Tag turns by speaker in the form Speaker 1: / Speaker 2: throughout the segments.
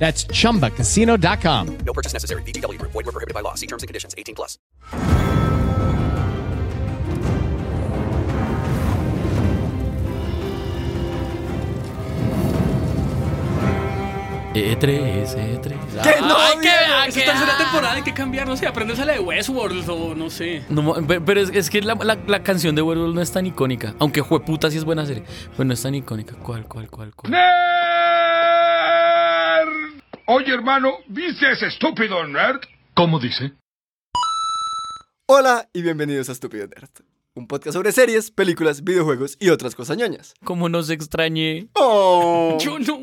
Speaker 1: That's chumbacasino.com.
Speaker 2: No purchase necessary. BGW. Void were prohibited by law. See terms and conditions. 18 plus.
Speaker 3: E E3, E3.
Speaker 4: ¿Qué? No,
Speaker 5: Ay,
Speaker 4: Dios,
Speaker 5: qué- ay,
Speaker 4: es
Speaker 5: qué-
Speaker 4: tercera
Speaker 5: ah.
Speaker 4: temporada, hay que cambiar, no sé, aprenderse la de Westworld o no sé.
Speaker 3: No, mo- pe- pero es, es que la, la- la canción de Werewolf no es tan icónica. Aunque Jueputa sí es buena serie. Pues no es tan icónica. ¿Cuál, cuál, cuál, cuál?
Speaker 6: ¡Nerd! Oye, hermano, ¿viste a ese estúpido nerd? ¿Cómo dice?
Speaker 7: Hola y bienvenidos a Estúpido Nerd, un podcast sobre series, películas, videojuegos y otras cosas ñoñas.
Speaker 3: Como nos extrañé.
Speaker 7: ¡Oh!
Speaker 4: Yo no.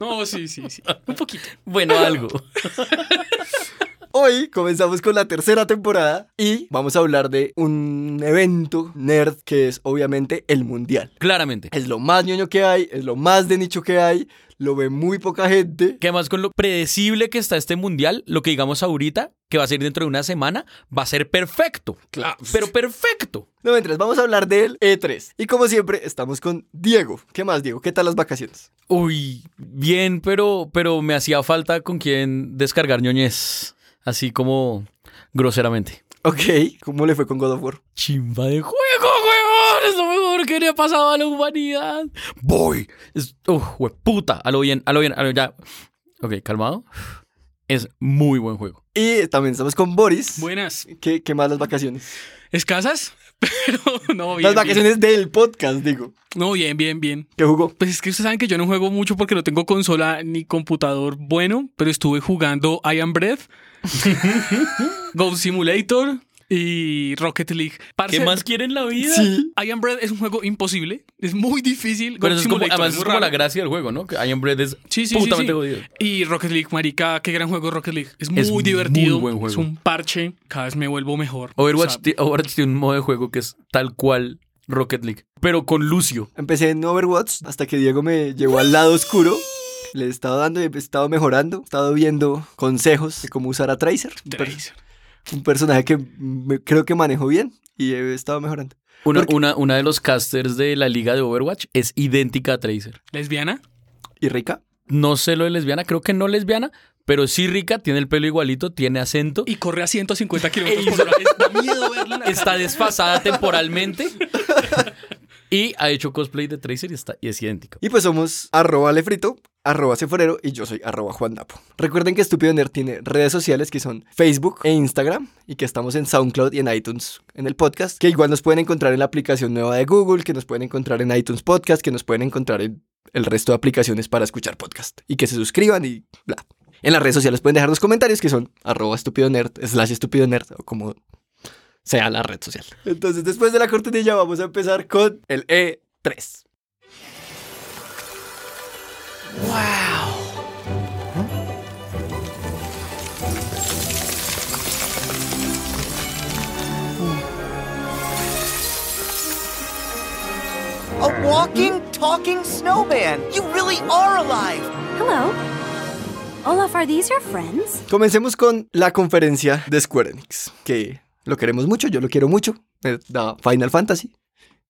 Speaker 4: No, sí, sí, sí. Un poquito.
Speaker 3: Bueno, algo.
Speaker 7: Hoy comenzamos con la tercera temporada y vamos a hablar de un evento nerd que es obviamente el mundial.
Speaker 3: Claramente.
Speaker 7: Es lo más ñoño que hay, es lo más de nicho que hay, lo ve muy poca gente.
Speaker 3: Que además con lo predecible que está este mundial, lo que digamos ahorita, que va a ser dentro de una semana, va a ser perfecto.
Speaker 7: Claro.
Speaker 3: Pero perfecto.
Speaker 7: No, mientras vamos a hablar del E3. Y como siempre, estamos con Diego. ¿Qué más, Diego? ¿Qué tal las vacaciones?
Speaker 3: Uy, bien, pero, pero me hacía falta con quien descargar ñoñez. Así como groseramente.
Speaker 7: Ok, ¿cómo le fue con God of War?
Speaker 3: Chimba de juego, huevón. Es lo mejor que le ha pasado a la humanidad. Voy. Es, uf, hueputa. A lo bien, a lo bien, a lo ya. Ok, calmado. Es muy buen juego.
Speaker 7: Y también estamos con Boris.
Speaker 4: Buenas.
Speaker 7: ¿Qué, qué más las vacaciones?
Speaker 4: Escasas, pero no, bien.
Speaker 7: las
Speaker 4: bien.
Speaker 7: vacaciones del podcast, digo.
Speaker 4: No, bien, bien, bien.
Speaker 7: ¿Qué jugó?
Speaker 4: Pues es que ustedes saben que yo no juego mucho porque no tengo consola ni computador bueno, pero estuve jugando I Am Breath, Go Simulator y Rocket League. Parce,
Speaker 3: quieren la vida?
Speaker 7: Sí.
Speaker 4: I Am Breath es un juego imposible, es muy difícil.
Speaker 3: Pero
Speaker 4: Goat
Speaker 3: eso es como,
Speaker 4: Simulator
Speaker 3: además, es
Speaker 4: es muy
Speaker 3: como la
Speaker 4: raro.
Speaker 3: gracia del juego, ¿no? Que Iron Bread es
Speaker 4: Sí, sí, sí,
Speaker 3: putamente
Speaker 4: sí.
Speaker 3: jodido.
Speaker 4: Y Rocket League, marica, qué gran juego Rocket League. Es muy
Speaker 3: Es muy
Speaker 4: divertido.
Speaker 3: buen juego.
Speaker 4: Es un parche. Cada vez me vuelvo mejor.
Speaker 3: Overwatch,
Speaker 4: O sea,
Speaker 3: ti- Overwatch tiene un modo de juego que es tal cual Rocket League, pero con Lucio.
Speaker 7: Empecé en Overwatch hasta que Diego me llevó al lado oscuro. Le he estado dando, he estado mejorando, he estado viendo consejos de cómo usar a Tracer. Un, per-
Speaker 4: Tracer.
Speaker 7: un personaje que me- creo que manejo bien y he estado mejorando.
Speaker 3: Una,
Speaker 7: Porque-
Speaker 3: una, una de los casters de la liga de Overwatch es idéntica a Tracer.
Speaker 4: lesbiana.
Speaker 7: ¿Y Rica?
Speaker 3: No sé lo de lesbiana, creo que no lesbiana, pero sí rica, tiene el pelo igualito, tiene acento.
Speaker 4: Y corre a 150 kilómetros por hora. Es- Da miedo verla. en la
Speaker 3: Está desfasada temporalmente. Y ha hecho cosplay de Tracer y, está, y es idéntica.
Speaker 7: Y pues somos arroba lefrito, arroba cefrero y yo soy arroba Juan Dapo. Recuerden que Estúpido Nerd tiene redes sociales que son Facebook e Instagram y que estamos en SoundCloud y en iTunes en el podcast, que igual nos pueden encontrar en la aplicación nueva de Google, que nos pueden encontrar en iTunes Podcast, que nos pueden encontrar en el resto de aplicaciones para escuchar podcast y que se suscriban y bla. En las redes sociales pueden dejarnos comentarios que son arroba estúpido nerd, slash estúpido nerd o como sea la red social. Entonces después de la cortinilla vamos a empezar con el E E3.
Speaker 8: A walking, talking snowman. You really are alive.
Speaker 9: Hello. Olaf, are these your friends?
Speaker 7: Comencemos con la conferencia de Square Enix, que lo Eh, queremos mucho, yo lo quiero mucho. Me da Final Fantasy,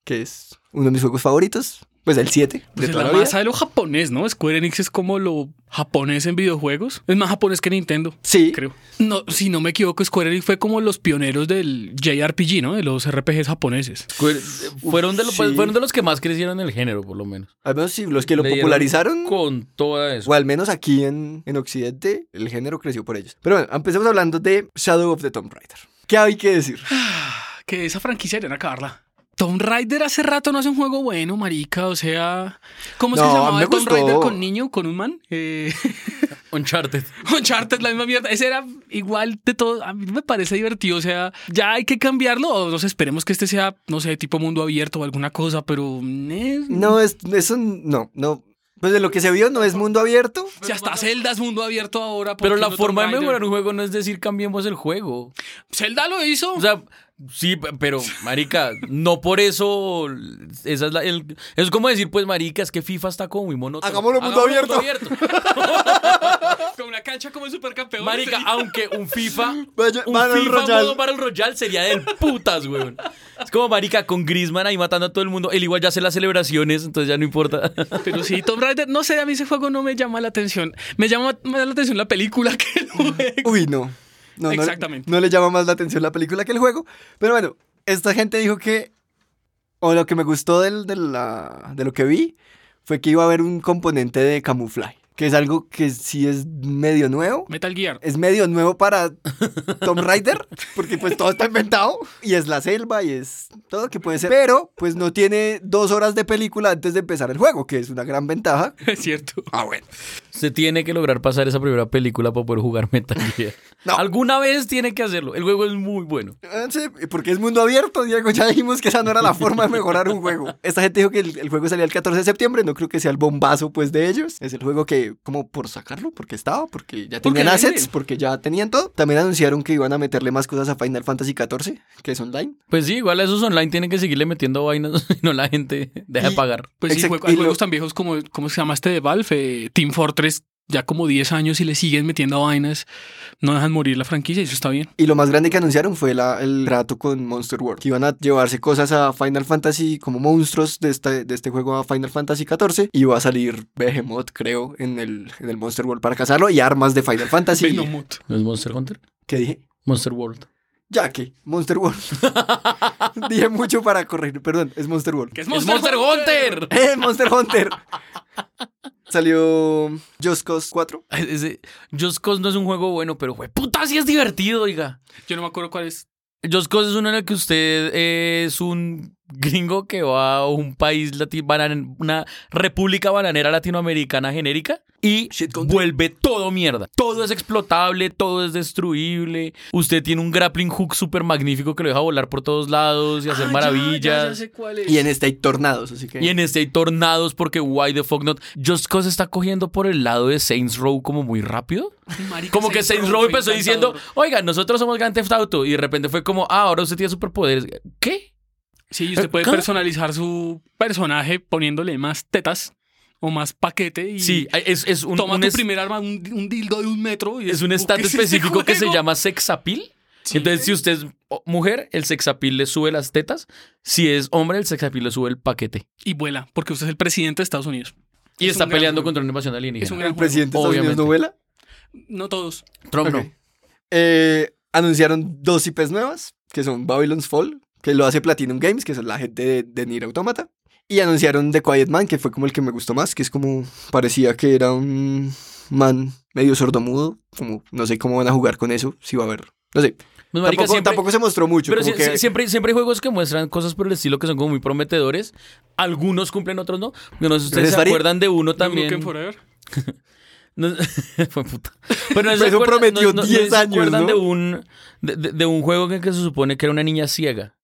Speaker 7: que es uno de mis juegos favoritos. Pues el 7.
Speaker 4: Pues
Speaker 7: de
Speaker 4: es
Speaker 7: toda
Speaker 4: la
Speaker 7: la vida.
Speaker 4: masa de lo japonés, ¿no? Square Enix es como lo japonés en videojuegos. Es más japonés que Nintendo.
Speaker 7: Sí.
Speaker 4: Creo. No, si no me equivoco, Square Enix fue como los pioneros del JRPG, ¿no? De los RPGs japoneses.
Speaker 3: Square- fueron, de los,
Speaker 7: sí.
Speaker 3: fueron de los que más crecieron el género, por lo menos.
Speaker 7: Al menos sí, los que lo
Speaker 3: Le dieron
Speaker 7: popularizaron.
Speaker 3: Con toda eso.
Speaker 7: O al menos aquí en, en Occidente, el género creció por ellos. Pero bueno, empecemos hablando de Shadow of the Tomb Raider. ¿Qué hay que decir?
Speaker 4: Ah. Que esa franquicia deberían acabarla. Tomb Raider hace rato no hace un juego bueno, marica. O sea, ¿cómo es que
Speaker 7: No, a mí
Speaker 4: se llamaba
Speaker 7: me
Speaker 4: Tomb
Speaker 7: gustó.
Speaker 4: Raider con niño, con un man? Eh,
Speaker 3: Uncharted.
Speaker 4: Uncharted, la misma mierda. Ese era igual de todo. A mí me parece divertido. O sea, ya hay que cambiarlo. O nos esperemos que este sea, no sé, tipo mundo abierto o alguna cosa, pero. eh,
Speaker 7: No, es, eso no, no. Pues de lo que se vio no es mundo abierto.
Speaker 4: Si hasta Zelda es mundo abierto ahora. ¿por
Speaker 3: Pero
Speaker 4: qué
Speaker 3: la
Speaker 4: no
Speaker 3: forma de
Speaker 4: Tomb Raider?
Speaker 3: mejorar un juego no es decir cambiemos el juego.
Speaker 4: Zelda lo hizo.
Speaker 3: O sea, sí, p- pero, marica, no por eso. Esa es, la, el- es como decir, pues, marica, es que FIFA está como muy monótono.
Speaker 7: Hagámoslo mundo abierto.
Speaker 4: con una cancha como el supercampeón.
Speaker 3: Marica, aunque un FIFA.
Speaker 7: Vaya-
Speaker 3: un
Speaker 7: Battle
Speaker 3: FIFA
Speaker 7: Royale.
Speaker 3: modo Battle Royale sería del putas, weón. Es como, marica, con Griezmann ahí matando a todo el mundo. Él igual ya hace las celebraciones, entonces ya no importa.
Speaker 4: Pero sí, Tomb Raider, no sé, a mí ese juego no me llama la atención. Me llama más la atención la película que el juego.
Speaker 7: Uy, no. No, no-
Speaker 4: Exactamente.
Speaker 7: No, le llama más la atención la película que el juego. Pero bueno, esta gente dijo que. O lo que me gustó del- de, la- de lo que vi fue que iba a haber un componente de camuflaje, que es algo que sí es medio nuevo.
Speaker 4: Metal Gear.
Speaker 7: Es medio nuevo para Tomb Raider, porque pues todo está inventado y es la selva y es todo lo que puede ser. Pero pues no tiene dos horas de película antes de empezar el juego, que es una gran ventaja.
Speaker 4: Es cierto.
Speaker 7: Ah, bueno.
Speaker 3: Se tiene que lograr pasar esa primera película para poder jugar Metal Gear.
Speaker 7: No.
Speaker 3: Alguna vez tiene que hacerlo. El juego es muy bueno.
Speaker 7: Ah, sí, porque es mundo abierto, Diego. Ya dijimos que esa no era la forma de mejorar un juego. Esta gente dijo que el, el juego salía el 14 de septiembre. No creo que sea el bombazo, pues, de ellos. Es el juego que, como por sacarlo, porque estaba, porque ya
Speaker 4: Porque
Speaker 7: tenían
Speaker 4: vende.
Speaker 7: assets, porque ya tenían todo. También anunciaron que iban a meterle más cosas a Final Fantasy XIV, que es online.
Speaker 3: Pues sí, igual a esos online tienen que seguirle metiendo vainas, si no la gente deja de
Speaker 7: Y-
Speaker 3: pagar.
Speaker 4: Pues sí,
Speaker 7: Exacto,
Speaker 4: juego- hay
Speaker 7: y lo-
Speaker 4: juegos tan viejos como, ¿cómo se llama este de Valve? Eh, Team Fortress, ya como 10 años y le siguen metiendo vainas. No dejan morir la franquicia y eso está bien.
Speaker 7: Y lo más grande que anunciaron fue la- el trato con Monster World, que iban a llevarse cosas a Final Fantasy como monstruos de este, de este juego a Final Fantasy XIV. Y va a salir Behemoth, creo, en el, en el Monster World para cazarlo y armas de Final Fantasy.
Speaker 4: Venomut.
Speaker 3: ¿No es Monster Hunter?
Speaker 7: ¿Qué dije?
Speaker 3: Monster World.
Speaker 7: Ya que, Monster World. Dije mucho para corregir, perdón, es Monster World.
Speaker 4: Que es
Speaker 3: ¡Es Monster Hunter!
Speaker 7: ¡Eh, Monster Hunter! Salió Just Cause 4.
Speaker 3: Ese- Just Cause no es un juego bueno, pero güey, puta, sí es divertido, oiga.
Speaker 4: Yo no me acuerdo cuál es.
Speaker 3: Just Cause es uno en el que usted es un gringo que va a un país lati- banan- una república bananera latinoamericana genérica y vuelve todo mierda. Todo es explotable, todo es destruible. Usted tiene un grappling hook súper magnífico que lo deja volar por todos lados
Speaker 4: Ah,
Speaker 3: y hacer maravillas.
Speaker 7: Y en este hay tornados, así que.
Speaker 3: Y en este hay tornados porque why the fuck not. Just Cause está cogiendo por el lado de Saints Row como muy rápido. Como que Saints Row empezó diciendo, oiga, nosotros somos Grand Theft Auto. Y de repente fue como, ah, ahora usted tiene superpoderes. ¿Qué?
Speaker 4: Sí, usted puede
Speaker 3: ¿Qué?
Speaker 4: personalizar su personaje poniéndole más tetas o más paquete y
Speaker 3: Sí, es, es un,
Speaker 4: toma
Speaker 3: un
Speaker 4: tu
Speaker 3: es-
Speaker 4: primer arma, un, un dildo de un metro. Y
Speaker 3: es un
Speaker 4: ¿qué
Speaker 3: estatus
Speaker 4: este
Speaker 3: específico que se
Speaker 4: juego?
Speaker 3: llama sex appeal.
Speaker 4: Sí.
Speaker 3: Entonces, si usted es oh, mujer, el sex appeal le sube las tetas. Si es hombre, el sex appeal le sube el paquete.
Speaker 4: Y vuela, porque usted es el presidente de Estados Unidos.
Speaker 3: Y
Speaker 4: Es
Speaker 3: está
Speaker 4: un gran
Speaker 3: peleando
Speaker 4: juego.
Speaker 3: contra una invasión
Speaker 4: Es un
Speaker 3: alienígena.
Speaker 4: gran
Speaker 7: el
Speaker 4: juego.
Speaker 7: presidente de Estados Unidos
Speaker 3: Obviamente.
Speaker 7: novela.
Speaker 4: No todos.
Speaker 3: Trump
Speaker 7: Ok.
Speaker 3: no. Pues,
Speaker 7: Eh, anunciaron dos IPs nuevas, que son Babylon's Fall, que lo hace Platinum Games, que es la gente de, de Nier Automata. Y anunciaron The Quiet Man, que fue como el que me gustó más, que es como parecía que era un man medio sordomudo. Como no sé cómo van a jugar con eso, si va a haber. No sé.
Speaker 3: Pues, marica,
Speaker 7: tampoco,
Speaker 3: siempre-
Speaker 7: tampoco se mostró mucho.
Speaker 3: Pero
Speaker 7: como
Speaker 3: sí-
Speaker 7: que-
Speaker 3: sí- siempre, siempre hay juegos que muestran cosas por el estilo que son como muy prometedores. Algunos cumplen, otros no. Yo No sé si ustedes
Speaker 7: Gracias,
Speaker 3: se
Speaker 7: Farid.
Speaker 3: acuerdan de uno
Speaker 4: Duke Nukem
Speaker 3: también.
Speaker 4: Forever.
Speaker 3: No- fue puta. Pero no se
Speaker 7: Pero eso
Speaker 3: acuerdan-
Speaker 7: prometió
Speaker 3: no- no- no
Speaker 7: 10
Speaker 3: se
Speaker 7: años,
Speaker 3: acuerdan
Speaker 7: ¿no?
Speaker 3: de un, de, de- de un juego en que se supone que era una niña ciega.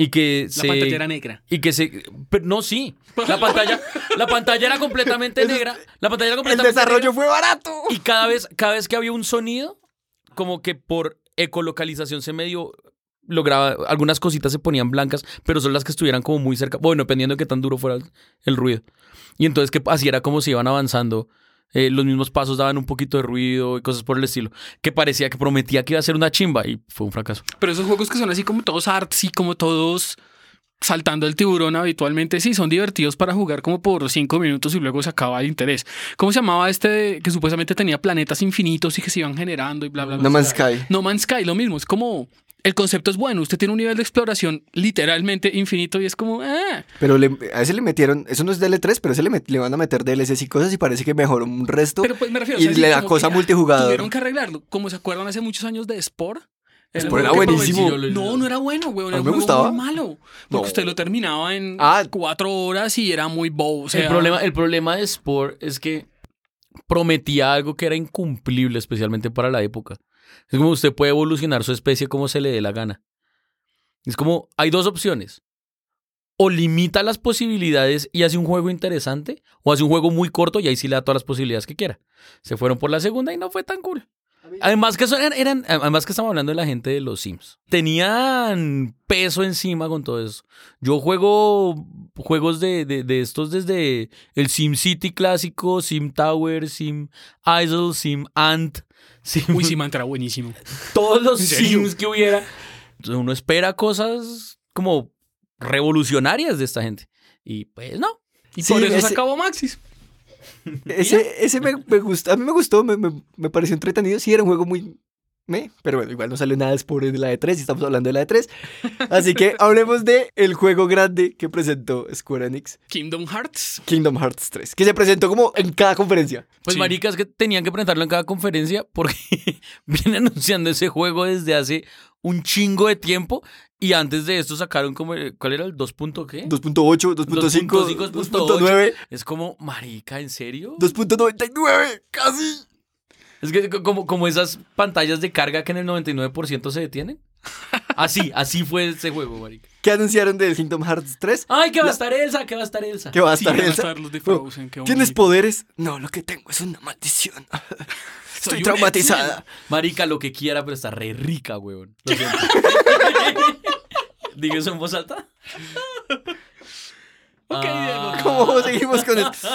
Speaker 3: Y que
Speaker 4: La
Speaker 3: se.
Speaker 4: pantalla era negra.
Speaker 3: y que se. pero no, sí. La pantalla, la pantalla era completamente negra. La pantalla era
Speaker 7: el
Speaker 3: completamente
Speaker 7: desarrollo
Speaker 3: negra.
Speaker 7: fue barato.
Speaker 3: Y cada vez, cada vez que había un sonido, como que por ecolocalización se medio lograba, algunas cositas se ponían blancas, pero son las que estuvieran como muy cerca, bueno, dependiendo de qué tan duro fuera el, el ruido. Y entonces que así era como se iban avanzando. eh, los mismos pasos daban un poquito de ruido y cosas por el estilo, que parecía que prometía que iba a ser una chimba y fue un fracaso.
Speaker 4: Pero esos juegos que son así como todos artsy, como todos saltando el tiburón habitualmente sí son divertidos para jugar como por cinco minutos y luego se acaba el interés. ¿Cómo se llamaba este de- que supuestamente tenía planetas infinitos y que se iban generando y bla bla bla?
Speaker 7: No Man's Sky.
Speaker 4: No Man's Sky, lo mismo, es como el concepto es bueno, usted tiene un nivel de exploración literalmente infinito y es como ah,
Speaker 7: Pero le- a ese le metieron, eso no es DL3, pero a ese le, met- le van a meter DLCs y cosas y parece que mejoró un resto.
Speaker 4: pero pues me refiero o
Speaker 7: y
Speaker 4: sea, sí,
Speaker 7: la
Speaker 4: como
Speaker 7: cosa
Speaker 4: que, ah,
Speaker 7: multijugador.
Speaker 4: Tuvieron que arreglarlo, como se acuerdan hace muchos años de Spore.
Speaker 7: Spore era
Speaker 4: juego que
Speaker 7: buenísimo.
Speaker 4: parecía- No, no era bueno, güey.
Speaker 7: A
Speaker 4: Era
Speaker 7: mí
Speaker 4: un
Speaker 7: me
Speaker 4: juego
Speaker 7: gustaba.
Speaker 4: muy malo.
Speaker 7: No.
Speaker 4: Porque usted lo terminaba en
Speaker 7: Ah.
Speaker 4: cuatro horas y era muy bobo. O sea,
Speaker 3: el, problema, el problema de Sport es que prometía algo que era incumplible, especialmente para la época. Es como usted puede evolucionar su especie como se le dé la gana. Es como, hay dos opciones. O limita las posibilidades y hace un juego interesante, o hace un juego muy corto y ahí sí le da todas las posibilidades que quiera. Se fueron por la segunda y no fue tan cool. Además que, eso eran, eran- además que estamos hablando de la gente de los Sims. Tenían peso encima con todo eso. Yo juego juegos de, de- de estos desde el Sim City clásico, Sim Tower, Sim Isle, Sim Ant, Sim,
Speaker 4: Uy, sí, man, era buenísimo.
Speaker 3: todos los
Speaker 4: ¿En serio?
Speaker 3: Sims que hubiera. Entonces uno espera cosas como revolucionarias de esta gente. Y pues no.
Speaker 4: Y
Speaker 7: Sí,
Speaker 4: por eso
Speaker 7: ese-
Speaker 4: se acabó Maxis.
Speaker 7: Ese, ese me, me gustó, a mí me gustó, me, me- me pareció entretenido. Sí, era un juego muy... Me, pero bueno, igual no salió nada pobre de la E3 y estamos hablando de la E3. Así que hablemos de el juego grande que presentó Square Enix,
Speaker 4: Kingdom Hearts.
Speaker 7: Kingdom Hearts 3, que se presentó como en cada conferencia.
Speaker 3: Pues
Speaker 4: Sí.
Speaker 3: maricas que tenían que presentarlo en cada conferencia porque vienen anunciando ese juego desde hace un chingo de tiempo y antes de esto sacaron como el- ¿cuál era el 2. punto qué?
Speaker 7: 2.8, 2.5,
Speaker 3: 2.5,
Speaker 7: 2.9,
Speaker 3: Es como, marica, ¿en serio?
Speaker 7: 2.99, casi.
Speaker 3: Es que co- como, como esas pantallas de carga que en el 99% se detienen. Así, así fue ese juego, marica.
Speaker 7: ¿Qué anunciaron del Kingdom Hearts 3?
Speaker 3: Ay, que va a estar Elsa, que va a estar Elsa.
Speaker 7: ¿Qué va a
Speaker 4: Sí,
Speaker 7: estar
Speaker 4: van a
Speaker 7: Elsa?
Speaker 4: estar los de
Speaker 7: Fue,
Speaker 4: Frozen, qué
Speaker 7: ¿Tienes
Speaker 4: bonito.
Speaker 7: poderes? No, lo que tengo es una maldición. Estoy
Speaker 4: un
Speaker 7: traumatizada.
Speaker 3: Marica, lo que quiera, pero está re rica, weón. Digo eso en voz alta.
Speaker 4: Ok,
Speaker 3: Ah.
Speaker 4: Diego.
Speaker 7: ¿Cómo seguimos con esto?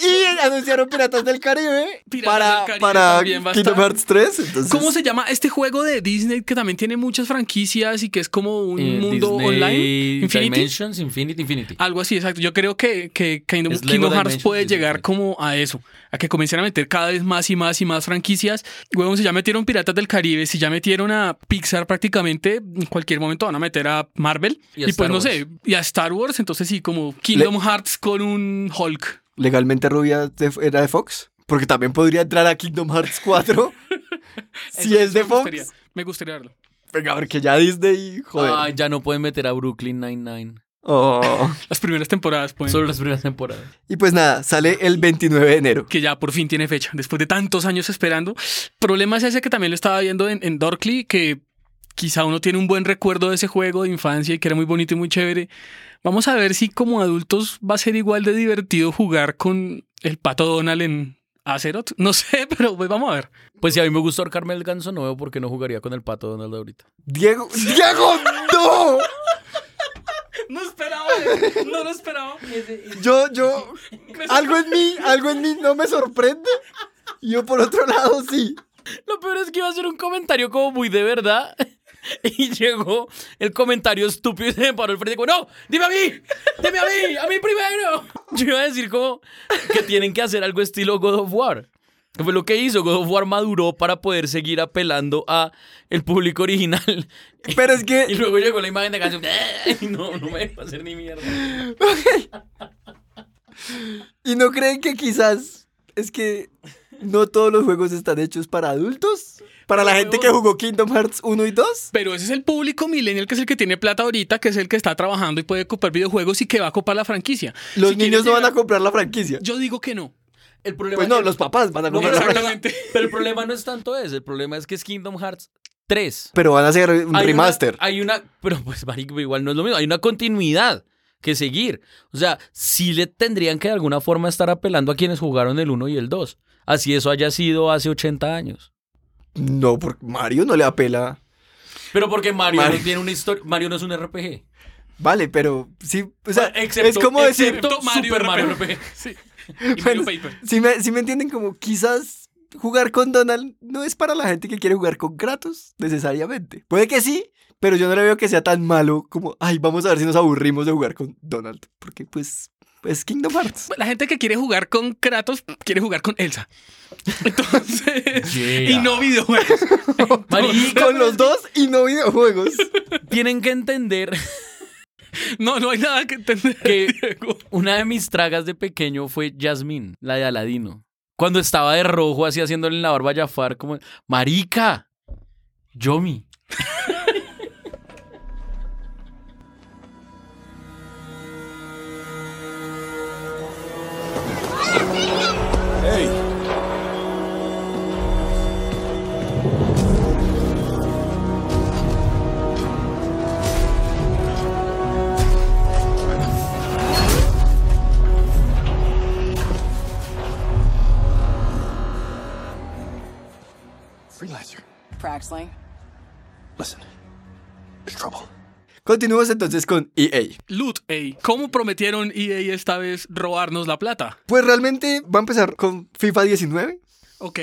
Speaker 7: Y anunciaron Piratas del Caribe
Speaker 4: Piratas
Speaker 7: para,
Speaker 4: del Caribe
Speaker 7: para
Speaker 4: también va a
Speaker 7: Kingdom
Speaker 4: estar.
Speaker 7: Hearts 3. entonces-
Speaker 4: ¿Cómo se llama este juego de Disney que también tiene muchas franquicias y que es como un
Speaker 3: Eh,
Speaker 4: mundo
Speaker 3: Disney
Speaker 4: online? Infinity.
Speaker 3: Dimensions, Infinity, Infinity. Ah,
Speaker 4: Algo así, exacto. Yo creo que, que Kingdom,
Speaker 3: Es Lego
Speaker 4: Kingdom Hearts
Speaker 3: Dimensions,
Speaker 4: puede
Speaker 3: sí, sí,
Speaker 4: llegar
Speaker 3: sí.
Speaker 4: como a eso, a que comiencen a meter cada vez más y más y más franquicias. Huevón, si ya metieron Piratas del Caribe, si ya metieron a Pixar prácticamente, en cualquier momento van a meter a Marvel.
Speaker 3: Y
Speaker 4: Y,
Speaker 3: a
Speaker 4: pues
Speaker 3: Star
Speaker 4: no
Speaker 3: Wars.
Speaker 4: sé, y a Star Wars, entonces sí, como Kingdom Hearts con un Hulk.
Speaker 7: ¿Legalmente Rubia de- era de Fox? Porque también podría entrar a Kingdom Hearts 4. si es
Speaker 4: Eso- eso
Speaker 7: de
Speaker 4: me
Speaker 7: Fox.
Speaker 4: gustaría, me gustaría verlo.
Speaker 7: Venga, porque ya Disney, joder.
Speaker 3: Ay, Ah, ya no pueden meter a Brooklyn Nine-Nine.
Speaker 7: Oh.
Speaker 4: Las primeras temporadas, pues.
Speaker 3: Solo las primeras temporadas.
Speaker 7: Y pues nada, sale el 29 de enero.
Speaker 4: que ya por fin tiene fecha, después de tantos años esperando. Problema es ese que también lo estaba viendo en, en Dorkly, que quizá uno tiene un buen recuerdo de ese juego de infancia y que era muy bonito y muy chévere. Vamos a ver si como adultos va a ser igual de divertido jugar con el pato Donald en Azeroth. No sé, pero pues vamos a ver.
Speaker 3: Pues si a mí me gusta ahorcarme el ganso, no veo por qué no jugaría con el pato Donald ahorita.
Speaker 7: Diego, Diego, no.
Speaker 4: No esperaba, no lo esperaba.
Speaker 7: Yo, yo, algo en mí, algo en mí no me sorprende. Y Yo por otro lado sí.
Speaker 3: Lo peor es que iba a hacer un comentario como muy de verdad. Y llegó el comentario estúpido y se me paró el frente y como, no, dime a mí, dime a mí, a mí primero. Yo iba a decir como que tienen que hacer algo estilo God of War. Que fue lo que hizo, God of War maduró para poder seguir apelando a el público original.
Speaker 7: Pero es que
Speaker 3: Y luego llegó la imagen de canción, y no, no me va a hacer ni mierda.
Speaker 7: ¿Y no creen que quizás es que no todos los juegos están hechos para adultos? Para la gente que jugó Kingdom Hearts 1 y 2.
Speaker 4: Pero ese es el público millennial que es el que tiene plata ahorita, que es el que está trabajando y puede comprar videojuegos y que va a comprar la franquicia.
Speaker 7: Los niños
Speaker 4: Si quieres
Speaker 7: no van a
Speaker 4: llegar-
Speaker 7: comprar la franquicia.
Speaker 4: Yo digo que no.
Speaker 3: El problema
Speaker 7: Pues no,
Speaker 3: es-
Speaker 7: los papás van a
Speaker 3: No,
Speaker 7: comprar
Speaker 3: pero,
Speaker 7: la franquicia.
Speaker 4: exactamente.
Speaker 3: pero el problema no es tanto ese, el problema es que es Kingdom Hearts 3.
Speaker 7: Pero van a hacer un
Speaker 3: Hay una-
Speaker 7: remaster.
Speaker 3: hay una, pero pues marico, igual no es lo mismo, hay una continuidad que seguir. O sea, sí le tendrían que de alguna forma estar apelando a quienes jugaron el 1 y el 2. Así eso haya sido hace 80 años.
Speaker 7: No, porque Mario no le apela.
Speaker 3: Pero porque Mario,
Speaker 7: Mario.
Speaker 3: no tiene una historia, Mario no es un RPG.
Speaker 7: Vale, pero sí, o sea,
Speaker 3: Excepto,
Speaker 7: es como decir,
Speaker 3: excepto
Speaker 4: Mario
Speaker 3: Super Mario
Speaker 4: RPG.
Speaker 3: RPG.
Speaker 4: Sí. Y Mario
Speaker 7: Bueno,
Speaker 4: Paper.
Speaker 7: si me, sí me entienden como quizás jugar con Donald no es para la gente que quiere jugar con Kratos, necesariamente. Puede que sí, pero yo no le veo que sea tan malo como, ay, vamos a ver si nos aburrimos de jugar con Donald. Porque, pues, es Kingdom Hearts.
Speaker 4: La gente que quiere jugar con Kratos quiere jugar con Elsa. Entonces, y
Speaker 3: Yeah.
Speaker 4: no videojuegos.
Speaker 3: Marica,
Speaker 7: Con los dos y no videojuegos.
Speaker 3: tienen que entender
Speaker 4: No, no hay nada que entender.
Speaker 3: que
Speaker 4: Diego.
Speaker 3: una de mis tragas de pequeño fue Jasmine, la de Aladino. Cuando estaba de rojo, así haciéndole la barba a Jafar, como, marica, Yomi.
Speaker 6: Freelancer,
Speaker 5: Fraxley.
Speaker 6: listen. There's trouble.
Speaker 7: Continuamos entonces con E EA.
Speaker 4: Loot, ey. ¿Cómo prometieron EA esta vez robarnos la plata?
Speaker 7: Pues realmente va a empezar con FIFA 19,
Speaker 4: Ok.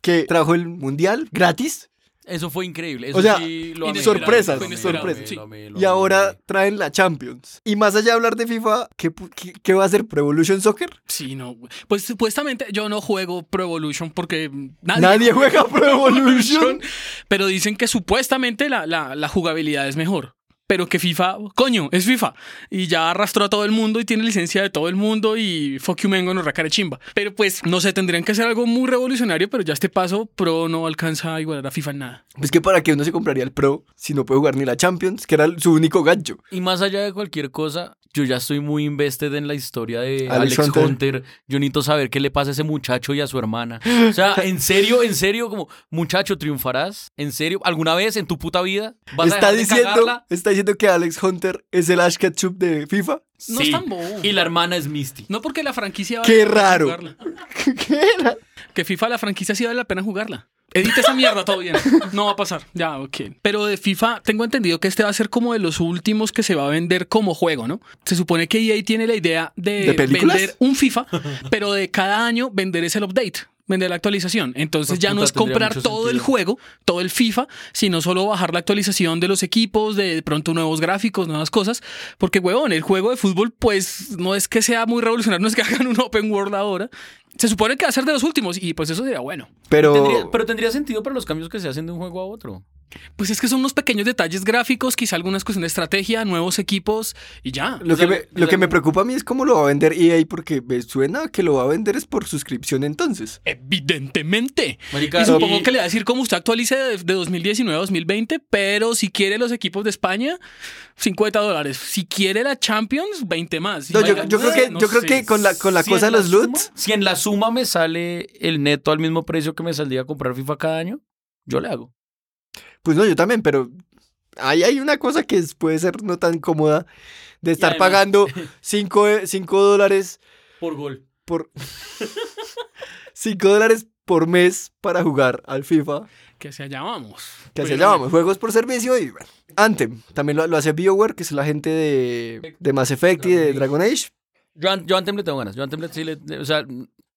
Speaker 7: que trajo el mundial gratis.
Speaker 3: Eso fue increíble.
Speaker 7: O sea,
Speaker 3: amé.
Speaker 7: sorpresas,
Speaker 3: Lo amé, lo amé,
Speaker 7: sorpresas.
Speaker 3: lo amé,
Speaker 4: Sí.
Speaker 3: lo amé, lo
Speaker 7: Y
Speaker 3: amé.
Speaker 7: ahora traen la Champions. Y más allá de hablar de FIFA, ¿qué, pu- qué- qué va a hacer Pro Evolution Soccer?
Speaker 4: Sí, no. güey. Pues supuestamente yo no juego Pro Evolution porque nadie,
Speaker 7: Nadie juega Pro Evolution.
Speaker 4: Pero dicen que supuestamente la, la- la jugabilidad es mejor. Pero que FIFA, coño, es FIFA. Y ya arrastró a todo el mundo y tiene licencia de todo el mundo y fuck you mengo no racare chimba. Pero pues, no sé, tendrían que hacer algo muy revolucionario, pero ya este paso Pro no alcanza a igualar a FIFA en nada.
Speaker 7: Pues que para qué uno se compraría el Pro si no puede jugar ni la Champions, que era su único gancho.
Speaker 3: Y más allá de cualquier cosa, yo ya estoy muy invested en la historia de
Speaker 7: Alex
Speaker 3: Alex,
Speaker 7: Hunter.
Speaker 3: Hunter. Yo necesito saber qué le pasa a ese muchacho y a su hermana. O sea, en serio, en serio, como, muchacho, ¿triunfarás? ¿En serio? ¿Alguna vez en tu puta vida? ¿Vas
Speaker 7: Está
Speaker 3: a dejar de
Speaker 7: diciendo,
Speaker 3: cagarla?
Speaker 7: está diciendo que Alex Hunter es el Ash Ketchum de FIFA.
Speaker 4: No es
Speaker 3: Sí.
Speaker 4: tan bobo.
Speaker 3: Y la hermana es Misty.
Speaker 4: No porque la franquicia... vale
Speaker 7: ¡Qué
Speaker 4: la pena
Speaker 7: raro!
Speaker 4: jugarla.
Speaker 7: ¿Qué era?
Speaker 4: Que FIFA la franquicia sí vale la pena jugarla. Edita esa mierda, todo bien. No va a pasar. Ya, ok. Pero de FIFA, tengo entendido que este va a ser como de los últimos que se va a vender como juego, ¿no? Se supone que EA tiene la idea de,
Speaker 7: ¿De películas?
Speaker 4: vender un FIFA, pero de cada año vender es el update, vender la actualización. Entonces
Speaker 3: Pues
Speaker 4: ya no
Speaker 3: puta,
Speaker 4: es
Speaker 3: tendría
Speaker 4: comprar
Speaker 3: mucho
Speaker 4: todo el
Speaker 3: sentido.
Speaker 4: juego, todo el FIFA, sino solo bajar la actualización de los equipos, de, de pronto nuevos gráficos, nuevas cosas. Porque, huevón, el juego de fútbol, pues no es que sea muy revolucionario, no es que hagan un open world ahora. Se supone que va a ser de los últimos y pues eso sería bueno.
Speaker 7: Pero,
Speaker 3: Tendría- pero tendría sentido para los cambios que se hacen de un juego a otro.
Speaker 4: Pues es que son unos pequeños detalles gráficos, quizá algunas cuestiones de estrategia, nuevos equipos y ya.
Speaker 7: lo, que
Speaker 3: o sea,
Speaker 7: me,
Speaker 3: o
Speaker 7: lo
Speaker 3: sea-
Speaker 7: que me preocupa a mí es cómo lo va a vender EA, porque me suena que lo va a vender es por suscripción entonces.
Speaker 4: Evidentemente.
Speaker 3: Marica,
Speaker 4: y supongo
Speaker 3: y-
Speaker 4: que le va a decir cómo usted actualice de, de 2019 a 2020, pero si quiere los equipos de España, 50 dólares. Si quiere la Champions, 20 más.
Speaker 7: No,
Speaker 4: Y
Speaker 7: yo,
Speaker 4: vaya,
Speaker 7: yo creo que,
Speaker 4: no
Speaker 7: yo creo
Speaker 4: sé.
Speaker 7: que con la, con la
Speaker 3: Si
Speaker 7: cosa de
Speaker 3: en la
Speaker 7: los loots,
Speaker 3: suma- Si en la suma me sale el neto al mismo precio que me saldría a comprar FIFA cada año, yo le hago.
Speaker 7: pues no, yo también, pero ahí hay una cosa que es- puede ser no tan cómoda de estar
Speaker 3: además-
Speaker 7: pagando 5 dólares
Speaker 3: Por gol.
Speaker 7: por 5 dólares por mes para jugar al FIFA.
Speaker 4: Que hacia allá vamos. Pues
Speaker 7: Que así
Speaker 4: Pero-
Speaker 7: llamamos juegos por servicio y bueno. Anthem, también lo, lo hace BioWare, que es la gente de, de Mass Effect y de Dragon Age.
Speaker 3: Yo, an- yo a Anthem le tengo ganas. Yo a Anthem le, sí le- le- o sea,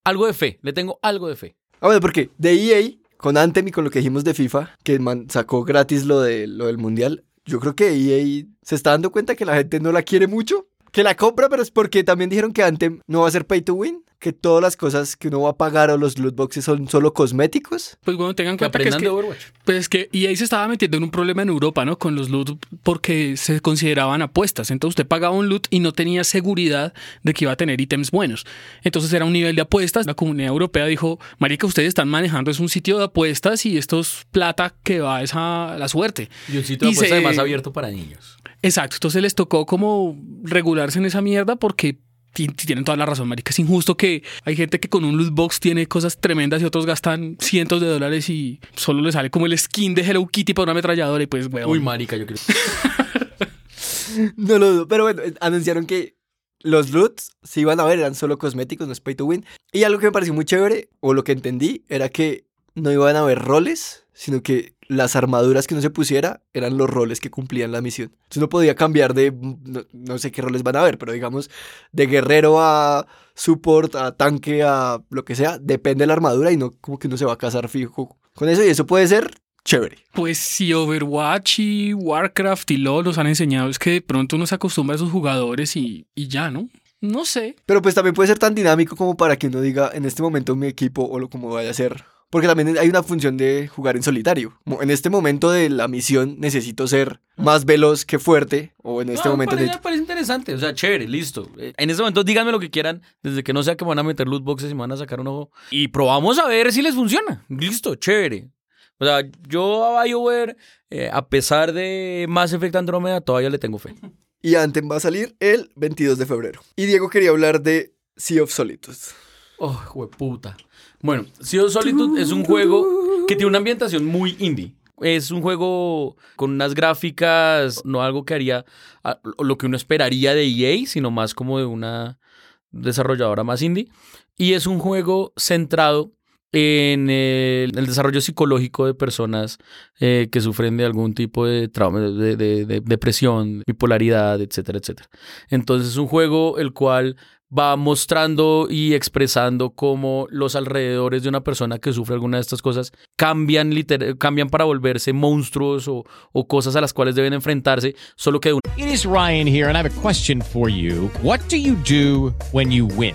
Speaker 3: algo de fe. Le tengo algo de fe.
Speaker 7: Ah, bueno, porque de EA, con Anthem y con lo que dijimos de FIFA, que man- sacó gratis lo, de, lo del Mundial, yo creo que EA se está dando cuenta que la gente no la quiere mucho, que la compra, pero es porque también dijeron que Anthem no va a ser pay to win, que todas las cosas que uno va a pagar o los loot boxes son solo cosméticos.
Speaker 4: Pues bueno, tengan en
Speaker 3: Que
Speaker 4: cuenta que es
Speaker 3: aprendan
Speaker 4: que
Speaker 3: de Overwatch.
Speaker 4: Pues es que EA se estaba metiendo en un problema en Europa, ¿no? Con los loot porque se consideraban apuestas. Entonces usted pagaba un loot y no tenía seguridad de que iba a tener ítems buenos. Entonces era un nivel de apuestas. La comunidad europea dijo, marica, ustedes están manejando es un sitio de apuestas y esto es plata que va es a la suerte.
Speaker 3: Y un sitio de
Speaker 4: Y
Speaker 3: apuesta
Speaker 4: se-
Speaker 3: además abierto para niños.
Speaker 4: Exacto, entonces les tocó como regularse en esa mierda porque ti- tienen toda la razón, marica. Es injusto que hay gente que con un loot box tiene cosas tremendas y otros gastan cientos de dólares y solo le sale como el skin de Hello Kitty para una ametralladora y pues, weón.
Speaker 3: Uy, marica, yo quiero...
Speaker 7: No lo dudo, pero bueno, eh, anunciaron que los loots se iban a ver, eran solo cosméticos, no es pay to win. Y algo que me pareció muy chévere, o lo que entendí, era que no iban a haber roles, sino que las armaduras que uno se pusiera eran los roles que cumplían la misión. Entonces uno podía cambiar de, mm, no, no sé qué roles van a ver, pero digamos, de guerrero a support, a tanque, a lo que sea, depende de la armadura y no como que uno se va a casar fijo con eso y eso puede ser chévere.
Speaker 4: Pues si Overwatch y Warcraft y LoL nos han enseñado es que de pronto uno se acostumbra a sus jugadores y, y ya, ¿no? No sé.
Speaker 7: Pero pues también puede ser tan dinámico como para que uno diga, en este momento mi equipo o lo como vaya a ser. Porque también hay una función de jugar en solitario. Como En este momento de la misión necesito ser más veloz que fuerte. O en este
Speaker 3: No, me
Speaker 7: momento
Speaker 3: parece,
Speaker 7: necesito-
Speaker 3: me parece interesante. O sea, chévere, listo. Eh, En este momento díganme lo que quieran, desde que no sea que me van a meter loot boxes y me van a sacar un ojo. Y probamos a ver si les funciona. Listo, chévere. O sea, yo a BioWare, eh, a pesar de Mass Effect Andromeda, todavía le tengo fe.
Speaker 7: Y Anthem va a salir el 22 de febrero. Y Diego quería hablar de Sea of Solitos.
Speaker 3: Oh, jueputa. Bueno, Sea of Solitude es un juego que tiene una ambientación muy indie. Es un juego con unas gráficas, no algo que haría ah, lo que uno esperaría de EA, sino más como de una desarrolladora más indie. Y es un juego centrado en el, el desarrollo psicológico de personas eh, que sufren de algún tipo de trauma, de, de- de depresión, bipolaridad, etcétera, etcétera. Entonces es un juego el cual va mostrando y expresando cómo los alrededores de una persona que sufre alguna de estas cosas cambian, liter- cambian para volverse monstruos o, o cosas a las cuales deben enfrentarse, solo que de
Speaker 1: It is Ryan here, and I have a question for you. What do you do when you win?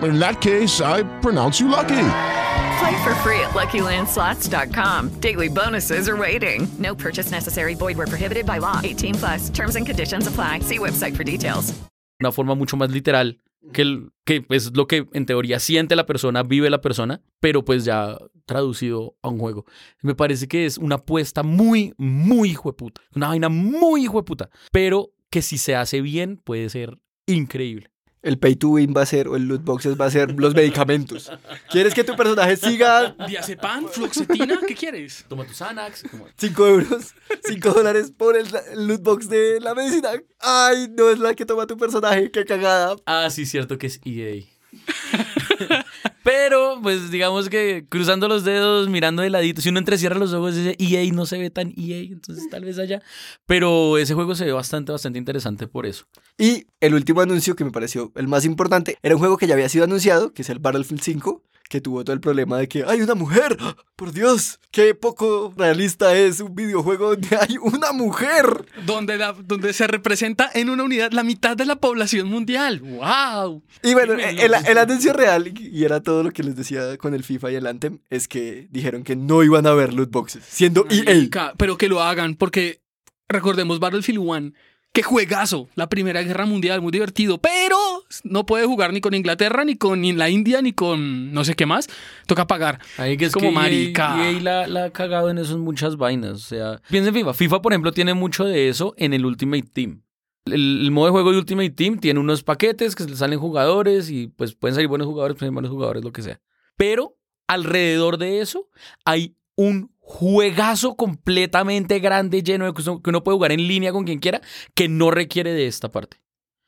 Speaker 6: In that case, I pronounce you lucky.
Speaker 5: Play for free at LuckyLandSlots.com. Daily bonuses are waiting. No purchase necessary. Void were prohibited by law. 18 plus. Terms and conditions apply. See website for details.
Speaker 3: una forma mucho más literal que, el- que es lo que en teoría siente la persona, vive la persona, pero pues ya traducido a un juego. Me parece que es una apuesta muy, muy hijueputa. Una vaina muy hijueputa. Pero que si se hace bien puede ser increíble.
Speaker 7: El pay to win va a ser, o el loot boxes va a ser los medicamentos. ¿Quieres que tu personaje siga
Speaker 4: ¿Diazepam? ¿Floxetina? ¿Qué quieres?
Speaker 3: Toma tus Xanax. como-
Speaker 7: 5 euros, 5 dólares por el, el loot box de la medicina? Ay, no es la que toma tu personaje, qué cagada.
Speaker 3: Ah, sí, cierto que es EA. Pero, pues digamos que cruzando los dedos, mirando de ladito, si uno entrecierra los ojos, dice EA no se ve tan EA, entonces tal vez allá. Pero ese juego se ve bastante, bastante interesante por eso.
Speaker 7: Y el último anuncio que me pareció el más importante era un juego que ya había sido anunciado, que es el Battlefield 5, que tuvo todo el problema de que hay una mujer. ¡Ah! Por Dios, qué poco realista es un videojuego donde hay una mujer.
Speaker 4: Donde, la- donde se representa en una unidad la mitad de la población mundial. ¡Wow!
Speaker 7: Y bueno,
Speaker 4: Dímelo.
Speaker 7: el, el anuncio real, y era todo lo que les decía con el FIFA y el Anthem, es que dijeron que no iban a haber loot boxes, siendo EA.
Speaker 4: Marica, Pero que lo hagan, porque recordemos Battlefield 1. ¡Qué juegazo! La Primera Guerra Mundial, muy divertido. Pero no puede jugar ni con Inglaterra, ni con la India, ni con no sé qué más. Toca pagar.
Speaker 3: Ahí que es que
Speaker 4: Como
Speaker 3: E EA
Speaker 4: marica.
Speaker 3: EA la, la ha cagado en eso en muchas vainas. O sea, piensa en FIFA. FIFA, por ejemplo, tiene mucho de eso en el Ultimate Team. El, el modo de juego de Ultimate Team tiene unos paquetes que salen jugadores y pues pueden salir buenos jugadores, pueden salir malos jugadores, lo que sea. Pero alrededor de eso hay un juegazo completamente grande, lleno de cosas que uno puede jugar en línea con quien quiera, que no requiere de esta parte.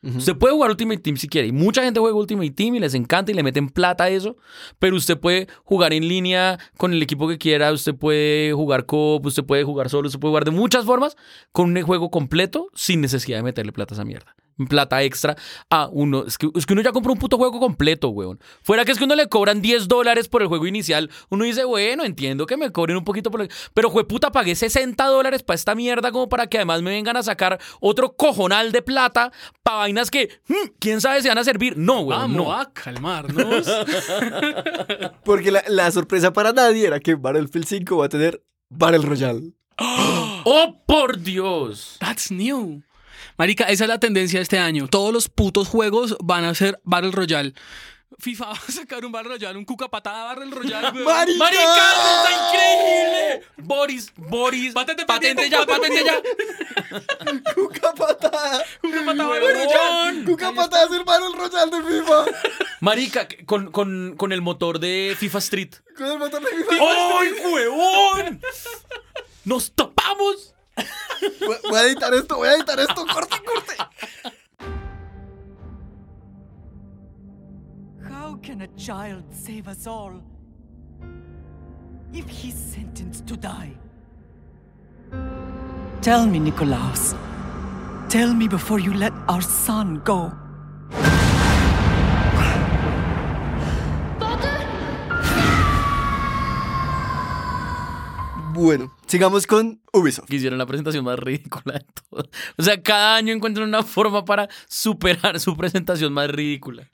Speaker 7: E
Speaker 3: Usted puede jugar Ultimate Team si quiere. Y mucha gente juega Ultimate Team y les encanta y le meten plata a eso. Pero usted puede jugar en línea con el equipo que quiera. Usted puede jugar co usted puede jugar solo, usted puede jugar de muchas formas con un juego completo sin necesidad de meterle plata a esa mierda. Plata extra a uno. Es que, es que uno ya compró un puto juego completo, weón. Fuera que es que uno le cobran 10 dólares por el juego inicial. Uno dice, bueno, entiendo que me cobren un poquito por el. Pero, jueputa, pagué 60 dólares para esta mierda, como para que además me vengan a sacar otro cojonal de plata para vainas que, mm, quién sabe si van a servir. No, weón.
Speaker 4: Vamos
Speaker 3: no.
Speaker 4: a calmarnos.
Speaker 7: Porque la, la sorpresa para nadie era que Battlefield 5 va a tener Battle Royale.
Speaker 4: ¡Oh, por Dios! That's new. Marica, esa es la tendencia de este año. Todos los putos juegos van a ser Battle Royale. FIFA va a sacar un Battle Royale, un cuca patada Battle Royale. weón.
Speaker 3: ¡Marica!
Speaker 4: ¡Marica! ¡Está increíble!
Speaker 3: Boris, Boris.
Speaker 4: Patente,
Speaker 3: Patente ya, patente ya.
Speaker 7: Cuca patada.
Speaker 4: Cuca patada
Speaker 7: Battle Royale.
Speaker 3: huevón.
Speaker 7: Cuca patada es el Battle Royale de FIFA.
Speaker 3: Marica, con, con, con el motor de FIFA Street.
Speaker 7: Con el motor de FIFA.
Speaker 3: ¡Ay, huevón! ¡Nos topamos!
Speaker 4: Oh.
Speaker 7: Voy- Voy a editar esto, voy a editar esto. Corte, corte.
Speaker 10: How can a child save us all if he's sentenced to die? Tell me, Nikolaus. Tell me before you let our son go.
Speaker 7: Bueno, sigamos con Ubisoft.
Speaker 3: Que hicieron la presentación más ridícula de todas. O sea, cada año encuentran una forma para superar su presentación más ridícula.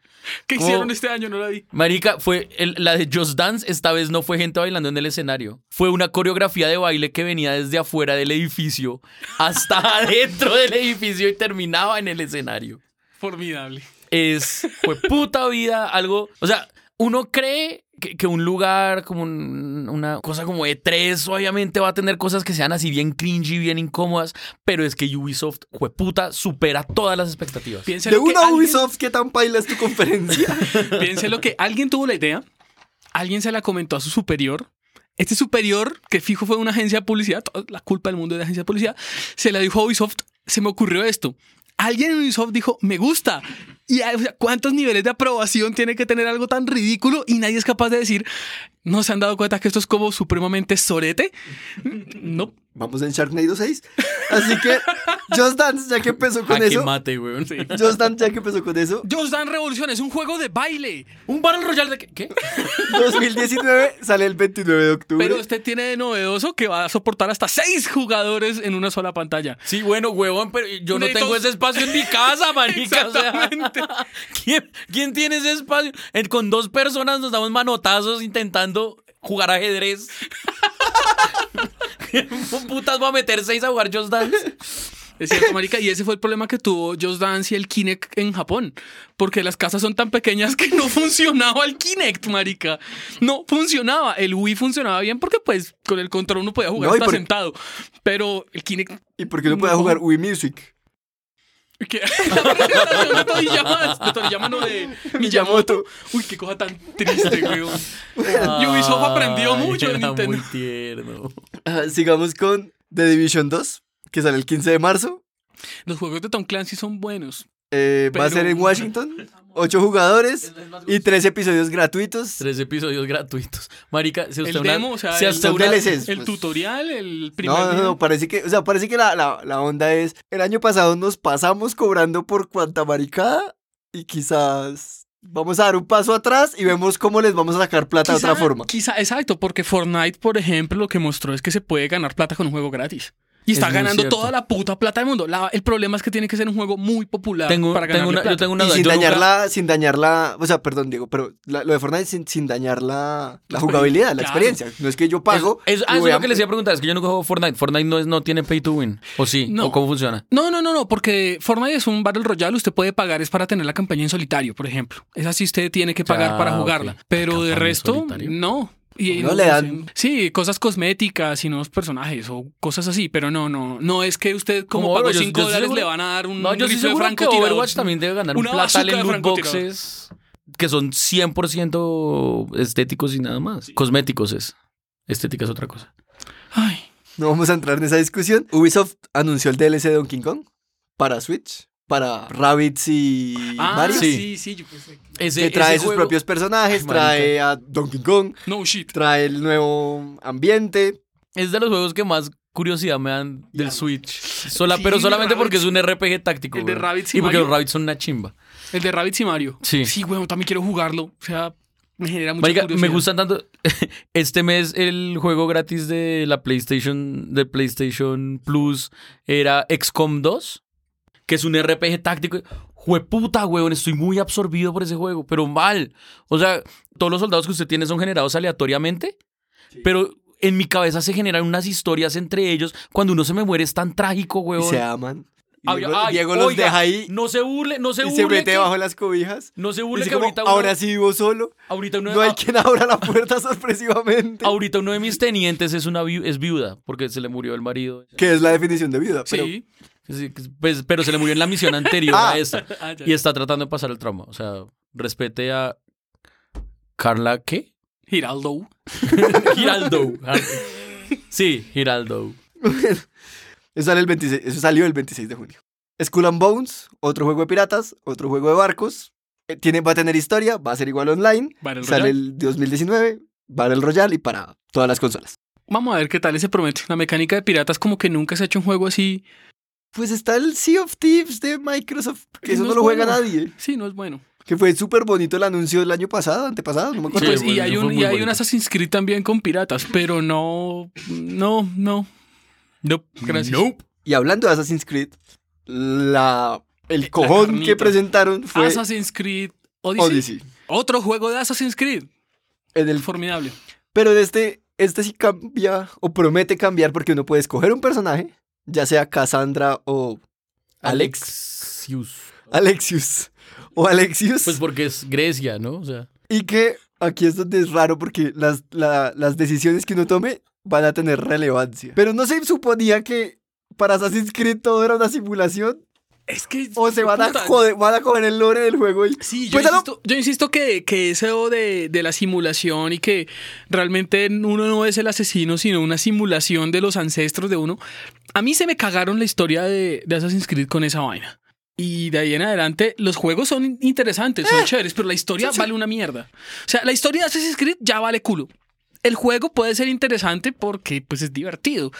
Speaker 4: ¿Qué
Speaker 3: ¿Cómo?
Speaker 4: hicieron este año? No la vi.
Speaker 3: Marica, fue el- la de Just Dance, esta vez no fue gente bailando en el escenario. Fue una coreografía de baile que venía desde afuera del edificio hasta adentro del edificio y terminaba en el escenario.
Speaker 4: Formidable.
Speaker 3: Es, fue puta vida, algo. O sea, uno cree que, que un lugar como un- una cosa como E3, obviamente va a tener cosas que sean así bien cringy, bien incómodas, pero es que Ubisoft, jueputa, supera todas las expectativas.
Speaker 4: Piense
Speaker 7: De
Speaker 4: lo que
Speaker 7: una
Speaker 4: alguien-
Speaker 7: Ubisoft, ¿qué tan paila es tu conferencia?
Speaker 4: Piense lo que alguien tuvo la idea, alguien se la comentó a su superior. Este superior, que fijo fue una agencia de publicidad, toda la culpa del mundo de la agencia de publicidad, se la dijo a Ubisoft, se me ocurrió esto. Alguien en Ubisoft dijo, me gusta. Y ah, o sea, cuántos niveles de aprobación tiene que tener algo tan ridículo y nadie es capaz de decir, no se han dado cuenta que esto es como supremamente sorete. No.
Speaker 7: Vamos en Sharknado 6. Así que, Just Dance, ya que empezó
Speaker 3: A
Speaker 4: Ah,
Speaker 7: con
Speaker 3: que
Speaker 7: eso.
Speaker 3: mate, weón.
Speaker 7: Just Dance, ya que empezó con eso.
Speaker 4: Just Dan Revolución es un juego de baile,
Speaker 3: Un Battle Royale de... qué? ¿Qué?
Speaker 7: 2019 sale el 29 de octubre.
Speaker 4: pero este tiene de novedoso que va a soportar hasta seis jugadores en una sola pantalla.
Speaker 3: Sí, bueno, huevón, pero yo no
Speaker 4: Necesito-
Speaker 3: tengo ese espacio en mi casa, marica. o sea,
Speaker 4: Exactamente.
Speaker 3: ¿quién, quién tiene ese espacio? Eh, con dos personas nos damos manotazos intentando jugar ajedrez. ¿Cómo putas va a meter seis a jugar Just Dance?
Speaker 4: Es cierto, marica, y ese fue el problema que tuvo Just Dance y el Kinect en Japón, porque las casas son tan pequeñas que no funcionaba el Kinect, marica. No funcionaba. El Wii funcionaba bien porque pues con el control uno podía jugar
Speaker 7: No, y
Speaker 4: hasta
Speaker 7: por- e-
Speaker 4: sentado, pero el Kinect
Speaker 7: ¿Y por qué no podía jugar Wii Music?
Speaker 4: ¿Qué? La presentación de Toriyama, de Toriyama, no de Miyamoto. Uy, qué cosa tan triste, weón. Ubisoft aprendió
Speaker 3: Ay,
Speaker 4: mucho de
Speaker 3: Ah, era
Speaker 4: Nintendo.
Speaker 3: muy tierno.
Speaker 7: Ah, sigamos con The Division 2, que sale el 15 de marzo.
Speaker 4: Los juegos de Tom Clancy son buenos.
Speaker 7: Eh, Va a
Speaker 4: Pero-
Speaker 7: ser en Washington. 8 jugadores y 3 episodios gratuitos.
Speaker 3: Tres episodios gratuitos. Marica, si usted
Speaker 4: El
Speaker 3: Pues una-
Speaker 4: demo, o sea,
Speaker 3: si
Speaker 4: el-
Speaker 3: hasta
Speaker 7: Los
Speaker 3: una-
Speaker 7: DLCs.
Speaker 4: El
Speaker 7: pues.
Speaker 4: tutorial, el primer
Speaker 7: No, no,
Speaker 4: día.
Speaker 7: no, parece que, o sea, parece que la, la, la onda es, el año pasado nos pasamos cobrando por cuanta maricada y quizás vamos a dar un paso atrás y vemos cómo les vamos a sacar plata de otra forma.
Speaker 4: Quizá, exacto, porque Fortnite, por ejemplo, lo que mostró es que se puede ganar plata con un juego gratis. Y
Speaker 3: Es
Speaker 4: está
Speaker 3: muy
Speaker 4: ganando
Speaker 3: cierto.
Speaker 4: toda la puta plata del mundo. La- el problema es que tiene que ser un juego muy popular
Speaker 3: Tengo,
Speaker 4: para ganar
Speaker 3: tengo una, yo tengo una
Speaker 7: Y
Speaker 3: duda.
Speaker 7: sin
Speaker 3: Yo nunca-
Speaker 7: dañarla, sin dañarla, o sea, perdón, Diego, pero la- lo de Fortnite sin, sin dañar la, la jugabilidad, la
Speaker 4: Claro.
Speaker 7: experiencia. No es que yo pago.
Speaker 3: Es, es-
Speaker 7: y
Speaker 3: ah, eso
Speaker 7: voy
Speaker 3: es
Speaker 7: a-
Speaker 3: lo que les iba a preguntar. Es que yo nunca juego Fortnite. Fortnite no, es- no tiene pay to win. ¿O sí?
Speaker 4: No.
Speaker 3: ¿O cómo funciona?
Speaker 4: No, no, no, no, porque Fortnite es un Battle Royale, usted puede pagar, es para tener la campaña en solitario, por ejemplo. Esa sí usted tiene que pagar
Speaker 3: Ah,
Speaker 4: para
Speaker 3: ok.
Speaker 4: jugarla. Pero de
Speaker 3: ¿Campaña en
Speaker 4: resto,
Speaker 3: solitario?
Speaker 4: no. Y
Speaker 7: No le dan.
Speaker 4: Sí, cosas cosméticas y nuevos personajes o cosas así, pero no, no. No es que usted como
Speaker 3: Como
Speaker 4: pagó
Speaker 3: Overwatch, yo-
Speaker 4: 5
Speaker 3: yo estoy
Speaker 4: dólares le
Speaker 3: seguro-
Speaker 4: van a dar un
Speaker 3: No, yo estoy
Speaker 4: rifle
Speaker 3: seguro que
Speaker 4: francotirador.
Speaker 3: Overwatch también debe ganar un
Speaker 4: Una
Speaker 3: platal
Speaker 4: bazooka
Speaker 3: en
Speaker 4: de
Speaker 3: loot
Speaker 4: francotirador.
Speaker 3: boxes que son 100% estéticos y nada más. Cosméticos es. Estética es otra cosa.
Speaker 4: Ay.
Speaker 7: No vamos a entrar en esa discusión. Ubisoft anunció el DLC de Donkey Kong para Switch, para Rabbids y
Speaker 4: Ah,
Speaker 7: Mario.
Speaker 4: sí, sí, yo pensé. que-
Speaker 3: Ese,
Speaker 7: Que trae
Speaker 3: ese
Speaker 7: sus
Speaker 3: juego-
Speaker 7: propios personajes,
Speaker 3: Ay, marica.
Speaker 7: trae a Donkey Kong,
Speaker 4: No shit.
Speaker 7: trae el nuevo ambiente.
Speaker 3: Es de los juegos que más curiosidad me dan del Switch. Sola,
Speaker 4: Sí,
Speaker 3: pero
Speaker 4: el de
Speaker 3: solamente porque es
Speaker 4: Rabbids.
Speaker 3: un RPG táctico.
Speaker 4: El de
Speaker 3: güey.
Speaker 4: Rabbids y
Speaker 3: Y porque
Speaker 4: Mario.
Speaker 3: los Rabbits son una chimba.
Speaker 4: El de Rabbids y Mario.
Speaker 3: Sí.
Speaker 4: Sí, weón, también quiero jugarlo. O sea, me genera mucha
Speaker 3: Marica, me
Speaker 4: curiosidad.
Speaker 3: gustan tanto. Este mes el juego gratis de la PlayStation, de PlayStation Plus era XCOM 2, que es un RPG táctico. Jueputa, weón, estoy muy absorbido por ese juego, pero mal. O sea, todos los soldados que usted tiene son generados aleatoriamente, pero en mi cabeza se generan unas historias entre ellos. Cuando uno se me muere es tan trágico,
Speaker 7: Y
Speaker 3: huevón.
Speaker 7: se aman. Y
Speaker 3: Ay,
Speaker 7: Diego,
Speaker 3: ay,
Speaker 7: Diego los
Speaker 3: oiga,
Speaker 7: deja ahí.
Speaker 3: No se burle, no se
Speaker 7: y
Speaker 3: burle.
Speaker 7: se mete
Speaker 3: que-
Speaker 7: bajo las cobijas.
Speaker 3: No se burle
Speaker 7: Dice
Speaker 3: que
Speaker 7: como,
Speaker 3: ahorita uno-
Speaker 7: ahora sí vivo solo.
Speaker 3: Ahorita uno-
Speaker 7: no hay quien abra la puerta sorpresivamente.
Speaker 3: Ahorita uno de mis tenientes es una viu- es viuda porque se le murió el marido.
Speaker 7: Que es la definición de viuda. pero-
Speaker 3: Sí. Sí, pues, pero se le murió en la misión anterior
Speaker 7: Ah.
Speaker 3: a esta.
Speaker 7: Ah, ya,
Speaker 3: Y
Speaker 7: ya.
Speaker 3: está tratando de pasar el trauma. O sea, respete a Carla, ¿qué?
Speaker 4: Giraldo.
Speaker 3: Giraldo. Sí, Giraldo.
Speaker 7: Eso, sale el 26 eso salió el 26 de junio. Skull and Bones, otro juego de piratas, otro juego de barcos. Eh, Tiene, va a tener historia, va a ser igual online.
Speaker 4: Battle
Speaker 7: sale
Speaker 4: Royale.
Speaker 7: el 2019, Battle Royale y para todas las consolas.
Speaker 4: Vamos a ver qué tal ese promete. La mecánica de piratas como que nunca se ha hecho un juego así.
Speaker 7: Pues está el Sea of Thieves de Microsoft, que eso
Speaker 4: No
Speaker 7: no,
Speaker 4: es
Speaker 7: lo juega
Speaker 4: bueno.
Speaker 7: nadie.
Speaker 4: Sí, no es bueno.
Speaker 7: Que fue súper bonito el anuncio del año pasado, antepasado, no me acuerdo.
Speaker 4: Pues, y hay, un, y hay un Assassin's Creed también con piratas, pero no, no, no. No, gracias.
Speaker 7: Y hablando de Assassin's Creed, la, el cojón
Speaker 4: carnita. Ah,
Speaker 7: que presentaron fue
Speaker 4: Assassin's Creed Odyssey.
Speaker 7: Odyssey.
Speaker 4: Otro juego de Assassin's Creed.
Speaker 7: En el
Speaker 4: formidable.
Speaker 7: Pero de este, este sí cambia o promete cambiar porque uno puede escoger un personaje, ya sea Cassandra o Alex. Alexius. O Alexius.
Speaker 3: Pues porque es Grecia, ¿no? O sea,
Speaker 7: Y que aquí es donde es raro porque las, la- las decisiones que uno tome van a tener relevancia. Pero no se suponía que para Assassin's Creed todo era una simulación.
Speaker 4: Es que.
Speaker 7: O se van a
Speaker 4: puta.
Speaker 7: joder, van a coger el lore del juego y.
Speaker 4: Sí, yo
Speaker 7: Pues, aló.
Speaker 4: insisto, yo insisto que, que eso de, de la simulación y que realmente uno no es el asesino, sino una simulación de los ancestros de uno. A mí se me cagaron la historia de, de Assassin's Creed con esa vaina. Y de ahí en adelante, los juegos son in- interesantes, son chéveres, pero la historia vale una mierda. O sea, la historia de Assassin's Creed ya vale culo. El juego puede ser interesante porque pues es divertido.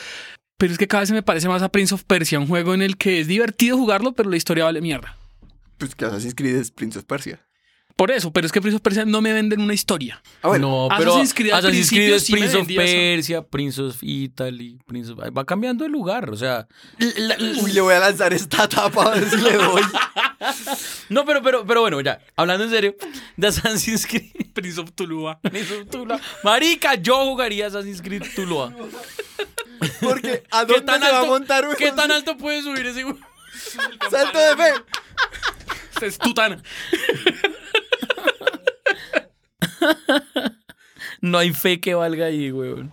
Speaker 4: Pero es que cada vez me parece más a Prince of Persia, un juego en el que es divertido jugarlo, pero la historia vale mierda.
Speaker 7: Pues que Assassin's Creed es Prince of Persia.
Speaker 4: Por eso, pero es que Prince of Persia no me venden una historia.
Speaker 7: Ah,
Speaker 3: no, pero
Speaker 4: Assassin's Creed, al
Speaker 3: Assassin's Creed
Speaker 4: principio
Speaker 3: es
Speaker 4: sí me
Speaker 3: Prince of
Speaker 4: vendía eso.
Speaker 3: Persia, Prince of Italy, Prince of... Va cambiando el lugar, o sea...
Speaker 4: pues
Speaker 7: Uy, le voy a lanzar esta tapa a ver si le doy.
Speaker 3: No, pero, pero, pero bueno, ya, hablando en serio, de Assassin's Creed...
Speaker 4: Prince of Tulua.
Speaker 3: Prince of Tulua. Marica, yo jugaría Assassin's Creed Tulua.
Speaker 7: Porque ¿a dónde
Speaker 3: tan
Speaker 7: se va a
Speaker 3: alto-
Speaker 7: montar un
Speaker 3: ¿Qué tan alto puede subir ese güey?
Speaker 7: salto de fe?
Speaker 4: Este Es tutana.
Speaker 3: No hay fe que valga ahí, weón.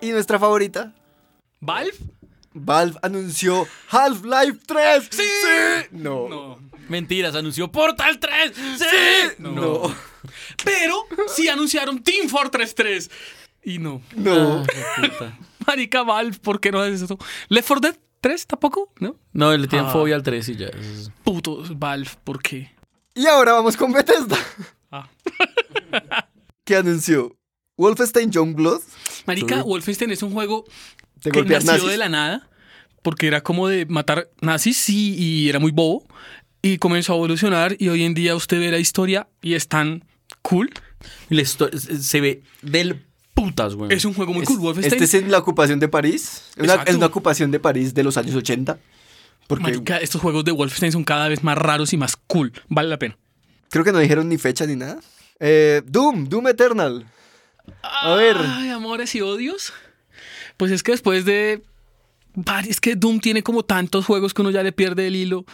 Speaker 7: Y nuestra favorita,
Speaker 4: ¿Valve?
Speaker 7: Valve anunció Half-Life 3. ¡Sí! No.
Speaker 3: Mentiras, anunció Portal 3. ¡Sí!
Speaker 7: No.
Speaker 4: Pero sí anunciaron Team Fortress 3. Y no. Ah.
Speaker 7: No.
Speaker 4: Marica Valve, ¿por qué no haces eso? ¿Left 4 Dead 3 tampoco? ¿No?
Speaker 3: No, le tienen
Speaker 4: Ah.
Speaker 3: fobia al 3 y ya. Es-
Speaker 4: Putos Valve, ¿por qué?
Speaker 7: Y ahora vamos con Bethesda.
Speaker 4: Ah.
Speaker 7: que anunció Wolfenstein Youngblood.
Speaker 4: Marica, Wolfenstein es un juego
Speaker 7: De
Speaker 4: que
Speaker 7: golpear
Speaker 4: nació
Speaker 7: nazis.
Speaker 4: de la nada, porque era como de matar nazis, sí, y era muy bobo, y comenzó a evolucionar, y hoy en día usted ve la historia y es tan cool.
Speaker 3: La histo- se ve del putas, weón.
Speaker 4: Es un juego muy cool, Wolfenstein.
Speaker 7: Este es en la ocupación de París. Es una,
Speaker 4: Exacto.
Speaker 7: es una ocupación de París de los años 80. Porque
Speaker 4: Marica, estos juegos de Wolfenstein son cada vez más raros y más cool. Vale la pena.
Speaker 7: creo que no dijeron ni fecha ni nada. Eh, Doom, Doom Eternal. A ver.
Speaker 4: Ay, amores y odios. Pues es que después de. vari- Es que Doom tiene como tantos juegos que uno ya le pierde el hilo.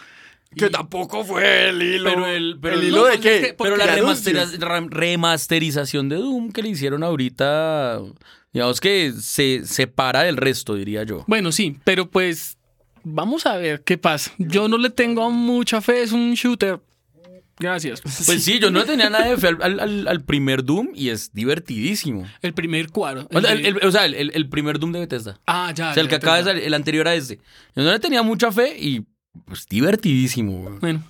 Speaker 7: Que tampoco fue el hilo.
Speaker 3: Pero el, pero
Speaker 7: ¿El
Speaker 3: el-
Speaker 7: hilo
Speaker 3: no,
Speaker 7: de
Speaker 3: pues
Speaker 7: qué?
Speaker 3: es que- pero la
Speaker 7: De
Speaker 3: remastera-
Speaker 7: anuncios.
Speaker 3: ram- remasterización de Doom que le hicieron ahorita, digamos que se separa del resto, diría yo.
Speaker 4: Bueno, sí, pero pues vamos a ver qué pasa. Yo no le tengo mucha fe, es un shooter. Gracias.
Speaker 3: Pues sí, yo no tenía nada de fe al- al, al- al primer Doom y es divertidísimo.
Speaker 4: El primer cuadro.
Speaker 3: O sea, el, el- o sea, el- el- el primer Doom de Bethesda.
Speaker 4: Ah, ya.
Speaker 3: O sea, el
Speaker 4: ya,
Speaker 3: que
Speaker 4: ya,
Speaker 3: acaba de
Speaker 4: ya.
Speaker 3: salir, el anterior a este. Yo no le tenía mucha fe y Pues divertidísimo, güey.
Speaker 4: Bueno.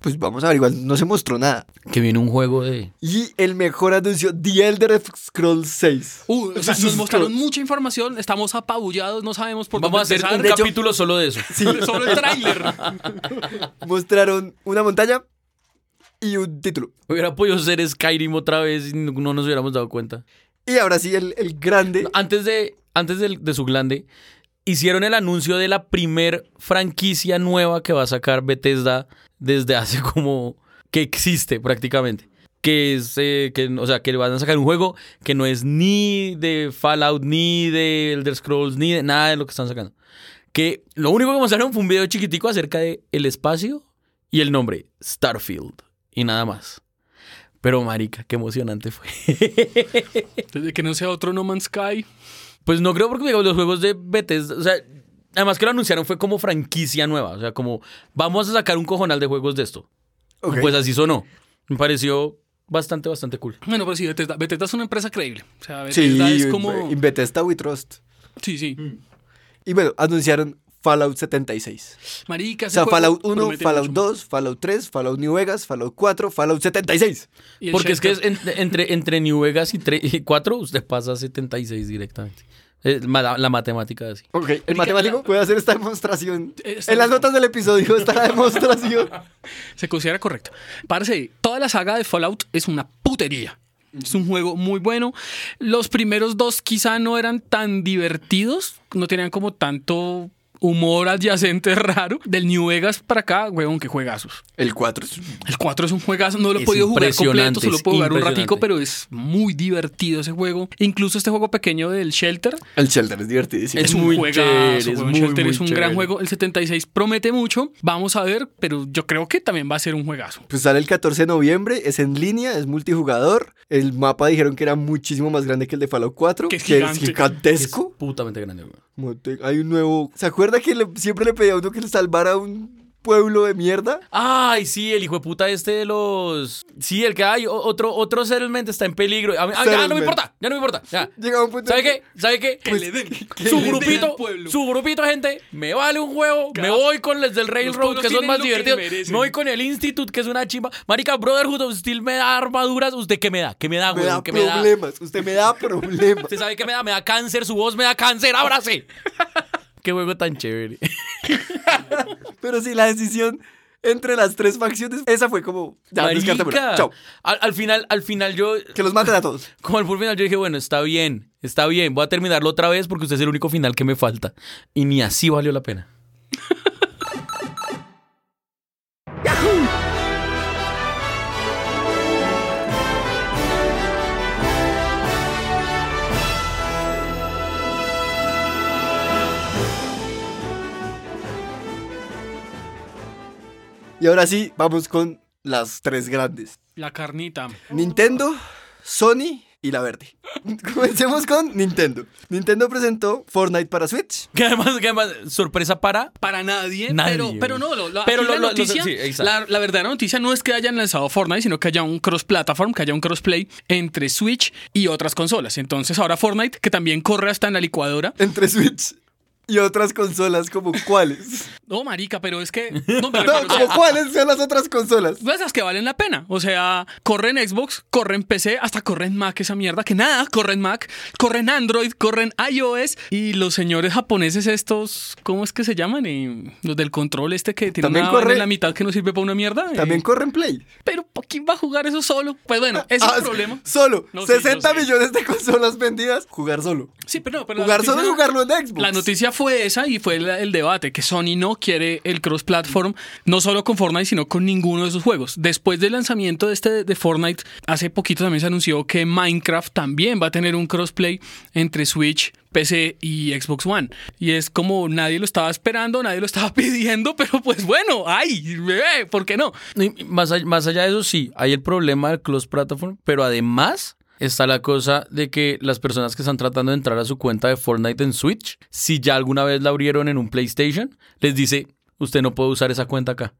Speaker 7: Pues vamos a ver, igual no se mostró nada.
Speaker 3: Que viene un juego de.
Speaker 7: Y el mejor anuncio, The Elder Scrolls 6.
Speaker 4: Uh, o sea, nos mostraron mucha información, estamos apabullados, no sabemos por
Speaker 3: Vamos a
Speaker 4: dónde
Speaker 3: hacer
Speaker 4: empezar.
Speaker 3: un capítulo solo de eso.
Speaker 7: Sí.
Speaker 4: Sobre el tráiler.
Speaker 7: Mostraron una montaña y un título.
Speaker 3: Hubiera podido ser Skyrim otra vez y no nos hubiéramos dado cuenta.
Speaker 7: Y ahora sí, el, el grande.
Speaker 3: Antes de, antes del- de, su glande, hicieron el anuncio de la primer franquicia nueva que va a sacar Bethesda desde hace como que existe prácticamente. Que es, eh, que, o sea, que van a sacar un juego que no es ni de Fallout, ni de Elder Scrolls, ni de nada de lo que están sacando. Que lo único que mostraron fue un video chiquitico acerca de el espacio y el nombre, Starfield, y nada más. Pero marica, qué emocionante fue.
Speaker 4: Desde que no sea otro No Man's Sky.
Speaker 3: Pues no creo porque digamos, los juegos de Bethesda, o sea, además que lo anunciaron fue como franquicia nueva, o sea, como vamos a sacar un cojonal de juegos de esto.
Speaker 7: Ok.
Speaker 3: Pues así sonó. Me pareció bastante, bastante cool.
Speaker 4: Bueno, pero sí, Bethesda, Bethesda es una empresa creíble. O sea,
Speaker 7: Sí,
Speaker 4: Bethesda es como...
Speaker 7: y Bethesda We Trust.
Speaker 4: Sí, sí.
Speaker 3: Mm.
Speaker 7: Y bueno, anunciaron Fallout 76.
Speaker 4: Marica,
Speaker 7: O
Speaker 4: ese
Speaker 7: sea,
Speaker 4: juego
Speaker 7: Fallout 1,
Speaker 4: promete
Speaker 7: Fallout
Speaker 4: mucho.
Speaker 7: 2, Fallout 3, Fallout New Vegas, Fallout 4, Fallout 76.
Speaker 4: Y el
Speaker 3: Porque es que es
Speaker 4: Shelter.
Speaker 3: en- entre, entre New Vegas y, 4, usted pasa a 76 directamente. Eh, ma- La, la matemática así.
Speaker 7: Ok, el matemático puede hacer esta demostración.
Speaker 3: Eh,
Speaker 4: Esta
Speaker 7: en las notas del episodio está la demostración.
Speaker 4: Se considera correcto. Parce, toda la saga de Fallout es una putería. Es un juego muy bueno. Los primeros dos quizá no eran tan divertidos, no tenían como tanto humor adyacente raro. Del New Vegas para acá, huevón, que juegazos.
Speaker 7: El 4 es
Speaker 4: El 4 es un juegazo, no lo he
Speaker 3: Es
Speaker 4: podido jugar completo,
Speaker 3: impresionante,
Speaker 4: solo
Speaker 3: es
Speaker 4: puedo jugar un ratico,
Speaker 3: impresionante.
Speaker 4: pero es muy divertido ese juego. Incluso este juego pequeño del Shelter,
Speaker 7: El Shelter es divertidísimo.
Speaker 4: es
Speaker 3: Es
Speaker 4: un
Speaker 3: muy
Speaker 4: juegazo,
Speaker 3: chévere, es
Speaker 4: weón.
Speaker 3: muy,
Speaker 4: Shelter
Speaker 3: muy
Speaker 4: es un gran
Speaker 3: chévere.
Speaker 4: juego. El 76 promete mucho. Vamos a ver, pero yo creo que también va a ser un juegazo.
Speaker 7: Pues sale el 14 de noviembre, es en línea, es multijugador. El mapa dijeron que era muchísimo más grande que el de Fallout 4,
Speaker 4: Que es
Speaker 3: Es
Speaker 4: gigante.
Speaker 7: gigantesco.
Speaker 3: putamente grande. güey.
Speaker 7: Monte- Hay un nuevo. ¿Se acuerda que le- siempre le pedía a uno que le salvara un pueblo de mierda?
Speaker 3: Ay, sí, el hijo de puta este de los. Sí, el que hay, o- otro, otro settlement está en peligro. A mí- ah, ya no
Speaker 7: Settlement.
Speaker 3: me importa, ya no me importa. ya.
Speaker 7: Llegaba un punto.
Speaker 3: ¿Sabe
Speaker 7: en que-
Speaker 3: qué? ¿Sabe qué?
Speaker 7: Pues, que
Speaker 3: su
Speaker 7: le den
Speaker 3: grupito,
Speaker 4: al pueblo.
Speaker 3: su grupito, gente, me vale un huevo,
Speaker 4: Cada-
Speaker 3: me voy con los del Railroad,
Speaker 4: pueblos
Speaker 3: que son
Speaker 4: tienen
Speaker 3: más
Speaker 4: lo que
Speaker 3: divertidos,
Speaker 4: merecen.
Speaker 3: me voy con el Institute, que es una chimba. Marica, Brotherhood of Steel me da armaduras, ¿usted qué me da? ¿Qué me da,
Speaker 7: Me
Speaker 3: huevo?
Speaker 7: da
Speaker 3: ¿Qué Ah, me da? ¿Usted
Speaker 7: problemas. Usted me da problemas.
Speaker 3: sabe qué me da? Me da cáncer, su voz me da cáncer, ábrase. qué juego tan chévere.
Speaker 7: Pero sí, la decisión entre las tres facciones, esa fue como. Ya, descartémoslo.
Speaker 3: Marica,
Speaker 7: Chao.
Speaker 3: al- al final, al final yo,
Speaker 7: Que los maten a todos.
Speaker 3: Como al full final yo dije, bueno, está bien, está bien, voy a terminarlo otra vez porque usted es el único final que me falta. Y ni así valió la pena.
Speaker 7: Y ahora sí, vamos con las tres grandes:
Speaker 4: La carnita.
Speaker 7: Nintendo, Sony y la verde. Comencemos con Nintendo. Nintendo presentó Fortnite para Switch.
Speaker 3: Que además, que además, sorpresa para...
Speaker 4: Para nadie,
Speaker 3: Nadie,
Speaker 4: pero, pero no, lo- la,
Speaker 3: Pero
Speaker 4: aquí
Speaker 3: lo-
Speaker 4: la
Speaker 3: lo- lo-
Speaker 4: noticia,
Speaker 3: sí, exacto.
Speaker 4: la, la verdadera noticia no es que hayan lanzado Fortnite, sino que haya un cross-platform, que haya un crossplay entre Switch y otras consolas. Entonces ahora Fortnite, que también corre hasta en la licuadora.
Speaker 7: Entre Switch y otras consolas, como cuáles.
Speaker 4: No, marica, pero es que... No, me
Speaker 7: No,
Speaker 4: refiero, o sea,
Speaker 7: como cuáles son las otras consolas.
Speaker 4: pues las que valen la pena. O sea, corren Xbox, corren PC, hasta corren Mac esa mierda, que nada, corren Mac, corren Android, corren iOS y los señores japoneses estos, ¿cómo es que se llaman? Eh, los del control este que tienen
Speaker 7: También
Speaker 4: una vaina
Speaker 7: corre-
Speaker 4: en la mitad que no sirve para una mierda. eh,
Speaker 7: También corren Play.
Speaker 4: pero ¿pa' ¿quién va a jugar eso solo? Pues bueno, ese
Speaker 7: Ah,
Speaker 4: es el problema.
Speaker 7: Solo.
Speaker 4: No, sí,
Speaker 7: 60
Speaker 4: yo sé.
Speaker 7: millones de consolas vendidas. Jugar solo.
Speaker 4: Sí, pero no, pero la
Speaker 7: Jugar solo es
Speaker 4: noticia-
Speaker 7: jugarlo en Xbox.
Speaker 4: La noticia fue esa y fue la- el debate que Sony no quiere el cross-platform, no solo con Fortnite, sino con ninguno de sus juegos. Después del lanzamiento de este de Fortnite, hace poquito también se anunció que Minecraft también va a tener un crossplay entre Switch, PC y Xbox One. Y es como nadie lo estaba esperando, nadie lo estaba pidiendo, pero pues bueno, ay, bebé, ¿por qué no?
Speaker 3: Y Más, all- más allá de eso, sí, hay el problema del close platform, pero además está la cosa de que las personas que están tratando de entrar a su cuenta de Fortnite en Switch, si ya alguna vez la abrieron en un PlayStation, les dice, usted no puede usar esa cuenta acá.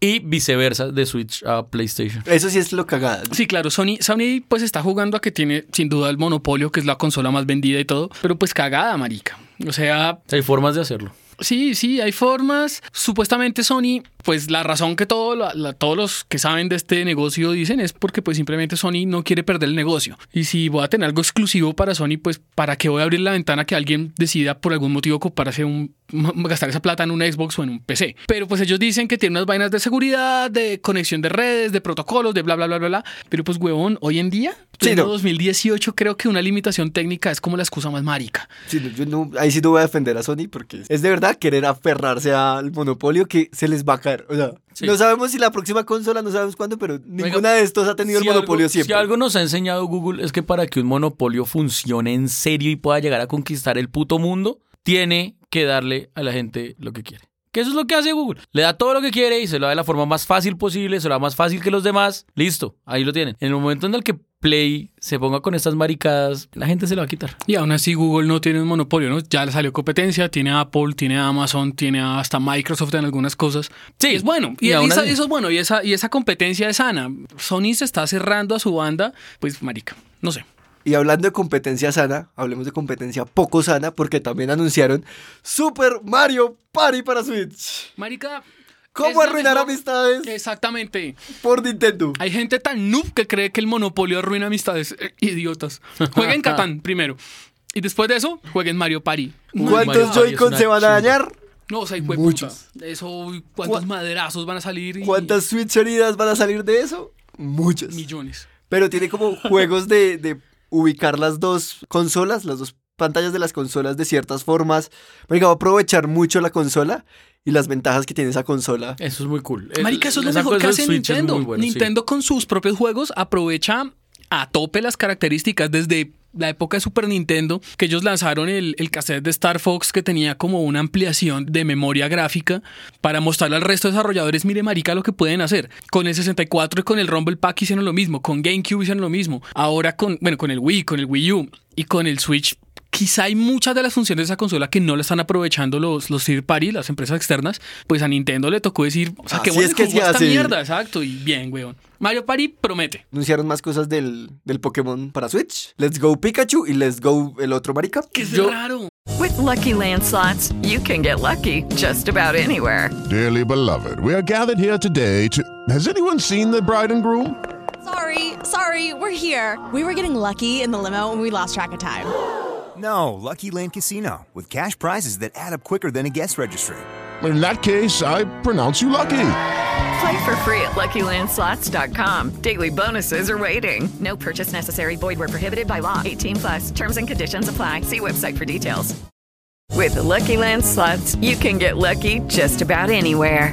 Speaker 3: Y viceversa, de Switch a PlayStation.
Speaker 7: Eso sí es lo cagada.
Speaker 4: Sí, claro, Sony, Sony pues está jugando a que tiene sin duda el monopolio, que es la consola más vendida y todo, pero pues cagada, marica. O sea,
Speaker 3: Hay formas de hacerlo.
Speaker 4: Sí, sí, hay formas. Supuestamente Sony, pues la razón que todo, la- la- todos los que saben de este negocio dicen es porque pues simplemente Sony no quiere perder el negocio. Y si voy a tener algo exclusivo para Sony, pues para qué voy a abrir la ventana que alguien decida por algún motivo comprarse un gastar esa plata en un Xbox o en un PC. Pero pues ellos dicen que tienen unas vainas de seguridad, de conexión de redes, de protocolos, de bla bla bla bla bla. Pero pues huevón, hoy en día,
Speaker 7: Sí,
Speaker 4: en
Speaker 7: no.
Speaker 4: 2018 creo que una limitación técnica es como la excusa más marica.
Speaker 7: Sí, no, yo no- ahí sí no voy a defender a Sony porque es de verdad querer aferrarse al monopolio que se les va a caer. O sea,
Speaker 3: Sí.
Speaker 7: no sabemos si la próxima consola, no sabemos cuándo, pero ninguna de estos ha tenido
Speaker 3: Si
Speaker 7: el monopolio
Speaker 3: algo,
Speaker 7: siempre.
Speaker 3: Si algo nos ha enseñado Google es que para que un monopolio funcione en serio y pueda llegar a conquistar el puto mundo, tiene que darle a la gente lo que quiere. Que eso es lo que hace Google. Le da todo lo que quiere y se lo da de la forma más fácil posible, se lo da más fácil que los demás. Listo, ahí lo tienen. En el momento en el que Play se ponga con estas maricadas, la gente se lo va a quitar.
Speaker 4: Y aún así Google no tiene un monopolio, ¿no? Ya le salió competencia, tiene Apple, tiene Amazon, tiene hasta Microsoft en algunas cosas. Sí, es bueno. Y,
Speaker 3: Y aún
Speaker 4: esa-
Speaker 3: así-
Speaker 4: eso es bueno, y esa, y esa competencia es sana. Sony se está cerrando a su banda, pues marica, no sé.
Speaker 7: Y hablando de competencia sana, hablemos de competencia poco sana porque también anunciaron Super Mario Party para Switch.
Speaker 4: Marica. es
Speaker 7: ¿Cómo
Speaker 4: la
Speaker 7: arruinar
Speaker 4: mejor-
Speaker 7: amistades
Speaker 4: Exactamente.
Speaker 7: por Nintendo?
Speaker 4: Hay gente tan noob que cree que el monopolio arruina amistades. Eh, idiotas. Jueguen Catán primero. Y después de eso, jueguen Mario Party. Mario
Speaker 7: ¿Cuántos
Speaker 4: Party es
Speaker 7: Joy-Con
Speaker 4: una
Speaker 7: se van a
Speaker 4: chimba.
Speaker 7: dañar?
Speaker 4: No, o sea, hijo de puta. Eso, uy, ¿cuántos
Speaker 7: ¿Cuá-
Speaker 4: maderazos van a salir? y-
Speaker 7: ¿Cuántas Switch heridas van a salir de eso? Muchas.
Speaker 4: Millones.
Speaker 7: Pero tiene como juegos de, de ubicar las dos consolas, las dos pantallas de las consolas de ciertas formas. Venga, va a aprovechar mucho la consola y las ventajas que tiene esa consola.
Speaker 3: Eso es muy cool.
Speaker 4: Marica, eso es lo
Speaker 3: Esa
Speaker 4: mejor que
Speaker 3: cosa del
Speaker 4: hace
Speaker 3: Switch es
Speaker 4: Nintendo.
Speaker 3: muy bueno, sí.
Speaker 4: Nintendo con sus propios juegos aprovecha a tope las características desde la época de Super Nintendo, que ellos lanzaron el, el cassette de Star Fox que tenía como una ampliación de memoria gráfica para mostrarle al resto de desarrolladores, mire marica lo que pueden hacer. Con el 64 y con el Rumble Pack hicieron lo mismo, con GameCube hicieron lo mismo, ahora con, bueno, con el Wii, con el Wii U y con el Switch quizá hay muchas de las funciones de esa consola que no la están aprovechando los, los third party, las empresas externas, pues a Nintendo le tocó decir, o sea, que
Speaker 7: Así
Speaker 4: bueno
Speaker 7: es que
Speaker 4: que
Speaker 7: se
Speaker 4: esta
Speaker 7: hace.
Speaker 4: mierda, exacto, y bien, weón. Mario Party promete.
Speaker 7: Anunciaron más cosas del, del Pokémon para Switch. Let's Go Pikachu y Let's Go el otro marica.
Speaker 5: With Lucky Land slots, you can get lucky just about anywhere.
Speaker 11: Dearly beloved, we are gathered here today to. Has anyone seen the bride and groom?
Speaker 9: Sorry, sorry, we're here. We were getting lucky in the limo and we lost track of time.
Speaker 12: No, Lucky Land Casino with cash prizes that add up quicker than a guest registry.
Speaker 11: In that case, I pronounce you lucky.
Speaker 5: Play for free at LuckyLandSlots.com. Daily bonuses are waiting. No purchase necessary. Void were prohibited by law. 18 plus. Terms and conditions apply. See website for details. With Lucky Land slots, you can get lucky just about anywhere.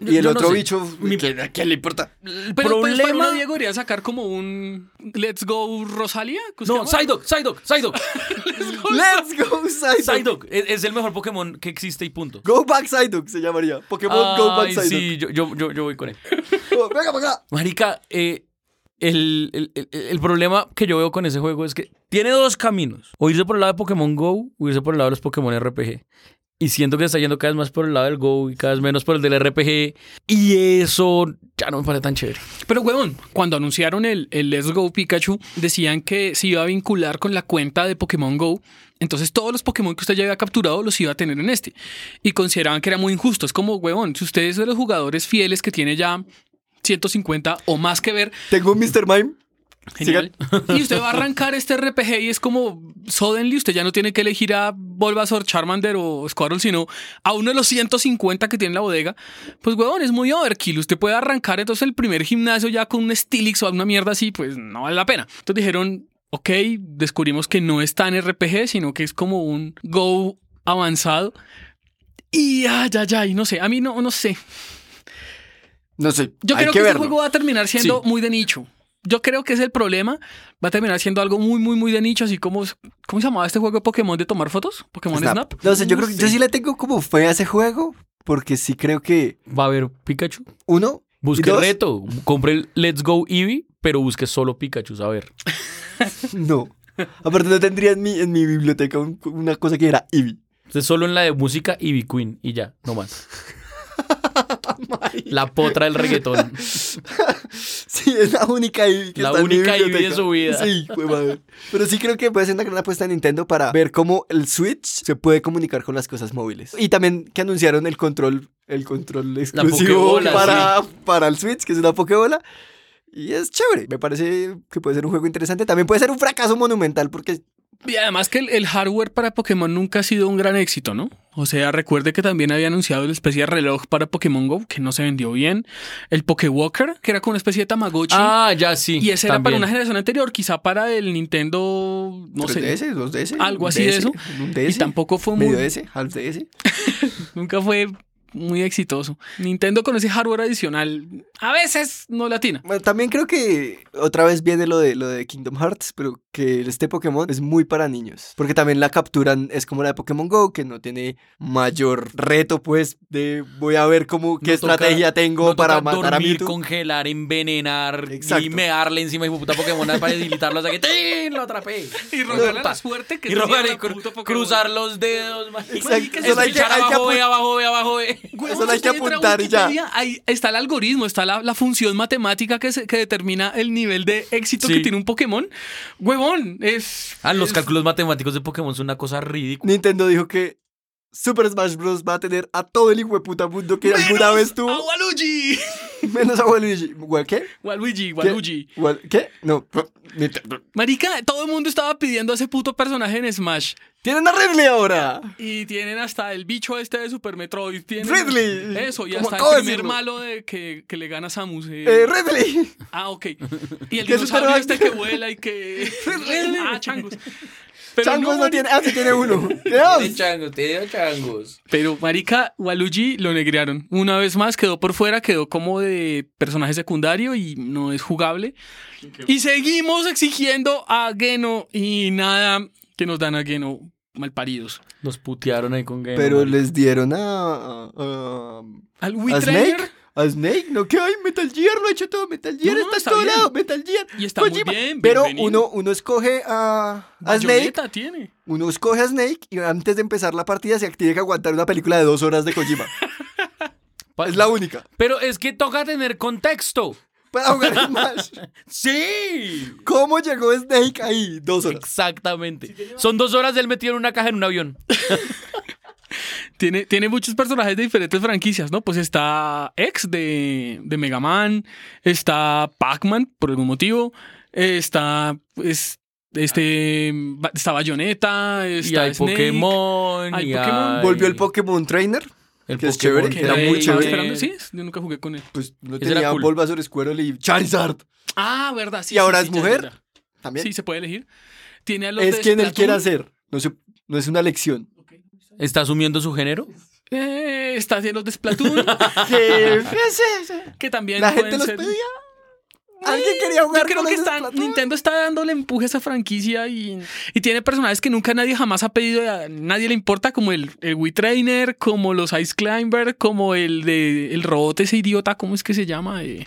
Speaker 7: Y el
Speaker 4: Yo no
Speaker 7: otro
Speaker 4: sé.
Speaker 7: bicho, ¿qué- ¿a quién le importa?
Speaker 4: Pero
Speaker 3: Problema-
Speaker 4: pues, para uno, Diego debería sacar como un Let's Go Rosalia.
Speaker 3: No, Psyduck, Psyduck, Psyduck.
Speaker 7: Let's go Psyduck.
Speaker 3: Psyduck es, es el mejor Pokémon que existe y punto.
Speaker 7: Go Back Psyduck se llamaría. Pokémon Go Back
Speaker 3: Ay,
Speaker 7: Psyduck.
Speaker 3: Sí, yo, yo, yo, yo voy con él.
Speaker 7: Oh, venga para acá.
Speaker 3: Marica, eh, el, el- el- el problema que yo veo con ese juego es que tiene dos caminos. O irse por el lado de Pokémon Go o irse por el lado de los Pokémon RPG. Y siento que está yendo cada vez más por el lado del Go y cada vez menos por el del RPG. Y eso ya no me parece tan chévere.
Speaker 4: Pero, weón, cuando anunciaron el, el Let's Go Pikachu, decían que se iba a vincular con la cuenta de Pokémon Go. Entonces, todos los Pokémon que usted ya había capturado los iba a tener en este. Y consideraban que era muy injusto. Es como, weón, si usted es de los jugadores fieles que tiene ya 150 o más que ver,
Speaker 7: Tengo un Mr. Mime.
Speaker 4: Genial. y usted va a arrancar este RPG y es como, suddenly, usted ya no tiene que elegir a Bulbasaur, Charmander o Squirtle, sino a uno de los 150 que tiene en la bodega. Pues, huevón, es muy overkill. Usted puede arrancar entonces el primer gimnasio ya con un Stilix o alguna mierda así, pues no vale la pena. Entonces dijeron, ok, descubrimos que no es tan RPG, sino que es como un Go avanzado. Y ay, ya, ya, y no sé, a mí no, no sé.
Speaker 7: No sé.
Speaker 4: Yo
Speaker 7: hay
Speaker 4: creo
Speaker 7: que,
Speaker 4: que, este
Speaker 7: verlo.
Speaker 4: juego va a terminar siendo muy de nicho. Yo creo que ese es el problema. Va a terminar siendo algo muy, muy, muy de nicho, así como. ¿Cómo se llamaba este juego de Pokémon de tomar fotos? ¿Pokémon Snap?
Speaker 7: No sé, yo creo que yo sí le tengo como fe a ese juego porque sí creo que
Speaker 3: va a haber Pikachu.
Speaker 7: Uno,
Speaker 3: Busque
Speaker 7: ¿Y dos?
Speaker 3: reto. Compre el Let's Go Eevee, pero busque solo Pikachu, a ver.
Speaker 7: No. Aparte, no tendría en mi, en mi biblioteca un- una cosa que era Eevee.
Speaker 3: Usted solo en la de música Eevee Queen y ya, no más. la potra del reggaetón.
Speaker 7: Sí, es la única Eevee que
Speaker 3: La
Speaker 7: está en mi
Speaker 3: única Eevee de
Speaker 7: biblioteca.
Speaker 3: su vida.
Speaker 7: Sí, pues, madre. Pero sí creo que puede ser una gran apuesta de Nintendo para ver cómo el Switch se puede comunicar con las cosas móviles. Y también que anunciaron el control, el control exclusivo
Speaker 3: Pokébola,
Speaker 7: para, para el Switch, que es una Pokébola. Y es chévere. Me parece que puede ser un juego interesante. También puede ser un fracaso monumental porque
Speaker 4: Y además que el, el hardware para Pokémon nunca ha sido un gran éxito, ¿no? O sea, recuerde que también había anunciado la especie de reloj para Pokémon Go, que no se vendió bien. El Pokéwalker, que era como una especie de Tamagotchi.
Speaker 3: Ah, ya sí.
Speaker 4: y ese era para
Speaker 3: también.
Speaker 4: una generación anterior, quizá para el Nintendo, no sé,
Speaker 7: 3DS, 2DS,
Speaker 4: algo así de
Speaker 7: DS,
Speaker 4: eso.
Speaker 7: un DS,
Speaker 4: y tampoco fue muy,
Speaker 7: medio DS, half DS.
Speaker 4: nunca fue muy exitoso. Nintendo con ese hardware adicional a veces no latina.
Speaker 7: Bueno, también creo que otra vez viene lo de, lo de Kingdom Hearts, pero que este Pokémon es muy para niños. Porque también la capturan, es como la de Pokémon Go, que no tiene mayor reto, pues, de voy a ver cómo, qué
Speaker 3: No toca-
Speaker 7: estrategia tengo
Speaker 3: no toca
Speaker 7: para matar a
Speaker 3: dormir,
Speaker 7: Mewtwo.
Speaker 3: congelar, envenenar
Speaker 7: Exacto.
Speaker 3: y mearle encima de puta Pokémon para facilitarlo hasta que ¡tin! lo atrapé.
Speaker 4: Y rogarle la suerte que
Speaker 3: Y
Speaker 4: tenía
Speaker 3: rogarle,
Speaker 4: la
Speaker 3: cru-
Speaker 4: puta Pokémon.
Speaker 3: cruzar los dedos, marica.
Speaker 7: Exacto,
Speaker 3: Es
Speaker 7: solo hay que-
Speaker 3: pichar
Speaker 7: hay que
Speaker 3: abajo, ve,
Speaker 7: apu-
Speaker 3: abajo, ve, abajo, ve.
Speaker 4: Güey,
Speaker 7: Solo hay
Speaker 4: usted
Speaker 7: que
Speaker 4: entra a
Speaker 7: apuntar y ya.
Speaker 4: Wikipedia, ahí está el algoritmo, está la, la función matemática que, se- que determina el nivel de éxito
Speaker 3: Sí.
Speaker 4: que tiene un Pokémon. Huevón, es.
Speaker 3: Ah, los
Speaker 4: es-
Speaker 3: cálculos matemáticos de Pokémon son una cosa ridícula.
Speaker 7: Nintendo dijo que Super Smash Bros. va a tener a todo el hijo de puta mundo que alguna vez tuvo,
Speaker 4: ¡Ah, Waluigi!
Speaker 7: menos a Waluigi. ¿Wa- ¿Qué?
Speaker 4: Waluigi,
Speaker 7: ¿Qué?
Speaker 4: Waluigi.
Speaker 7: ¿Wal- ¿Qué? No. Nintendo.
Speaker 4: Marica, todo el mundo estaba pidiendo a ese puto personaje en Smash.
Speaker 7: ¡Tienen a Ridley ahora!
Speaker 4: Y tienen hasta el bicho este de Super Metroid. Tienen
Speaker 7: Ridley.
Speaker 4: Eso, y
Speaker 7: Como
Speaker 4: hasta
Speaker 7: acabo de
Speaker 4: el primer
Speaker 7: decirlo.
Speaker 4: malo de que, que le gana a Samus. eh.
Speaker 7: Eh, Ridley.
Speaker 4: Ah, ok. Y el
Speaker 7: Que es
Speaker 4: dinosaurio
Speaker 7: Superman.
Speaker 4: este que vuela y que. ah, changos. Pero
Speaker 7: Changos no,
Speaker 4: marica.
Speaker 7: tiene. Ah, sí tiene uno. ¿Qué dos?
Speaker 3: changos, tiene changos.
Speaker 4: Pero Marica, Waluigi lo negrearon. Una vez más quedó por fuera, quedó como de personaje secundario y no es jugable. Y seguimos exigiendo a Geno y nada que nos dan a Geno malparidos.
Speaker 3: Nos putearon ahí con Game.
Speaker 7: Pero
Speaker 3: marica.
Speaker 7: les dieron a. a- a-
Speaker 4: Al
Speaker 7: a Snake.
Speaker 4: Witrainer.
Speaker 7: A Snake, no que hay Metal Gear, lo ha hecho todo, Metal Gear
Speaker 4: No, no,
Speaker 7: está,
Speaker 4: está
Speaker 7: en todo
Speaker 4: bien.
Speaker 7: lado, Metal Gear.
Speaker 4: Y está muy
Speaker 7: Kojima.
Speaker 4: bien,
Speaker 7: Pero
Speaker 4: bienvenido.
Speaker 7: uno, uno escoge a, a Snake,
Speaker 4: Bayonetta tiene.
Speaker 7: uno escoge a Snake y antes de empezar la partida se tiene que aguantar una película de dos horas de Kojima.
Speaker 3: Pa-
Speaker 7: es la única.
Speaker 3: Pero es que toca tener contexto.
Speaker 7: Para jugar Smash.
Speaker 3: Sí.
Speaker 7: ¿Cómo llegó Snake ahí? Dos horas.
Speaker 3: Exactamente. Son dos horas de él metido en una caja en un avión.
Speaker 4: tiene. Tiene muchos personajes de diferentes franquicias, ¿no? Pues está X de, de Mega Man, está Pac-Man por algún motivo, está. Es, este. Está Bayonetta, está
Speaker 3: y hay
Speaker 4: Snake.
Speaker 3: Pokémon.
Speaker 4: hay
Speaker 3: y
Speaker 4: Pokémon.
Speaker 3: hay-
Speaker 7: Volvió el Pokémon Trainer,
Speaker 3: el
Speaker 7: que es
Speaker 3: Pokémon
Speaker 7: chévere, que era
Speaker 3: Trainer.
Speaker 7: muy
Speaker 4: Estaba
Speaker 7: chévere.
Speaker 4: esperando, sí, yo nunca jugué con él.
Speaker 7: pues no
Speaker 3: Ese era
Speaker 7: tenía
Speaker 3: cool.
Speaker 7: Bulbasaur, Squirrel y Charizard.
Speaker 4: Ah, verdad, sí.
Speaker 7: ¿Y
Speaker 4: sí,
Speaker 7: ahora
Speaker 4: sí,
Speaker 7: es
Speaker 4: ya, ya,
Speaker 7: mujer?
Speaker 4: ya.
Speaker 7: También.
Speaker 4: Sí, se puede elegir. Tiene a los
Speaker 7: es
Speaker 4: de
Speaker 7: quien él quiera
Speaker 4: Splatoon.
Speaker 7: ser. No, se- no es una lección.
Speaker 3: ¿Está asumiendo su género?
Speaker 4: Eh, está en los de Splatoon,
Speaker 7: ¿Qué es eso?
Speaker 4: que también
Speaker 7: La gente
Speaker 4: pueden
Speaker 7: los
Speaker 4: ser-
Speaker 7: pedía. Alguien quería jugar
Speaker 4: Yo creo
Speaker 7: con
Speaker 4: que
Speaker 7: esos
Speaker 4: está-
Speaker 7: Splatoon?
Speaker 4: Nintendo está dándole empuje a esa franquicia y, y tiene personajes que nunca nadie jamás ha pedido, y a nadie le importa, como el, el Wii Trainer, como los Ice Climber, como el de el robot ese idiota, ¿cómo es que se llama? Eh,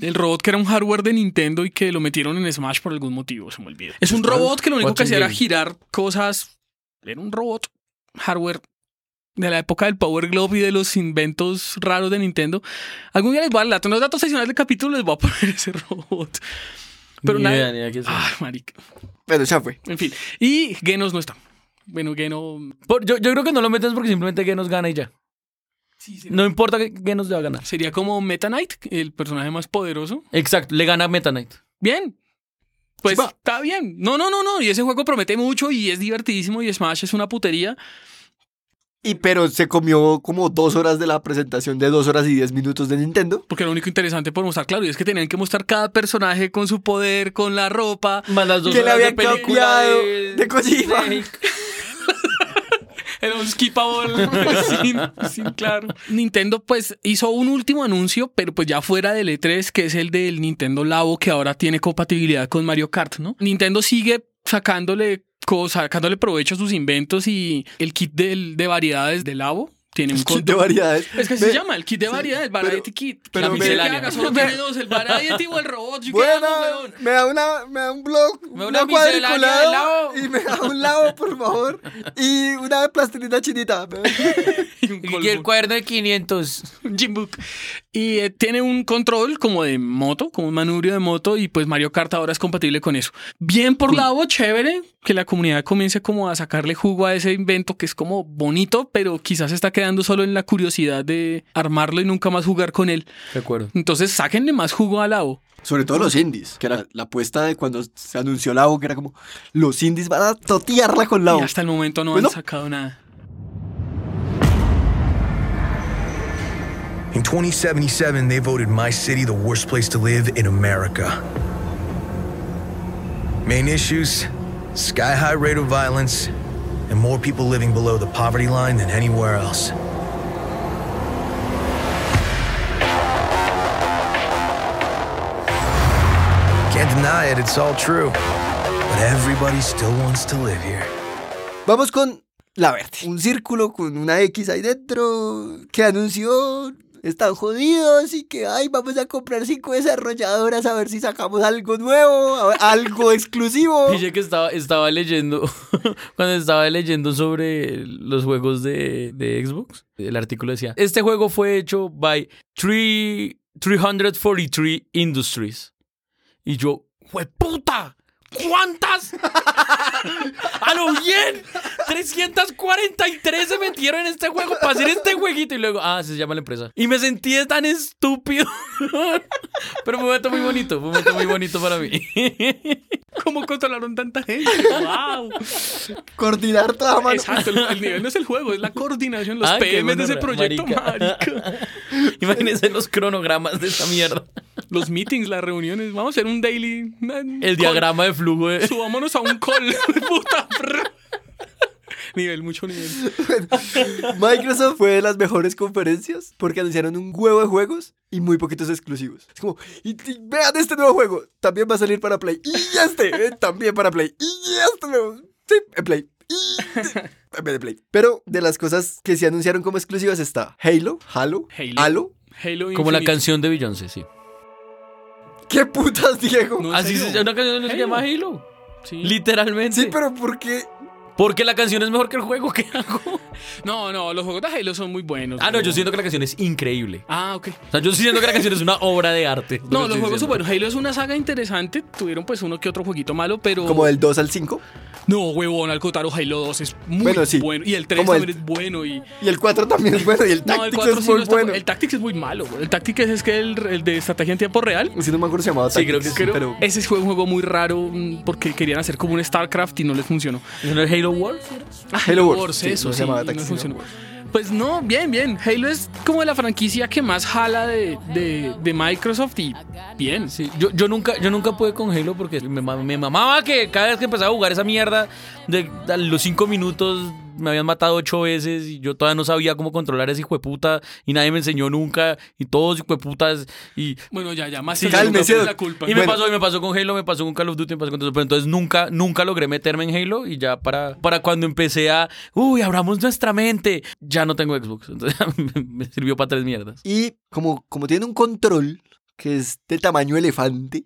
Speaker 4: el robot que era un hardware de Nintendo y que lo metieron en Smash por algún motivo, se me olvidó. Es un robot que lo único que hacía era girar cosas. Era un robot hardware de la época del Power Glove y de los inventos raros de Nintendo. Algún día les voy a dar datos. En los datos adicionales del capítulo les voy a poner ese robot. Pero
Speaker 3: Ni
Speaker 4: nada.
Speaker 3: idea, ni idea qué es eso.
Speaker 4: Ay, marica.
Speaker 7: Pero ya fue.
Speaker 4: En fin. Y Genos no está. Bueno, Geno.
Speaker 3: Por- yo, yo creo que no lo metes porque simplemente que nos gana y ya. No importa que, que nos va a ganar.
Speaker 4: Sería como Meta Knight, el personaje más poderoso.
Speaker 3: Exacto, le gana Meta Knight.
Speaker 4: Bien. Pues
Speaker 3: Sí, va.
Speaker 4: está bien. No, no, no, no. Y ese juego promete mucho y es divertidísimo y Smash es una putería.
Speaker 7: Y pero se comió como dos horas de la presentación de dos horas y diez minutos de Nintendo.
Speaker 4: Porque lo único interesante por mostrar, claro, y es que tenían que mostrar cada personaje con su poder, con la ropa.
Speaker 3: Más las dos
Speaker 7: que le
Speaker 3: horas de
Speaker 7: habían
Speaker 3: película
Speaker 7: cambiado
Speaker 3: de-
Speaker 7: de Kojima.
Speaker 4: Era un skipable sin, sin claro. Nintendo pues hizo un último anuncio, pero pues ya fuera del E3, que es el del Nintendo Labo, que ahora tiene compatibilidad con Mario Kart, ¿no? Nintendo sigue sacándole cosas, sacándole provecho a sus inventos y el kit del- de variedades del Labo. Tiene un
Speaker 7: Kit de variedades.
Speaker 4: Es que así
Speaker 7: Ve,
Speaker 4: se llama, el kit de variedad, el variety kit.
Speaker 7: pero
Speaker 4: Pero
Speaker 7: ve-
Speaker 4: me que haga, solo
Speaker 7: ve-
Speaker 4: tiene dos, el variety o el robot. ¿yo qué
Speaker 7: Bueno,
Speaker 4: hago, weón?
Speaker 7: me da una, me da un blog,
Speaker 4: Me da
Speaker 7: una
Speaker 4: una miscelánea de
Speaker 7: cuadriculado
Speaker 4: lado.
Speaker 7: y me da un lado, por favor, y una plastilina chinita.
Speaker 4: Y el cuaderno de 500. Un gym book. Y eh, tiene un control como de moto, como un manubrio de moto, y pues Mario Kart ahora es compatible con eso. Bien por lado, chévere, que la comunidad comience como a sacarle jugo a ese invento que es como bonito, pero quizás está quedando solo en la curiosidad de armarlo y nunca más jugar con él.
Speaker 3: De acuerdo.
Speaker 4: Entonces, sáquenle más jugo al AO.
Speaker 7: Sobre todo los indies, que era la apuesta de cuando se anunció la O, que era como, los indies van a totearla con la O.
Speaker 4: Y hasta el momento no
Speaker 7: Pues no.
Speaker 4: han sacado nada.
Speaker 13: In 2077, they voted my city the worst place to live in America. Main issues sky high rate of violence, and more people living below the poverty line than anywhere else. Can't deny it, it's all true. But everybody still wants to live here.
Speaker 7: Vamos con la verde. Un círculo con una X ahí dentro que anunció están jodidos y que ay, vamos a comprar cinco desarrolladoras a ver si sacamos algo nuevo, a- algo exclusivo.
Speaker 3: Pille que estaba, estaba leyendo, cuando estaba leyendo sobre los juegos de, de Xbox, el artículo decía, este juego fue hecho by three- 343 Industries. Y yo, ¡hueputa! ¿Cuántas? ¡A lo bien! 343 se metieron en este juego para hacer este jueguito. Y luego, ah, se llama la empresa. Y me sentí tan estúpido. Pero fue un momento muy bonito, fue un momento muy bonito para mí.
Speaker 4: ¿Cómo controlaron tanta gente? ¡Wow!
Speaker 7: Coordinar toda mano.
Speaker 4: Exacto, el, el nivel no es el juego, es la coordinación, los
Speaker 3: Ah, qué
Speaker 4: PM
Speaker 3: gonorrea,
Speaker 4: de ese proyecto,
Speaker 3: marica.
Speaker 4: marica.
Speaker 3: Imagínense los cronogramas de esa mierda.
Speaker 4: Los meetings, las reuniones, vamos a hacer un daily.
Speaker 3: El diagrama de flujo. de-
Speaker 4: Subámonos a un call. puta. nivel, mucho nivel.
Speaker 7: Microsoft fue de las mejores conferencias porque anunciaron un huevo de juegos y muy poquitos exclusivos. Es como, y, y vean este nuevo juego, también va a salir para Play. Y este, eh, también para Play. Y este, nuevo, sí, en Play. Y este, también en Play. Pero de las cosas que se anunciaron como exclusivas está Halo, Halo, Halo.
Speaker 4: Halo. Halo
Speaker 3: Como la
Speaker 4: Infinite.
Speaker 3: canción de Beyoncé, sí.
Speaker 7: ¿Qué putas, Diego?
Speaker 4: No, en
Speaker 3: Así
Speaker 4: serio.
Speaker 3: se una canción que se
Speaker 4: Halo.
Speaker 3: llama Halo.
Speaker 4: Sí.
Speaker 3: Literalmente.
Speaker 7: Sí, pero ¿por qué?
Speaker 3: Porque la canción es mejor que el juego que hago.
Speaker 4: No, no, los juegos de Halo son muy buenos.
Speaker 3: Ah, no, yo
Speaker 4: weón.
Speaker 3: siento que la canción es increíble.
Speaker 4: Ah, ok.
Speaker 3: O sea, yo siento que la canción es una obra de arte. Lo
Speaker 4: No, los
Speaker 3: que
Speaker 4: juegos
Speaker 3: estoy
Speaker 4: son buenos. Halo es una saga interesante. Tuvieron pues uno que otro jueguito malo, pero.
Speaker 7: Como del 2 al 5
Speaker 4: No, huevón, al Kotaro Halo 2 es muy
Speaker 7: Bueno,
Speaker 4: bueno.
Speaker 7: sí.
Speaker 4: Y el 3
Speaker 7: Como el-
Speaker 4: también es bueno. Y...
Speaker 7: y el 4 también es bueno y el
Speaker 4: No, el
Speaker 7: Tactics
Speaker 4: 4
Speaker 7: es
Speaker 4: sí no
Speaker 7: muy
Speaker 4: está
Speaker 7: bueno.
Speaker 4: El Tactics es muy malo. güey. El Tactics es que el, el de estrategia en tiempo real.
Speaker 7: Sí, no me acuerdo si llamaba
Speaker 3: Sí, creo
Speaker 7: Tactics,
Speaker 3: que sí,
Speaker 7: pero
Speaker 4: Ese fue un juego muy raro mm, porque querían hacer como un StarCraft y no les funcionó.
Speaker 3: diciendo. ¿No es Halo World?
Speaker 4: Ah,
Speaker 7: Halo Wars,
Speaker 4: Wars,
Speaker 7: sí,
Speaker 4: eso
Speaker 7: no se
Speaker 4: sí,
Speaker 7: llamaba
Speaker 4: y no
Speaker 7: Tactics, sino
Speaker 4: funcionó. Pues no, bien, bien. Halo es como la franquicia que más jala de, de- de Microsoft y bien.
Speaker 3: Sí, yo, yo, nunca, yo nunca pude con Halo porque me, ma- me mamaba que cada vez que empezaba a jugar esa mierda, de, a los cinco minutos me habían matado ocho veces y yo todavía no sabía cómo controlar a ese hijo de puta y nadie me enseñó nunca y todos hijo de putas y...
Speaker 4: Bueno, ya, ya, más
Speaker 3: Sí,
Speaker 4: tarde
Speaker 7: cálmese,
Speaker 4: nunca fue
Speaker 7: doc.
Speaker 4: pues, la culpa.
Speaker 3: Y me,
Speaker 7: Bueno.
Speaker 3: pasó, y me pasó con Halo, me pasó con Call of Duty, me pasó con todo eso. Pero entonces nunca, nunca logré meterme en Halo y ya para, para cuando empecé a, uy, abramos nuestra mente, ya no tengo Xbox. Entonces me- me sirvió para tres mierdas.
Speaker 7: Y como, como tiene un control que es de tamaño elefante,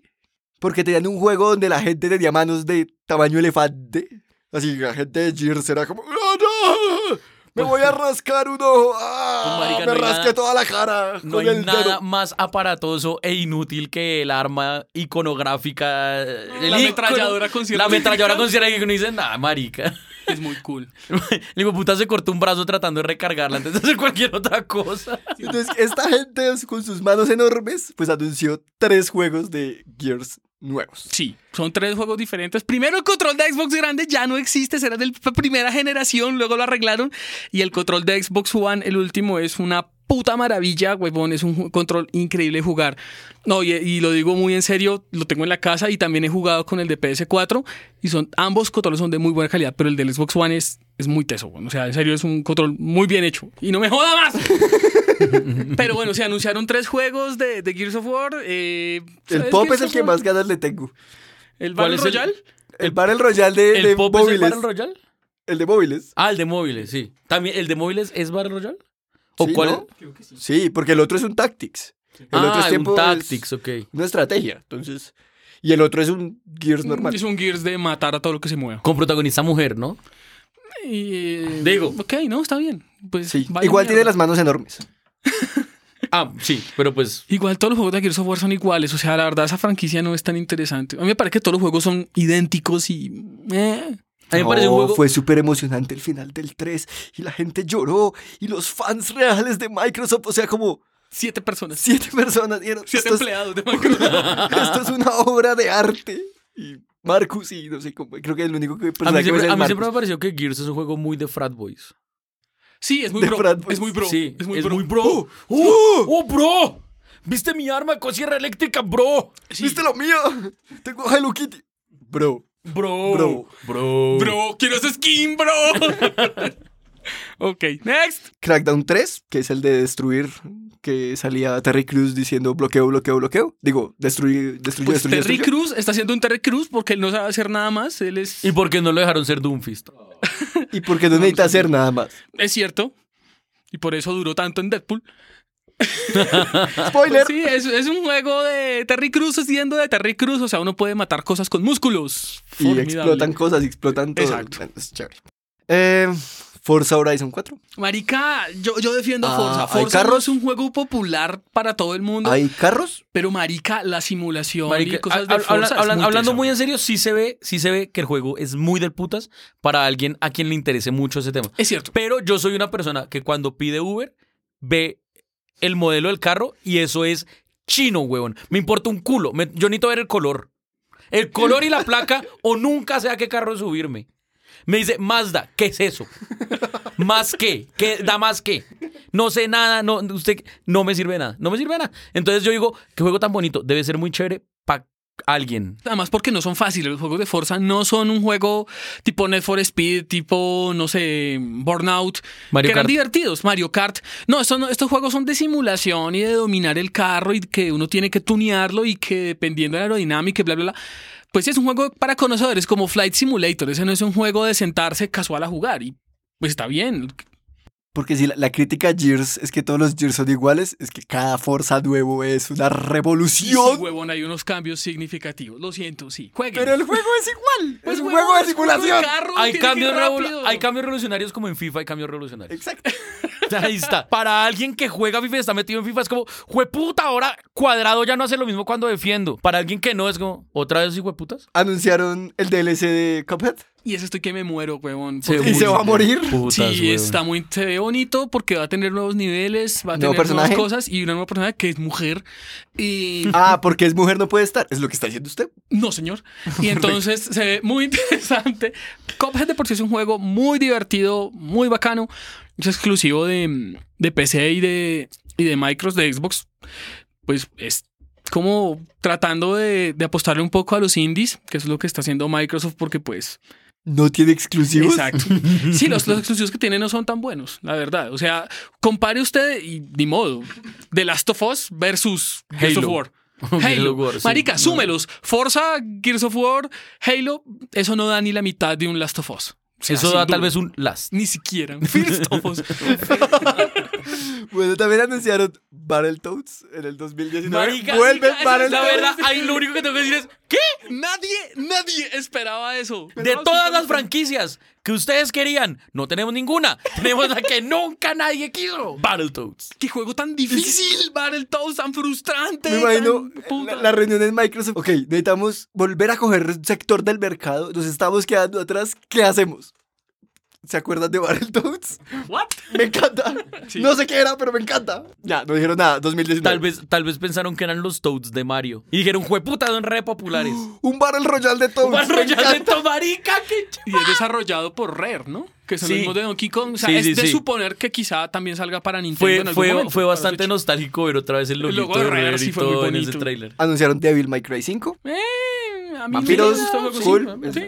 Speaker 7: porque tenían un juego donde la gente tenía manos de tamaño elefante, así que la gente de Gears era como, ¡Oh, no! ¡Me voy a rascar un ojo! ¡Ah!
Speaker 3: Pues, marica,
Speaker 7: ¡Me
Speaker 3: no hay
Speaker 7: rasqué
Speaker 3: nada-
Speaker 7: toda la cara!
Speaker 3: No
Speaker 7: con
Speaker 3: hay
Speaker 7: el
Speaker 3: nada
Speaker 7: dedo".
Speaker 3: más aparatoso e inútil que el arma iconográfica. el
Speaker 4: La
Speaker 3: icono-
Speaker 4: ametralladora con cierre.
Speaker 3: La ametralladora con cierre que uno dice, nada, marica.
Speaker 4: Es muy cool.
Speaker 3: El hijo de puta se cortó un brazo tratando de recargarla antes de hacer cualquier otra cosa.
Speaker 7: Entonces, esta gente con sus manos enormes, pues anunció tres juegos de Gears nuevos.
Speaker 4: Sí, son tres juegos diferentes. Primero el control de Xbox grande ya no existe, será de la primera generación, luego lo arreglaron. Y el control de Xbox One, el último, es una puta maravilla, huevón, es un ju- control increíble de jugar. No, y, y lo digo muy en serio, lo tengo en la casa y también he jugado con el de PS4 y son ambos controles son de muy buena calidad, pero el del Xbox One es, es muy teso, huevón. o sea, en serio es un control muy bien hecho. Y no me joda más. pero bueno, se anunciaron tres juegos de, de Gears of War. eh,
Speaker 7: El
Speaker 4: ¿sabes
Speaker 7: pop
Speaker 4: Gears
Speaker 7: es el
Speaker 4: of
Speaker 7: que
Speaker 4: War?
Speaker 7: más ganas le tengo.
Speaker 4: ¿El
Speaker 3: ¿Cuál
Speaker 4: Battle
Speaker 3: es el-
Speaker 4: Royale?
Speaker 7: El Battle Royale de,
Speaker 3: ¿El
Speaker 7: de
Speaker 3: pop es el
Speaker 7: móviles.
Speaker 3: Battle Royale?
Speaker 7: el de móviles.
Speaker 3: Ah, el de móviles, sí. También, ¿el de móviles es Battle Royale? ¿O cuál?
Speaker 7: no? Sí, porque el otro es un tactics. El
Speaker 3: Ah,
Speaker 7: otro es
Speaker 3: un
Speaker 7: tiempo es
Speaker 3: tactics, ok.
Speaker 7: Una estrategia. Entonces, y el otro es un Gears normal.
Speaker 4: Mm, Es un Gears de matar a todo lo que se mueva.
Speaker 3: Con protagonista mujer, ¿no?
Speaker 4: Y- eh,
Speaker 3: Digo.
Speaker 4: Ok, no, está bien. Pues,
Speaker 7: Sí.
Speaker 4: vale
Speaker 7: Igual tiene
Speaker 4: mierda.
Speaker 7: las manos enormes.
Speaker 3: Ah, sí, pero pues.
Speaker 4: Igual todos los juegos de Gears of War son iguales. O sea, la verdad, esa franquicia no es tan interesante. A mí me parece que todos los juegos son idénticos y. eh.
Speaker 3: A mí me parece un
Speaker 7: No,
Speaker 3: juego-
Speaker 7: Fue súper emocionante el final del 3 y la gente lloró y los fans reales de Microsoft, o sea, como
Speaker 4: Siete personas.
Speaker 7: siete personas dijeron,
Speaker 4: Siete
Speaker 7: esto, es,
Speaker 4: empleados de Microsoft.
Speaker 7: esto es una obra de arte. Y Marcus y no sé cómo, creo que el único que
Speaker 3: A mí,
Speaker 7: personaje que
Speaker 3: siempre,
Speaker 7: me sale
Speaker 3: a
Speaker 7: es
Speaker 3: mí siempre
Speaker 7: Marcus.
Speaker 3: me pareció que Gears es un juego muy de Frat Boys.
Speaker 4: Sí, es muy
Speaker 7: De
Speaker 4: pro.
Speaker 7: Frat Boys.
Speaker 4: Es muy pro.
Speaker 3: Sí,
Speaker 4: es muy
Speaker 3: es
Speaker 4: pro.
Speaker 3: muy bro. ¡Oh! ¡Oh, bro! ¿Viste mi arma con sierra eléctrica, bro?
Speaker 7: ¿Viste lo mío? Tengo a Hello Kitty. Bro,
Speaker 4: Bro.
Speaker 7: bro.
Speaker 3: Bro.
Speaker 4: Bro, quiero ese skin, bro. ok, next.
Speaker 7: Crackdown 3, que es el de destruir, que salía Terry Crews diciendo bloqueo, bloqueo, bloqueo. Digo, destruir, destruir,
Speaker 4: Pues
Speaker 7: destruir.
Speaker 4: Terry Cruz está haciendo un Terry Cruz porque él no sabe hacer nada más. Él es.
Speaker 3: ¿Y por qué no lo dejaron ser Doomfist?
Speaker 7: Y porque no necesita hacer nada más.
Speaker 4: Es cierto. Y por eso duró tanto en Deadpool.
Speaker 7: Spoiler.
Speaker 4: Pues sí, es, es un juego de Terry Cruz haciendo de Terry Cruz. O sea, uno puede matar cosas con músculos.
Speaker 7: Y
Speaker 4: Formidable.
Speaker 7: explotan cosas, y explotan todo.
Speaker 4: Exacto.
Speaker 7: Bueno, es chévere. Eh, Forza Horizon 4.
Speaker 4: Marica, yo, yo defiendo
Speaker 7: Ah,
Speaker 4: Forza.
Speaker 7: ¿hay
Speaker 4: Forza no
Speaker 7: carros?
Speaker 4: es un juego popular para todo el mundo.
Speaker 7: ¿Hay carros?
Speaker 4: Pero marica, la simulación y
Speaker 3: Marica,
Speaker 4: cosas
Speaker 3: ha-
Speaker 4: de
Speaker 3: ha-
Speaker 4: Forza
Speaker 3: hablan-
Speaker 4: es
Speaker 3: hablan-
Speaker 4: muy
Speaker 3: hablando
Speaker 4: tesa.
Speaker 3: muy en serio, sí se ve, sí se ve que el juego es muy del putas para alguien a quien le interese mucho ese tema.
Speaker 4: Es cierto.
Speaker 3: Pero yo soy una persona que cuando pide Uber ve el modelo del carro y eso es chino, huevón. Me importa un culo. Me- yo necesito ver el color. El color y la placa o nunca sé a qué carro subirme. Me dice, Mazda, ¿qué es eso? ¿Más qué? ¿Qué da más qué? No sé nada, no, usted, no me sirve de nada, no me sirve de nada. Entonces yo digo, qué juego tan bonito, debe ser muy chévere para alguien.
Speaker 4: Además, porque no son fáciles. Los juegos de Forza no son un juego tipo Need for Speed, tipo, no sé, Burnout,
Speaker 3: Mario
Speaker 4: que eran
Speaker 3: Kart.
Speaker 4: divertidos. Mario Kart. No, esto no- estos juegos son de simulación y de dominar el carro y que uno tiene que tunearlo y que dependiendo de la aerodinámica y bla, bla, bla. Pues sí, es un juego para conocedores como Flight Simulator. Ese no es un juego de sentarse casual a jugar. Y pues está bien.
Speaker 7: Porque si la, la crítica a Gears es que todos los Gears son iguales, es que cada Forza nuevo es una
Speaker 4: Y sí,
Speaker 7: revolución.
Speaker 4: huevón, hay unos cambios significativos. Lo siento, sí. Jueguen.
Speaker 7: pero el juego es igual.
Speaker 4: Pues,
Speaker 7: es un
Speaker 4: huevón,
Speaker 7: juego de
Speaker 4: es un juego de
Speaker 7: simulación.
Speaker 4: carro,
Speaker 3: Hay
Speaker 4: tiene que ir
Speaker 3: cambios, revol-
Speaker 4: rápido.
Speaker 3: hay cambios revolucionarios como en FIFA, hay cambios revolucionarios.
Speaker 7: Exacto.
Speaker 3: Ahí está. Para alguien que juega FIFA y está metido en FIFA, es como, jueputa, ahora cuadrado ya no hace lo mismo cuando defiendo. Para alguien que no, es como, otra vez, hijueputas.
Speaker 7: Anunciaron el DLC de Cuphead.
Speaker 4: Y es estoy que me muero, huevón.
Speaker 3: Se
Speaker 4: porque-
Speaker 7: ¿Y se va a morir?
Speaker 3: Putas,
Speaker 4: sí,
Speaker 3: huevón.
Speaker 4: está muy se ve bonito porque va a tener nuevos niveles, va a
Speaker 7: Nuevo
Speaker 4: tener
Speaker 7: personaje.
Speaker 4: nuevas cosas y una nueva persona que es mujer. Y
Speaker 7: Ah, porque es mujer no puede estar. Es lo que está diciendo usted.
Speaker 4: no, señor. Y entonces se ve muy interesante. Cuphead de por sí es un juego muy divertido, muy bacano. Es exclusivo de, de PC y de, y de Micros, de Xbox. Pues es como tratando de, de apostarle un poco a los indies, que es lo que está haciendo Microsoft porque pues
Speaker 7: No tiene exclusivos.
Speaker 4: Exacto. Sí, los, los exclusivos que tiene no son tan buenos, la verdad. O sea, compare usted y ni modo. The Last of Us versus Gears
Speaker 3: Halo.
Speaker 4: of War.
Speaker 3: Gears
Speaker 4: Halo.
Speaker 3: of War, sí.
Speaker 4: Marica, súmelos. Forza, Gears of War, Halo. Eso no da ni la mitad de un Last of Us. O sea,
Speaker 3: Eso
Speaker 4: sin
Speaker 3: da tal
Speaker 4: duda.
Speaker 3: vez un last.
Speaker 4: Ni siquiera. un First of Us.
Speaker 7: Bueno, también anunciaron Battletoads en el 2019.
Speaker 3: Marica,
Speaker 7: Vuelve
Speaker 3: esa es
Speaker 7: Battletoads.
Speaker 3: La verdad, ahí lo único que tengo que decir es, ¿qué?
Speaker 4: nadie, nadie esperaba eso.
Speaker 3: De todas las franquicias que ustedes querían, no tenemos ninguna. Tenemos la que nunca nadie quiso. Battletoads.
Speaker 4: Qué juego tan difícil, Battletoads, tan frustrante.
Speaker 7: Me imagino eh,
Speaker 4: tan puta.
Speaker 7: la, la reunión en Microsoft. Ok, necesitamos volver a coger un sector del mercado. Nos estamos quedando atrás. ¿Qué hacemos? ¿Se acuerdan de Battletoads?
Speaker 4: What?
Speaker 7: Me encanta. No sé qué era, pero me encanta. Ya, no dijeron nada. 2019.
Speaker 3: Tal vez, tal vez pensaron que eran los Toads de Mario. Y dijeron, jueputa, son re populares.
Speaker 7: Un Battle Royale de Toads.
Speaker 3: Battle
Speaker 7: me
Speaker 3: Royale de
Speaker 7: encanta.
Speaker 3: Toads, marica, qué ch-
Speaker 4: Y es desarrollado por Rare, ¿no? Que son
Speaker 3: Sí.
Speaker 4: los mismos de Donkey Kong. O sea,
Speaker 3: Sí,
Speaker 4: es
Speaker 3: sí,
Speaker 4: de
Speaker 3: sí.
Speaker 4: suponer que quizá también salga para Nintendo
Speaker 3: Fue,
Speaker 4: en algún
Speaker 3: fue,
Speaker 4: momento,
Speaker 3: fue
Speaker 4: para
Speaker 3: bastante
Speaker 4: Switch.
Speaker 3: nostálgico ver otra vez el
Speaker 4: El
Speaker 3: loguito
Speaker 4: logo de
Speaker 3: de
Speaker 4: Rare
Speaker 3: Rare
Speaker 4: sí
Speaker 3: y
Speaker 4: fue muy
Speaker 3: todo en ese
Speaker 4: bonito.
Speaker 3: tráiler.
Speaker 7: Anunciaron Devil May Cry 5.
Speaker 4: Eh, a mí no me
Speaker 7: Vampiros,
Speaker 4: gusta el juego, sí.
Speaker 7: cool.
Speaker 4: Sí.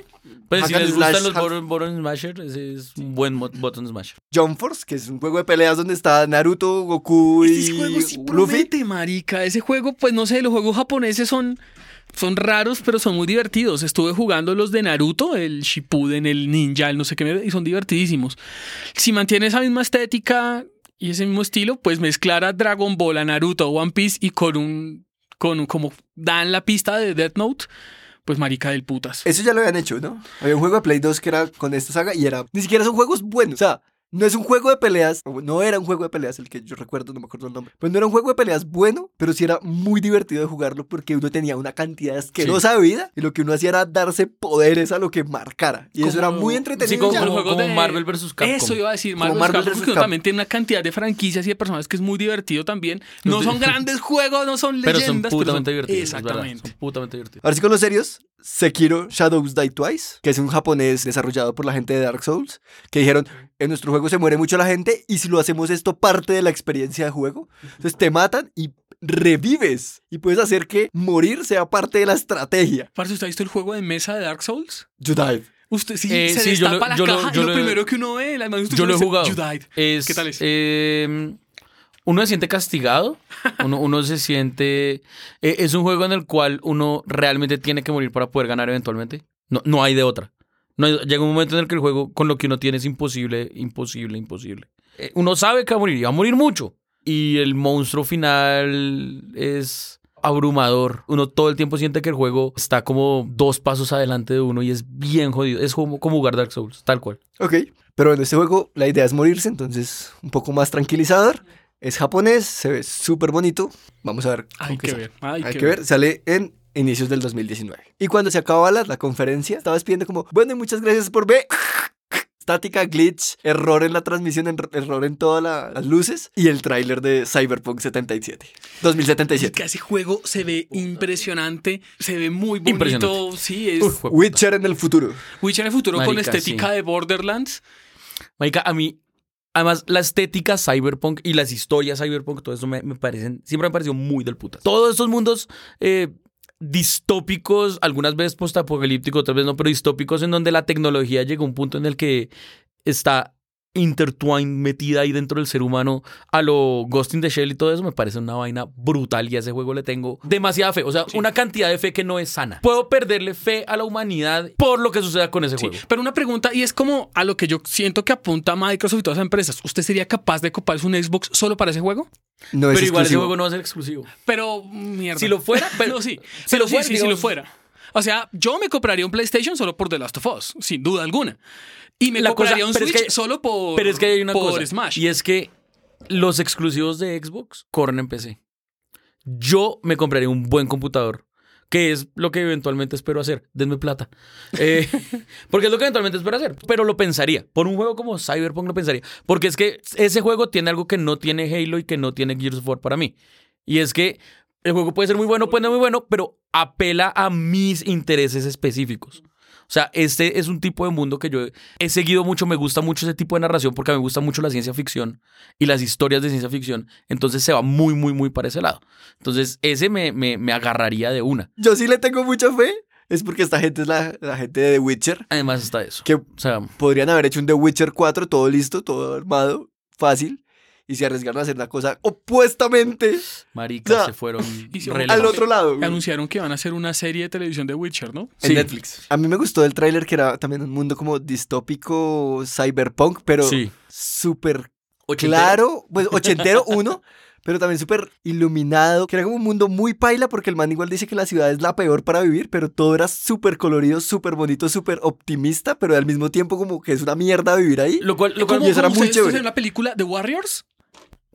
Speaker 3: Pero Pues si
Speaker 7: Hack and
Speaker 3: les gustan
Speaker 7: slash,
Speaker 3: los
Speaker 7: hack-
Speaker 3: button, button Smasher, ese es un buen mo- Button Smasher.
Speaker 7: Jump Force, que es un juego de peleas donde está Naruto, Goku y
Speaker 4: Ese juego sí
Speaker 7: Luffy.
Speaker 4: promete, marica. Ese juego, pues no sé, los juegos japoneses son, son raros, pero son muy divertidos. Estuve jugando los de Naruto, el Shippuden, el Ninja, el no sé qué, y son divertidísimos. Si mantiene esa misma estética Y ese mismo estilo, pues mezclar a Dragon Ball, a Naruto, a One Piece y con un, con un- como dan la pista de Death Note, pues marica del putas.
Speaker 7: Eso ya lo habían hecho, ¿no? Había un juego de Play 2 que era con esta saga y era. Ni siquiera son juegos buenos. O sea, no es un juego de peleas. o No era un juego de peleas el que yo recuerdo, no me acuerdo el nombre. Pues no era un juego de peleas bueno, pero sí era muy divertido de jugarlo porque uno tenía una cantidad asquerosa de vida y lo que uno hacía era darse poderes a lo que marcara. Y eso era muy entretenido.
Speaker 4: Sí, como,
Speaker 7: ya.
Speaker 4: como los juegos de- Eso iba a decir,
Speaker 7: Como
Speaker 4: Marvel,
Speaker 7: Marvel
Speaker 4: vs. Capcom,
Speaker 7: vs.
Speaker 4: porque uno
Speaker 7: Capcom.
Speaker 4: también tiene una cantidad de franquicias y de personajes que es muy divertido también. No
Speaker 3: Los de-
Speaker 4: son grandes juegos, no son
Speaker 3: Pero
Speaker 4: leyendas.
Speaker 3: son putamente divertidos. es verdad,
Speaker 4: Exactamente.
Speaker 3: son putamente divertidos.
Speaker 7: Ahora sí con los serios, Sekiro Shadows Die Twice, que es un japonés desarrollado por la gente de Dark Souls, que dijeron, en nuestro juego se muere mucho la gente y si lo hacemos esto parte de la experiencia de juego, entonces te matan y revives y puedes hacer que morir sea parte de la estrategia.
Speaker 4: Parce, ¿usted ha visto el juego de mesa de Dark Souls?
Speaker 7: You died.
Speaker 4: Usted sí
Speaker 3: Eh,
Speaker 4: se
Speaker 3: sí, yo lo-
Speaker 4: destapa la
Speaker 3: yo lo-
Speaker 4: caja y
Speaker 3: yo
Speaker 4: lo,
Speaker 3: lo-
Speaker 4: primero que uno ve, la mano usted
Speaker 3: Yo lo he
Speaker 4: dice,
Speaker 3: jugado.
Speaker 4: "You died".
Speaker 3: Es,
Speaker 4: ¿Qué tal es?
Speaker 3: eh, uno se siente castigado. Uno, uno se siente. eh, es un juego en el cual uno realmente tiene que morir para poder ganar eventualmente. No, no hay de otra. No hay- llega un momento en el que el juego con lo que uno tiene es imposible, imposible, imposible. Eh, uno sabe que va a morir y va a morir mucho. Y el monstruo final es abrumador. Uno todo el tiempo siente que el juego está como dos pasos adelante de uno y es bien jodido. Es como, como jugar Dark Souls, tal cual.
Speaker 7: Ok, pero en este juego la idea es morirse, entonces un poco más tranquilizador. Es japonés, se ve súper bonito. Vamos a ver.
Speaker 4: Hay
Speaker 7: con
Speaker 4: que
Speaker 7: qué sale.
Speaker 4: ver, hay
Speaker 7: Hay
Speaker 4: que
Speaker 7: que ver.
Speaker 4: ver.
Speaker 7: Sale en inicios del 2019. Y cuando se acababa la, la conferencia, estaba despidiendo como, bueno, y muchas gracias por ver. Estática, glitch, error en la transmisión, en- error en todas la- las luces. Y el tráiler de Cyberpunk 77. 2077.
Speaker 4: Ese juego se ve impresionante, se ve muy bonito.
Speaker 7: Impresionante.
Speaker 4: Sí, es
Speaker 7: Uf, Witcher en el futuro.
Speaker 4: Witcher en el futuro con
Speaker 3: Marica,
Speaker 4: estética
Speaker 3: sí.
Speaker 4: de Borderlands.
Speaker 3: Marica, a mí, además, la estética cyberpunk y las historias cyberpunk, todo eso me, me parecen, siempre me pareció muy del puta. Todos estos mundos eh, distópicos, algunas veces postapocalípticos, otras veces no, pero distópicos, en donde la tecnología llega a un punto en el que está intertwined, metida ahí dentro del ser humano, a lo Ghost in the Shell y todo eso, me parece una vaina brutal y a ese juego le tengo demasiada fe, o sea, una cantidad de fe que no es sana. Puedo perderle fe a la humanidad por lo que suceda con ese juego.
Speaker 4: Pero una pregunta, y es como a lo que yo siento que apunta Microsoft y todas las empresas. ¿Usted sería capaz de coparse un Xbox solo para ese juego?
Speaker 7: No
Speaker 3: pero igual ese juego no va a ser exclusivo.
Speaker 4: Pero, mierda.
Speaker 3: Si lo fuera, pero-
Speaker 4: no,
Speaker 3: si
Speaker 4: sí. pero
Speaker 3: lo
Speaker 4: sí,
Speaker 3: fuera,
Speaker 4: sí, si
Speaker 3: digamos-
Speaker 4: lo fuera. O sea, yo me compraría un PlayStation solo por The Last of Us, sin duda alguna. Y me
Speaker 3: La
Speaker 4: compraría
Speaker 3: cosa-
Speaker 4: un
Speaker 3: pero es
Speaker 4: Switch
Speaker 3: que-
Speaker 4: solo por,
Speaker 3: Pero es que hay una
Speaker 4: por
Speaker 3: cosa.
Speaker 4: Smash.
Speaker 3: Y es que los exclusivos de Xbox corren en PC. Yo me compraría un buen computador, que es lo que eventualmente espero hacer. Denme plata. Eh, porque es lo que eventualmente espero hacer. Pero lo pensaría. Por un juego como Cyberpunk lo pensaría. Porque es que ese juego tiene algo que no tiene Halo y que no tiene Gears of War para mí. Y es que el juego puede ser muy bueno, puede no ser muy bueno, pero apela a mis intereses específicos. O sea, este es un tipo de mundo que yo he seguido mucho, me gusta mucho ese tipo de narración porque me gusta mucho la ciencia ficción y las historias de ciencia ficción. Entonces se va muy, muy, muy para ese lado. Entonces ese me, me, me agarraría de una.
Speaker 7: Yo sí le tengo mucha fe. Es porque esta gente es la, la gente de The Witcher.
Speaker 3: Además está eso.
Speaker 7: Que podrían haber hecho un The Witcher 4, todo listo, todo armado, fácil. Y se arriesgaron a hacer una cosa opuestamente
Speaker 3: Marica,
Speaker 7: O sea,
Speaker 3: se fueron
Speaker 4: Hicieron-
Speaker 3: re lejos.
Speaker 7: lado.
Speaker 4: Anunciaron que van a hacer una serie de televisión de Witcher, ¿no?
Speaker 7: en Netflix. A mí me gustó el tráiler que era también un mundo como distópico, cyberpunk, pero
Speaker 3: Sí.
Speaker 7: súper
Speaker 3: Ochentero.
Speaker 7: claro, pues ochentero uno, pero también súper iluminado, que era como un mundo muy paila porque el man igual dice que la ciudad es la peor para vivir, pero todo era súper colorido, súper bonito, súper optimista, pero al mismo tiempo como que es una mierda vivir ahí.
Speaker 3: Lo cual, lo cual-
Speaker 7: y eso era muy
Speaker 4: ¿Ustedes
Speaker 7: chévere.
Speaker 4: en la película The Warriors?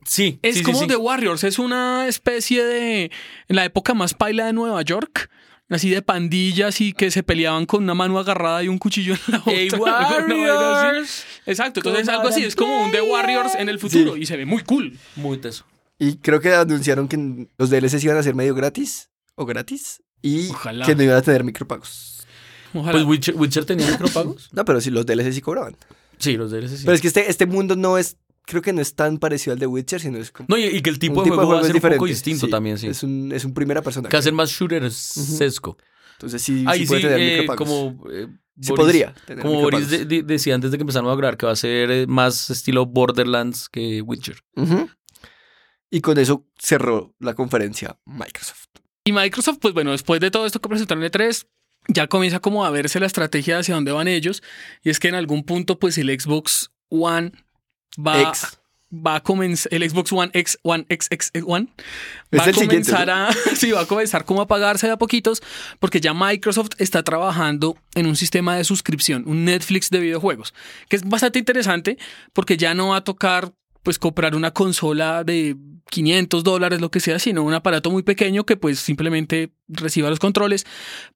Speaker 3: Sí.
Speaker 4: Es
Speaker 3: sí, sí,
Speaker 4: como
Speaker 3: sí.
Speaker 4: The Warriors, es una especie de. En la época más paila de Nueva York, así de pandillas y que se peleaban con una mano agarrada y un cuchillo en la otra.
Speaker 3: Hey,
Speaker 4: Una vaina así.
Speaker 3: Warriors.
Speaker 4: Exacto, entonces
Speaker 3: Come
Speaker 4: algo así,
Speaker 3: on
Speaker 4: es como un The Warriors en el futuro
Speaker 7: Sí.
Speaker 4: y se ve muy cool.
Speaker 3: Muy teso.
Speaker 7: Y creo que anunciaron que los DLCs iban a ser medio gratis o gratis y
Speaker 4: Ojalá.
Speaker 7: que no iban a tener micropagos.
Speaker 4: Ojalá.
Speaker 3: Pues Witcher, Witcher tenía micropagos. Pues,
Speaker 7: No, pero sí, los DLCs sí cobraban.
Speaker 3: Sí, los DLC sí.
Speaker 7: Pero es que este, este mundo no es, creo que no es tan parecido al de Witcher, sino es como...
Speaker 3: No, y, y que el tipo
Speaker 7: un
Speaker 3: de juego, va a
Speaker 7: es
Speaker 3: ser un poco
Speaker 7: diferente.
Speaker 3: distinto
Speaker 7: Sí,
Speaker 3: también, sí.
Speaker 7: Es un, es un primera persona.
Speaker 3: Que hacen más shootersesco.
Speaker 7: Entonces sí,
Speaker 3: Ahí
Speaker 7: sí puede tener
Speaker 3: eh,
Speaker 7: micropagos.
Speaker 3: como eh,
Speaker 7: Sí podría tener
Speaker 3: Como Boris
Speaker 7: micropagos.
Speaker 3: de- de- decía antes de que empezáramos a grabar que va a ser eh, más estilo Borderlands que Witcher.
Speaker 7: Ujú. Y con eso cerró la conferencia Microsoft.
Speaker 4: Y Microsoft, pues bueno, después de todo esto que presentaron en E3, ya comienza como a verse la estrategia hacia dónde van ellos. Y es que en algún punto, pues el Xbox One va.
Speaker 7: X.
Speaker 4: va a comenzar el Xbox One X, One X, X, One
Speaker 7: Es
Speaker 4: va a
Speaker 7: el siguiente,
Speaker 4: comenzar
Speaker 7: ¿no?
Speaker 4: a, sí, va a comenzar como a pagarse de a poquitos, porque ya Microsoft está trabajando en un sistema de suscripción, un Netflix de videojuegos, que es bastante interesante porque ya no va a tocar pues comprar una consola de 500 dólares, lo que sea, sino un aparato muy pequeño que pues simplemente reciba los controles,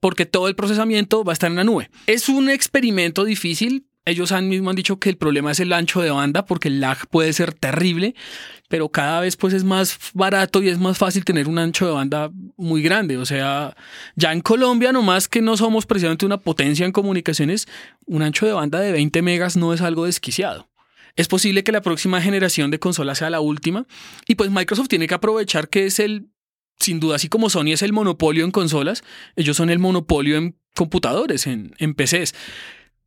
Speaker 4: porque todo el procesamiento va a estar en la nube. Es un experimento difícil. Ellos han mismo han dicho que el problema es el ancho de banda, porque el lag puede ser terrible, pero cada vez pues es más barato y es más fácil tener un ancho de banda muy grande. O sea, ya en Colombia, nomás que no somos precisamente una potencia en comunicaciones, un ancho de banda de 20 megas no es algo desquiciado. Es posible que la próxima generación de consolas sea la última y pues Microsoft tiene que aprovechar que es el, sin duda, así como Sony es el monopolio en consolas, ellos son el monopolio en computadores, en, en PCs.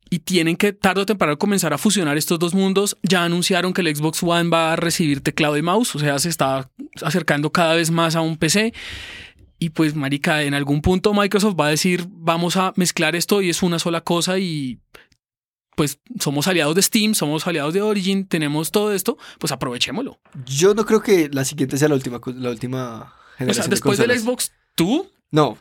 Speaker 4: Y tienen que tarde o temprano comenzar a fusionar estos dos mundos. Ya anunciaron que el Xbox One va a recibir teclado y mouse, o sea, se está acercando cada vez más a un PC. Y pues, marica, en algún punto Microsoft va a decir, vamos a mezclar esto y es una sola cosa y pues somos aliados de Steam, somos aliados de Origin, tenemos todo esto, pues aprovechémoslo.
Speaker 7: Yo no creo que la siguiente sea la última, co- la última
Speaker 4: O
Speaker 7: generación.
Speaker 4: sea,
Speaker 7: de
Speaker 4: después del
Speaker 7: consolas.
Speaker 4: Xbox, tú
Speaker 7: No,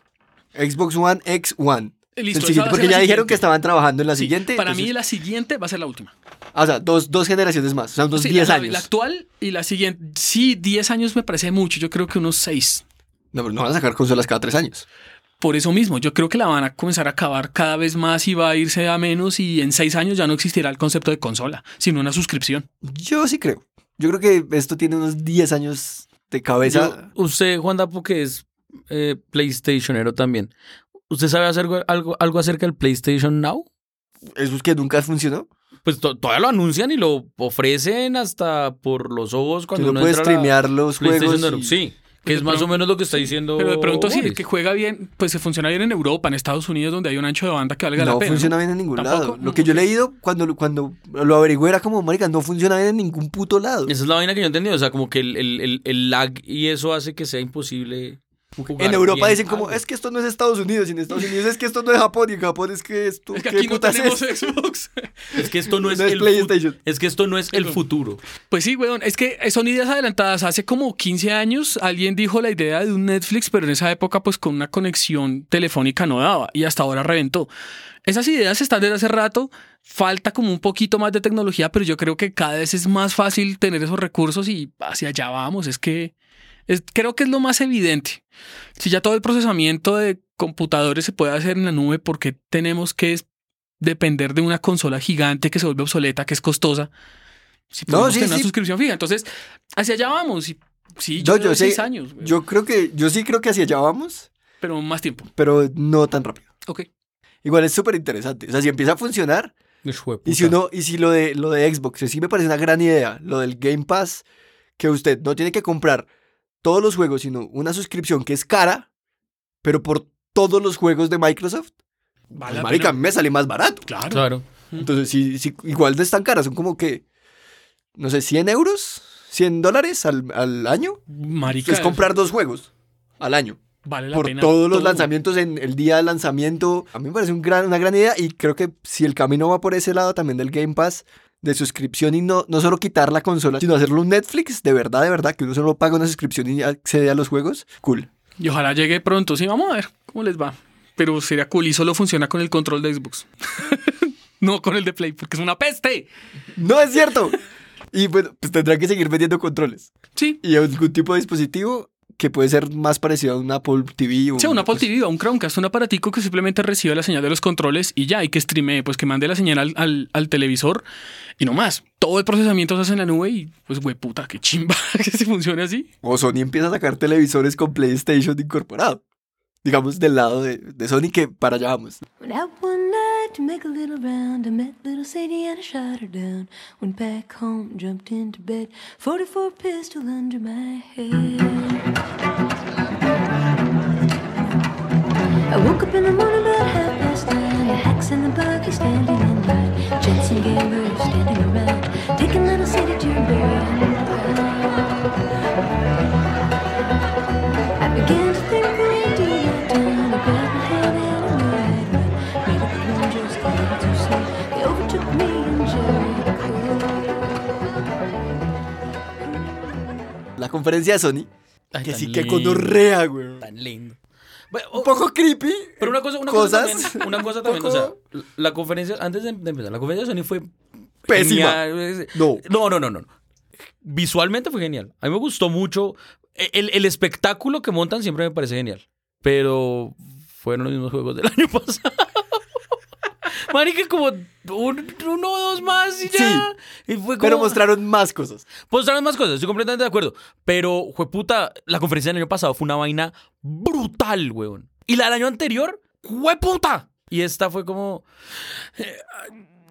Speaker 7: Xbox One X One. Es el
Speaker 4: Listo, esa va
Speaker 7: siguiente,
Speaker 4: a
Speaker 7: porque
Speaker 4: ser
Speaker 7: ya dijeron
Speaker 4: la siguiente.
Speaker 7: que estaban trabajando en la siguiente.
Speaker 4: para mí
Speaker 7: entonces-
Speaker 4: la siguiente va a ser la última.
Speaker 7: Ah, O sea, dos, dos generaciones más, o sea, unos
Speaker 4: Sí,
Speaker 7: 10
Speaker 4: la,
Speaker 7: años.
Speaker 4: La actual y la siguiente. Sí, 10 años me parece mucho. Yo creo que unos 6.
Speaker 7: No, pero no van a sacar consolas cada 3 años.
Speaker 4: Por eso mismo, yo creo que la van a comenzar a acabar cada vez más y va a irse a menos y en 6 años ya no existirá el concepto de consola, sino una suscripción.
Speaker 7: Yo sí creo. Yo creo que esto tiene unos 10 años de cabeza.
Speaker 3: Yo- usted, Juan Dapo, que es eh, PlayStationero también. ¿Usted sabe hacer algo, algo, algo acerca del PlayStation Now?
Speaker 7: Eso es que nunca funcionó.
Speaker 3: Pues to- todavía lo anuncian y lo ofrecen hasta por los ojos cuando uno
Speaker 7: uno puede
Speaker 3: entra a la
Speaker 7: streamear los
Speaker 3: PlayStation
Speaker 7: juegos
Speaker 3: Network.
Speaker 7: y-
Speaker 3: Sí, que es más o menos lo que está diciendo.
Speaker 4: Pero de pronto sí,
Speaker 3: Boris.
Speaker 4: el que juega bien, pues se funciona bien en Europa, en Estados Unidos, donde hay un ancho de banda que valga la
Speaker 7: No
Speaker 4: pena.
Speaker 7: funciona bien en ningún
Speaker 4: Tampoco,
Speaker 7: lado. Lo que yo he leído cuando, cuando lo averigüé era como, marica, no funciona bien en ningún puto lado.
Speaker 3: Esa es la vaina que yo he entendido. O sea, como que el, el- el- el lag y eso hace que sea imposible. Ah,
Speaker 7: En Europa dicen como, es que esto no es Estados Unidos, y en Estados Unidos es que esto no es Japón, y en Japón es que esto...
Speaker 4: Es que
Speaker 7: ¿qué
Speaker 4: aquí no
Speaker 7: putas es?
Speaker 4: tenemos Xbox.
Speaker 3: Es que esto no es,
Speaker 7: No es
Speaker 3: el
Speaker 7: PlayStation.
Speaker 3: fut- Es que esto no es el futuro.
Speaker 4: Pues sí, weón, es que son ideas adelantadas. Hace como 15 años alguien dijo la idea de un Netflix, pero en esa época pues con una conexión telefónica no daba y hasta ahora reventó. Esas ideas están desde hace rato, falta como un poquito más de tecnología, pero yo creo que cada vez es más fácil tener esos recursos y hacia allá vamos. Es que es- creo que es lo más evidente. Si ya todo el procesamiento de computadores se puede hacer en la nube, ¿por qué tenemos que es- depender de una consola gigante que se vuelve obsoleta, que es costosa? Si
Speaker 7: No,
Speaker 4: podemos
Speaker 7: sí,
Speaker 4: tener una
Speaker 7: sí.
Speaker 4: suscripción fija. Entonces, hacia allá vamos. Y, sí, yo,
Speaker 7: No,
Speaker 4: yo
Speaker 7: yo, sé,
Speaker 4: seis años, güey,
Speaker 7: yo creo que, yo sí creo que hacia allá vamos,
Speaker 4: pero más tiempo.
Speaker 7: pero no tan rápido.
Speaker 4: Ok.
Speaker 7: Igual es súper interesante. O sea, si empieza a funcionar, y si uno, y si lo de lo de Xbox, sí me parece una gran idea, lo del Game Pass, que usted no tiene que comprar todos los juegos, sino una suscripción que es cara, pero por todos los juegos de Microsoft,
Speaker 4: Vale
Speaker 7: pues,
Speaker 4: la
Speaker 7: marica, a
Speaker 4: pena.
Speaker 7: mí me sale más barato.
Speaker 4: Claro.
Speaker 3: Claro.
Speaker 7: Entonces, sí, sí, igual no es tan cara, son como que, no sé, 100 euros, 100 dólares al, al año.
Speaker 4: Marica,
Speaker 7: es comprar dos juegos al año.
Speaker 4: Vale la
Speaker 7: por
Speaker 4: pena
Speaker 7: todos los
Speaker 4: todo.
Speaker 7: lanzamientos en el día del lanzamiento. A mí me parece un gran, una gran idea y creo que si el camino va por ese lado también del Game Pass de suscripción y no, no solo quitar la consola, sino hacerlo un Netflix, de verdad, de verdad, que uno solo paga una suscripción y accede a los juegos, cool.
Speaker 4: Y ojalá llegue pronto. Sí, vamos a ver cómo les va. Pero sería cool y solo funciona con el control de Xbox. no con el de Play, porque es una peste.
Speaker 7: ¡No es cierto! y bueno, pues tendrán que seguir vendiendo controles.
Speaker 4: Sí.
Speaker 7: Y algún tipo de dispositivo que puede ser más parecido a un Apple TV o pues,
Speaker 4: O sea, un Apple TV o un Chromecast, un aparatico que simplemente recibe la señal de los controles y ya, y que streamee, pues que mande la señal al, al- al televisor y no más. Todo el procesamiento se hace en la nube y pues, güey, puta, qué chimba que se funcione así.
Speaker 7: O Sony empieza a sacar televisores con PlayStation incorporado. Digamos, del lado de, de Sony, que para allá vamos.
Speaker 14: Went out one night to make a little round. I met little Sadie and I shot her down. Went back home, jumped into bed. 44 pistol under my head. I woke up in the morning about half past nine. The hacks in the bar keep standing in line. Gents and gamblers standing around. Taking little Sadie to her burial. I began to think what I do that time. I grabbed my head and I ran. Made up the angels, glad to see. They overtook me and Jerry.
Speaker 7: conferencia de Sony. que sí, que conorrea, güey.
Speaker 3: Tan lindo. oh,
Speaker 7: Un poco creepy.
Speaker 3: Pero una cosa, una
Speaker 7: Cosas.
Speaker 3: cosa también, una cosa también, o sea, la- la conferencia, antes de, de empezar, la conferencia de Sony fue
Speaker 7: Pésima.
Speaker 3: genial.
Speaker 7: No.
Speaker 3: No, no, no, no. Visualmente fue genial. A mí me gustó mucho. e, El, el espectáculo que montan siempre me parece genial. Pero fueron los mismos juegos del año pasado. Marica, como un- uno o dos más y ya. Y fue como-
Speaker 7: Pero mostraron más cosas.
Speaker 3: Mostraron más cosas, estoy completamente de acuerdo. Pero, jueputa, la conferencia del año pasado fue una vaina brutal, weón. Y la del año anterior, jueputa. Y esta fue como. eh,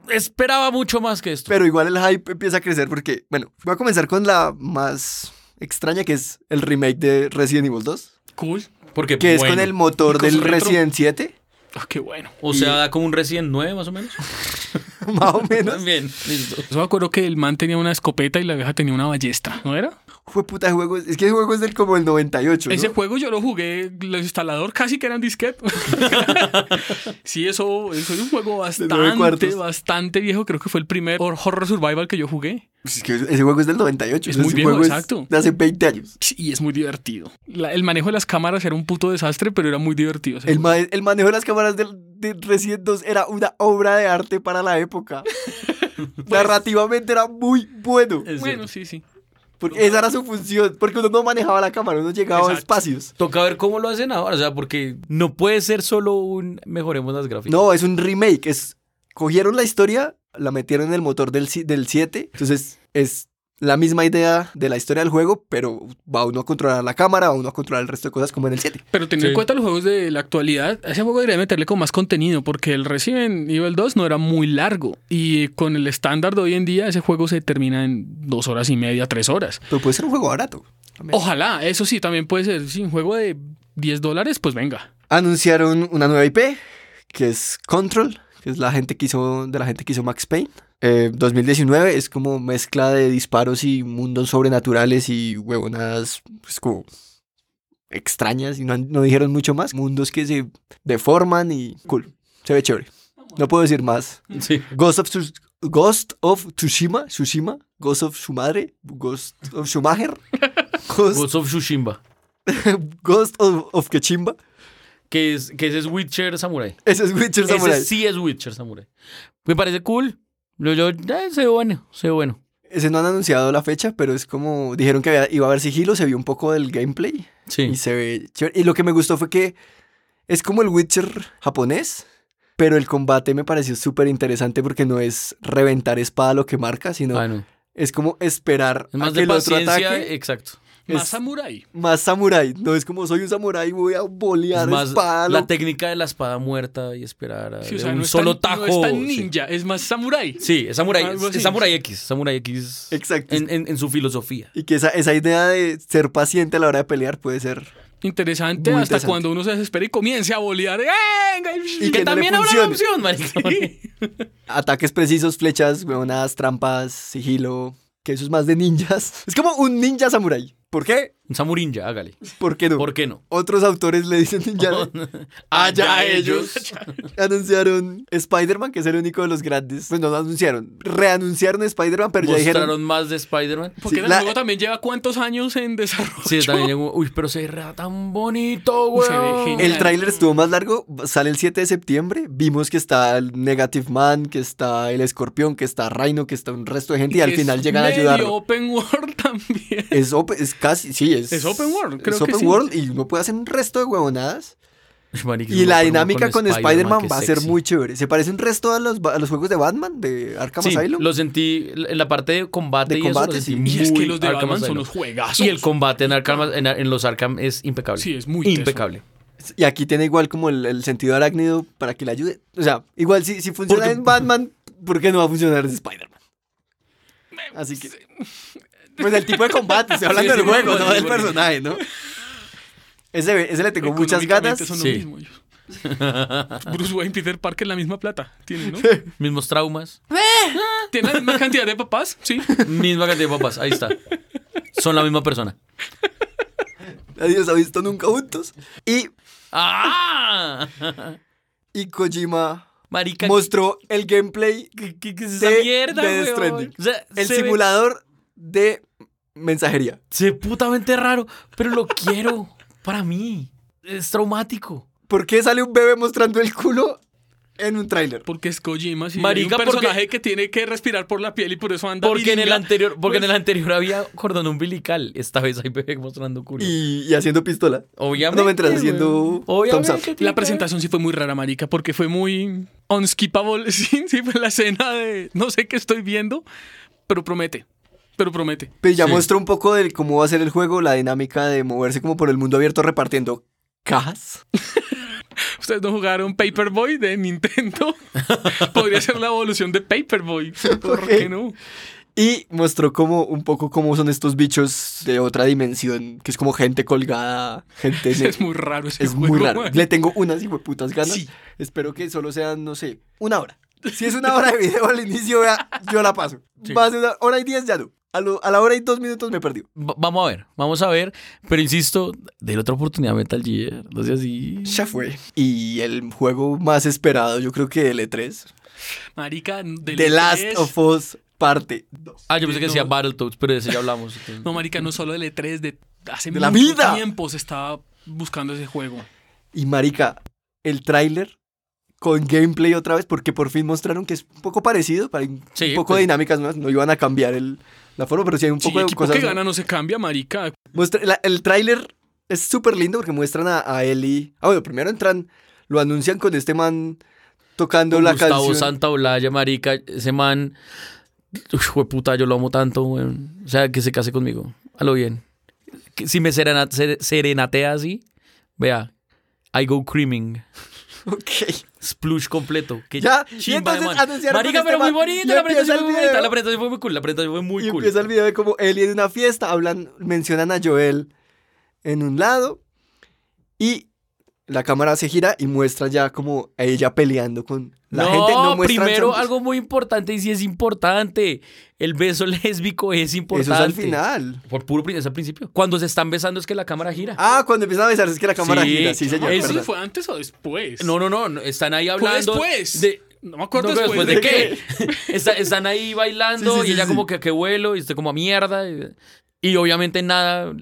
Speaker 3: esperaba mucho más que esto.
Speaker 7: Pero igual el hype empieza a crecer porque, bueno, voy a comenzar con la más extraña que es el remake de Resident Evil 2.
Speaker 4: Cool.
Speaker 3: Porque,
Speaker 7: Que es
Speaker 3: bueno,
Speaker 7: con el motor
Speaker 3: y con
Speaker 7: del
Speaker 3: su retro.
Speaker 7: Resident 7.
Speaker 4: Ah, qué bueno.
Speaker 3: O sea, da como un recién 9, más o menos.
Speaker 7: más o menos.
Speaker 3: Bien, listo.
Speaker 4: Yo me acuerdo que el man tenía una escopeta y la vieja tenía una ballesta, ¿no era?
Speaker 7: Fue puta juego. Es que el juego es del como el 98. ¿no?
Speaker 4: Ese juego yo lo jugué, el instalador casi que eran disquete. sí, eso, eso es un juego
Speaker 7: nueve
Speaker 4: bastante,
Speaker 7: cuartos.
Speaker 4: bastante viejo. Creo que fue el primer hor- horror survival que yo jugué.
Speaker 7: Es que ese juego es del 98.
Speaker 4: Es
Speaker 7: ese
Speaker 4: muy viejo,
Speaker 7: juego es
Speaker 4: exacto.
Speaker 7: de hace 20 años.
Speaker 4: Y es muy divertido. La- el manejo de las cámaras era un puto desastre, pero era muy divertido. ese
Speaker 7: El,
Speaker 4: juego.
Speaker 7: ma- el manejo de las cámaras del, de Resident 2 era una obra de arte para la época. Pues Narrativamente era muy bueno.
Speaker 4: bueno, sí, sí.
Speaker 7: Porque esa era su función. Porque uno no manejaba la cámara, uno llegaba a
Speaker 3: Exacto.
Speaker 7: espacios.
Speaker 3: Toca ver cómo lo hacen ahora. O sea, porque no puede ser solo un mejoremos las gráficas.
Speaker 7: No, es un remake. Es, cogieron la historia, la metieron en el motor del, si- del 7. Entonces es la misma idea de la historia del juego, pero va uno a controlar la cámara, va uno a controlar el resto de cosas como en el 7.
Speaker 4: Pero teniendo
Speaker 7: Sí.
Speaker 4: en cuenta los juegos de la actualidad, a ese juego debería meterle con más contenido, porque el Resident Evil 2 no era muy largo. Y con el estándar de hoy en día, ese juego se termina en dos horas y media, tres horas.
Speaker 7: Pero puede ser un juego barato.
Speaker 4: Ojalá, eso sí, también puede ser. Si un juego de 10 dólares, pues venga.
Speaker 7: Anunciaron una nueva IP, que es Control, que es la gente que hizo, de la gente que hizo Max Payne. Eh, 2019 es como mezcla de disparos y mundos sobrenaturales y huevonadas, pues como extrañas y no, han- no dijeron mucho más. Mundos que se deforman y cool, se ve chévere. No puedo decir más.
Speaker 3: Sí.
Speaker 7: Ghost of, Tsu- Ghost of Tsushima, Tsushima, Ghost of su madre, Ghost of Schumacher, Ghost,
Speaker 3: Ghost of Tsushima.
Speaker 7: Ghost of, of Kachimba.
Speaker 3: Que, es, que ese es Witcher Samurai.
Speaker 7: Ese es Witcher Samurai.
Speaker 3: Ese sí es Witcher Samurai. Me parece cool. Yo, yo, eh, se ve bueno, se ve bueno.
Speaker 7: Ese no han anunciado la fecha, pero es como dijeron que había- iba a haber sigilo, se vio un poco del gameplay.
Speaker 3: Sí.
Speaker 7: Y se ve chévere. Y lo que me gustó fue que es como el Witcher japonés, pero el combate me pareció súper interesante porque no es reventar espada lo que marca, sino
Speaker 3: Ah, no.
Speaker 7: es como esperar
Speaker 3: Es más
Speaker 7: a que
Speaker 3: de
Speaker 7: el otro
Speaker 3: paciencia, eh,
Speaker 7: ataque.
Speaker 3: exacto.
Speaker 4: Más
Speaker 7: Es-
Speaker 4: samurái.
Speaker 7: Más samurái, no es como soy un samurái, voy a bolear
Speaker 3: Es más
Speaker 7: espada.
Speaker 3: la
Speaker 7: lo-
Speaker 3: técnica de la espada muerta y esperar a
Speaker 4: Sí,
Speaker 3: de
Speaker 4: o sea,
Speaker 3: un
Speaker 4: no es tan-
Speaker 3: solo
Speaker 4: No es
Speaker 3: tajo.
Speaker 4: tan
Speaker 3: sí.
Speaker 4: ninja, es más samurái.
Speaker 3: Sí, es Samurai,
Speaker 4: Algo
Speaker 3: es
Speaker 4: así.
Speaker 3: Samurai X. Samurai X.
Speaker 7: Exacto.
Speaker 3: En, en- en su filosofía.
Speaker 7: Y que esa, esa idea de ser paciente a la hora de pelear puede ser.
Speaker 4: Interesante
Speaker 7: Muy
Speaker 4: hasta
Speaker 7: interesante.
Speaker 4: cuando uno se desespera y comience a bolear. ¡Eh, ¡Venga!
Speaker 7: Y que no le
Speaker 4: también habrá
Speaker 7: funcione.
Speaker 4: opción, marica.
Speaker 7: Ataques precisos, flechas, huevonadas, trampas, sigilo. Que eso es más de ninjas. Es como un ninja samurái. ¿Por qué?
Speaker 3: Un Samurinja, hágale.
Speaker 7: ¿Por qué no?
Speaker 3: ¿Por qué no?
Speaker 7: Otros autores le dicen
Speaker 4: Oh,
Speaker 7: ninja. Allá ellos. anunciaron Spider-Man, que es el único de los grandes. Bueno, no anunciaron. Reanunciaron Spider-Man, pero ya
Speaker 3: Mostraron
Speaker 7: dijeron.
Speaker 3: más de Spider-Man.
Speaker 4: Porque
Speaker 7: Sí,
Speaker 4: el
Speaker 7: la-
Speaker 4: juego también lleva cuántos años en desarrollo.
Speaker 3: Sí, también llegó. Uy, pero se rea tan bonito,
Speaker 4: Se ve
Speaker 3: güey.
Speaker 7: El tráiler estuvo más largo, sale el 7 de septiembre. Vimos que está el Negative Man, que está el Escorpión, que está Rhino, que está un resto de gente y, al
Speaker 4: Es
Speaker 7: final llegan a
Speaker 4: medio
Speaker 7: ayudarlo.
Speaker 4: Open World también.
Speaker 7: Es, open- es casi, sí, es,
Speaker 4: Es open world, creo
Speaker 7: es
Speaker 4: que
Speaker 7: open
Speaker 4: sí.
Speaker 7: world y uno puede hacer un resto de huevonadas. Y la dinámica con Spider-Man va a ser muy chévere. Se parece un resto a los, a los juegos de Batman, de Arkham
Speaker 3: Sí,
Speaker 7: Asylum.
Speaker 3: lo sentí en la parte de combate
Speaker 7: De
Speaker 3: y eso lo
Speaker 7: combate,
Speaker 3: sentí
Speaker 7: sí.
Speaker 4: Y es
Speaker 3: muy
Speaker 4: que los de
Speaker 3: Arkham
Speaker 4: Batman son
Speaker 3: Asylum.
Speaker 4: unos juegazos.
Speaker 3: Y el combate en, Arkham- en- en los Arkham es impecable.
Speaker 4: Sí, es muy teso.
Speaker 3: impecable.
Speaker 7: Y aquí tiene igual como el, el sentido arácnido para que le ayude. O sea, igual si, si funciona
Speaker 3: Porque-
Speaker 7: en Batman, ¿por qué no va a funcionar en Spider-Man? Así que. Pues el tipo de combate, estoy hablando
Speaker 4: Sí,
Speaker 7: del
Speaker 4: sí,
Speaker 7: juego,
Speaker 4: sí,
Speaker 7: no
Speaker 4: sí,
Speaker 7: del
Speaker 4: sí.
Speaker 7: personaje, ¿no? Ese, ese le tengo muchas ganas.
Speaker 4: Económicamente Son lo
Speaker 3: Sí.
Speaker 4: mismo, ellos. Bruce Wayne, Peter Parker, la misma plata. Tienen, ¿no?
Speaker 3: Mismos traumas,
Speaker 4: Tienen la misma cantidad de papás, sí.
Speaker 3: misma cantidad de papás. Ahí está. Son la misma persona.
Speaker 7: Nadie los ha visto nunca juntos. Y,
Speaker 3: ¡Ah!
Speaker 7: y Kojima
Speaker 3: Marica.
Speaker 7: mostró el gameplay
Speaker 3: ¿Qué, qué- qué es esa
Speaker 7: de
Speaker 3: mierda,
Speaker 7: Death
Speaker 3: weón?
Speaker 7: Stranding.
Speaker 3: O sea,
Speaker 7: El
Speaker 3: se ve-
Speaker 7: simulador de mensajería.
Speaker 3: Se putamente raro, pero lo quiero para mí. Es traumático.
Speaker 7: ¿Por qué sale un bebé mostrando el culo en un tráiler?
Speaker 4: Porque es Kojima, sí.
Speaker 3: Marica,
Speaker 4: hay un
Speaker 3: porque-
Speaker 4: personaje que tiene que respirar por la piel y por eso anda
Speaker 3: Porque en el
Speaker 4: viringa.
Speaker 3: anterior, porque en el
Speaker 4: Pues-
Speaker 3: anterior había cordón umbilical. Esta vez hay bebé mostrando culo.
Speaker 7: Y, y haciendo pistola.
Speaker 3: Obviamente.
Speaker 7: No me entras haciendo
Speaker 3: güey.
Speaker 7: thumbs up.
Speaker 3: Obviamente. tiene
Speaker 4: Pues, La
Speaker 3: que haber.
Speaker 4: presentación sí fue muy rara, marica, porque fue muy unskippable. Sí, sí, fue la escena de no sé qué estoy viendo, pero promete. Pero promete.
Speaker 7: Pues ya
Speaker 4: Sí.
Speaker 7: muestra un poco de cómo va a ser el juego, la dinámica de moverse como por el mundo abierto repartiendo cajas.
Speaker 4: Ustedes no jugaron Paperboy de Nintendo. Podría ser la evolución de Paperboy. ¿Por
Speaker 7: Ok.
Speaker 4: qué no?
Speaker 7: Y mostró como un poco cómo son estos bichos de otra dimensión, que es como gente colgada, gente... en el-
Speaker 4: Es muy raro ese
Speaker 7: Es
Speaker 4: juego,
Speaker 7: muy raro.
Speaker 4: man.
Speaker 7: Le tengo unas putas ganas.
Speaker 4: Sí.
Speaker 7: Espero que solo sean, no sé, una hora. Si es una hora de video al inicio, vea, yo la paso. Más de una hora y diez ya no. A, lo- a la hora y dos minutos me perdí.
Speaker 3: Va- Vamos a ver, vamos a ver. Pero insisto, de la otra oportunidad Metal Gear. No sé así.
Speaker 7: Ya fue. Y el juego más esperado, yo creo que del E3.
Speaker 4: Marica, del E
Speaker 7: The Last
Speaker 4: E3.
Speaker 7: of Us parte 2.
Speaker 3: Ah, yo pensé que
Speaker 4: No.
Speaker 3: decía Battletoads, pero de ese ya hablamos. entonces.
Speaker 4: No, marica, no solo del E3, de hace
Speaker 7: De la
Speaker 4: mucho
Speaker 7: vida.
Speaker 4: tiempo se estaba buscando ese juego.
Speaker 7: Y marica, el tráiler con gameplay otra vez, porque por fin mostraron que es un poco parecido, para un
Speaker 3: Sí,
Speaker 7: poco
Speaker 3: pues.
Speaker 7: de dinámicas nuevas. No iban a cambiar el, la forma, pero sí hay un
Speaker 4: Sí,
Speaker 7: poco de
Speaker 4: equipo
Speaker 7: cosas.
Speaker 4: que gana no se cambia, marica.
Speaker 7: Muestra- la- el tráiler es súper lindo porque muestran a, a Ellie. Ah, bueno, primero entran, lo anuncian con este man tocando la
Speaker 3: Gustavo
Speaker 7: canción.
Speaker 3: Santaolalla, marica, ese man. Uf, jueputa, yo lo amo tanto, weón. O sea, que se case conmigo. A lo bien. Que si me serena- ser- serenatea así, vea, I go creaming.
Speaker 7: Ok.
Speaker 3: Splush completo. Que
Speaker 7: Ya, y
Speaker 3: chimba de
Speaker 7: entonces
Speaker 3: man.
Speaker 7: anunciaron
Speaker 3: Marica,
Speaker 7: con
Speaker 3: pero
Speaker 7: este
Speaker 3: muy
Speaker 7: man, y
Speaker 3: bonita. La presentación
Speaker 7: empieza
Speaker 3: fue muy
Speaker 7: el
Speaker 3: bonita.
Speaker 7: video.
Speaker 3: La presentación fue muy cool. La presentación fue muy
Speaker 7: y
Speaker 3: cool.
Speaker 7: empieza el video de como Ellie en una fiesta, hablan, mencionan a Joel en un lado y la cámara se gira y muestra ya como a ella peleando con la
Speaker 3: no,
Speaker 7: gente. No muestran
Speaker 3: primero
Speaker 7: zombies.
Speaker 3: algo muy importante y sí es importante. El beso lésbico es importante.
Speaker 7: Eso es al final.
Speaker 3: Por puro prin- es al principio. Cuando se están besando es que la cámara gira.
Speaker 7: Ah, cuando empiezan a besarse es que la cámara
Speaker 3: Sí,
Speaker 7: gira, sí señor.
Speaker 3: es-
Speaker 7: perdón.
Speaker 4: ¿Eso fue antes o después?
Speaker 3: No, no, no, no, están ahí hablando.
Speaker 4: después?
Speaker 3: De,
Speaker 4: No me acuerdo
Speaker 3: No, pero
Speaker 4: después,
Speaker 3: de qué. Está- están ahí bailando
Speaker 7: Sí, sí,
Speaker 3: y
Speaker 7: sí,
Speaker 3: ella
Speaker 7: sí.
Speaker 3: como que, que vuelo y usted como a mierda. Y, y obviamente nada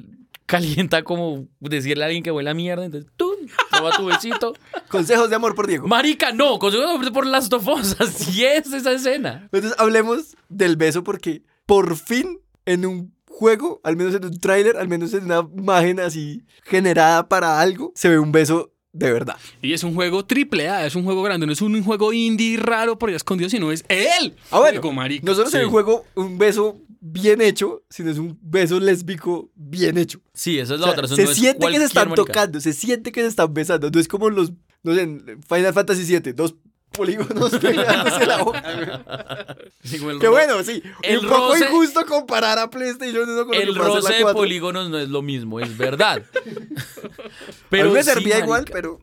Speaker 3: calienta como decirle a alguien que huele a mierda. Entonces, tú, toma tu besito.
Speaker 7: Consejos de amor por Diego.
Speaker 3: Marica, no, consejo por las tofosas. Y es esa escena.
Speaker 7: Entonces hablemos del beso porque por fin en un juego, al menos en un tráiler, al menos en una imagen así generada para algo, se ve un beso de verdad.
Speaker 4: Y es un juego triple A, es un juego grande, no es un juego indie raro por allá escondido, sino es él.
Speaker 7: Ah, bueno,
Speaker 4: juego, marica.
Speaker 7: no solo se ve
Speaker 4: Sí.
Speaker 7: un juego, un beso bien hecho, sino es un beso lésbico bien hecho.
Speaker 3: Sí, esa es la
Speaker 7: O sea,
Speaker 3: otra. eso
Speaker 7: se
Speaker 3: no es
Speaker 7: siente que
Speaker 3: cualquier
Speaker 7: se están
Speaker 3: marica.
Speaker 7: tocando, se siente que se están besando. No es como los, no sé, en Final Fantasy VII, dos polígonos pegándose la boca. güey.
Speaker 3: Sí, como el
Speaker 7: Que
Speaker 3: ro-
Speaker 7: bueno, sí.
Speaker 3: El
Speaker 7: un poco
Speaker 3: roce-
Speaker 7: injusto comparar a PlayStation 1 con lo
Speaker 3: El
Speaker 7: que pasa en la
Speaker 3: roce de
Speaker 7: 4.
Speaker 3: polígonos no es lo mismo, es verdad.
Speaker 7: Pero me
Speaker 3: sí,
Speaker 7: servía igual,
Speaker 3: marica.
Speaker 7: pero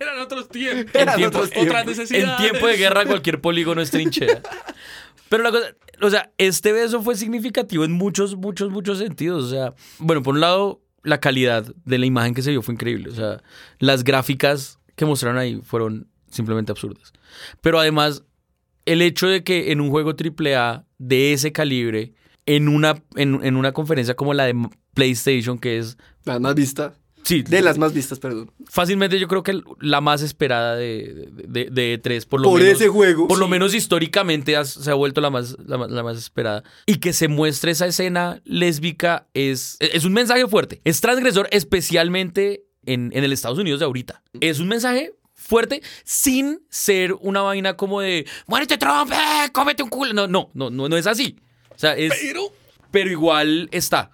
Speaker 4: Eran otros tiempos.
Speaker 7: eran
Speaker 3: tiempo-
Speaker 7: otros
Speaker 4: otras
Speaker 7: tiempos.
Speaker 3: En
Speaker 4: necesidades.
Speaker 3: tiempo de guerra cualquier polígono es trinchera. Pero la cosa, o sea, este beso fue significativo en muchos, muchos, muchos sentidos. O sea, bueno, por un lado, la calidad de la imagen que se vio fue increíble. O sea, las gráficas que mostraron ahí fueron simplemente absurdas. Pero además, el hecho de que en un juego AAA de ese calibre, en una, en, en una conferencia como la de PlayStation, que es...
Speaker 7: La más vista.
Speaker 3: Sí,
Speaker 7: De las más vistas, perdón.
Speaker 3: fácilmente yo creo que la más esperada de, de, de- de E3 por lo
Speaker 7: Por
Speaker 3: menos.
Speaker 7: ese juego,
Speaker 3: Por lo
Speaker 7: sí.
Speaker 3: menos históricamente has- se ha vuelto la más, la, más- la más esperada. Y que se muestre esa escena lésbica es, es un mensaje fuerte. Es transgresor especialmente en, en el Estados Unidos de ahorita. Es un mensaje fuerte sin ser una vaina como de muérete Trump, eh, cómete un culo. No, no, no, no, no es así. O sea, es...
Speaker 4: Pero-
Speaker 3: pero igual está.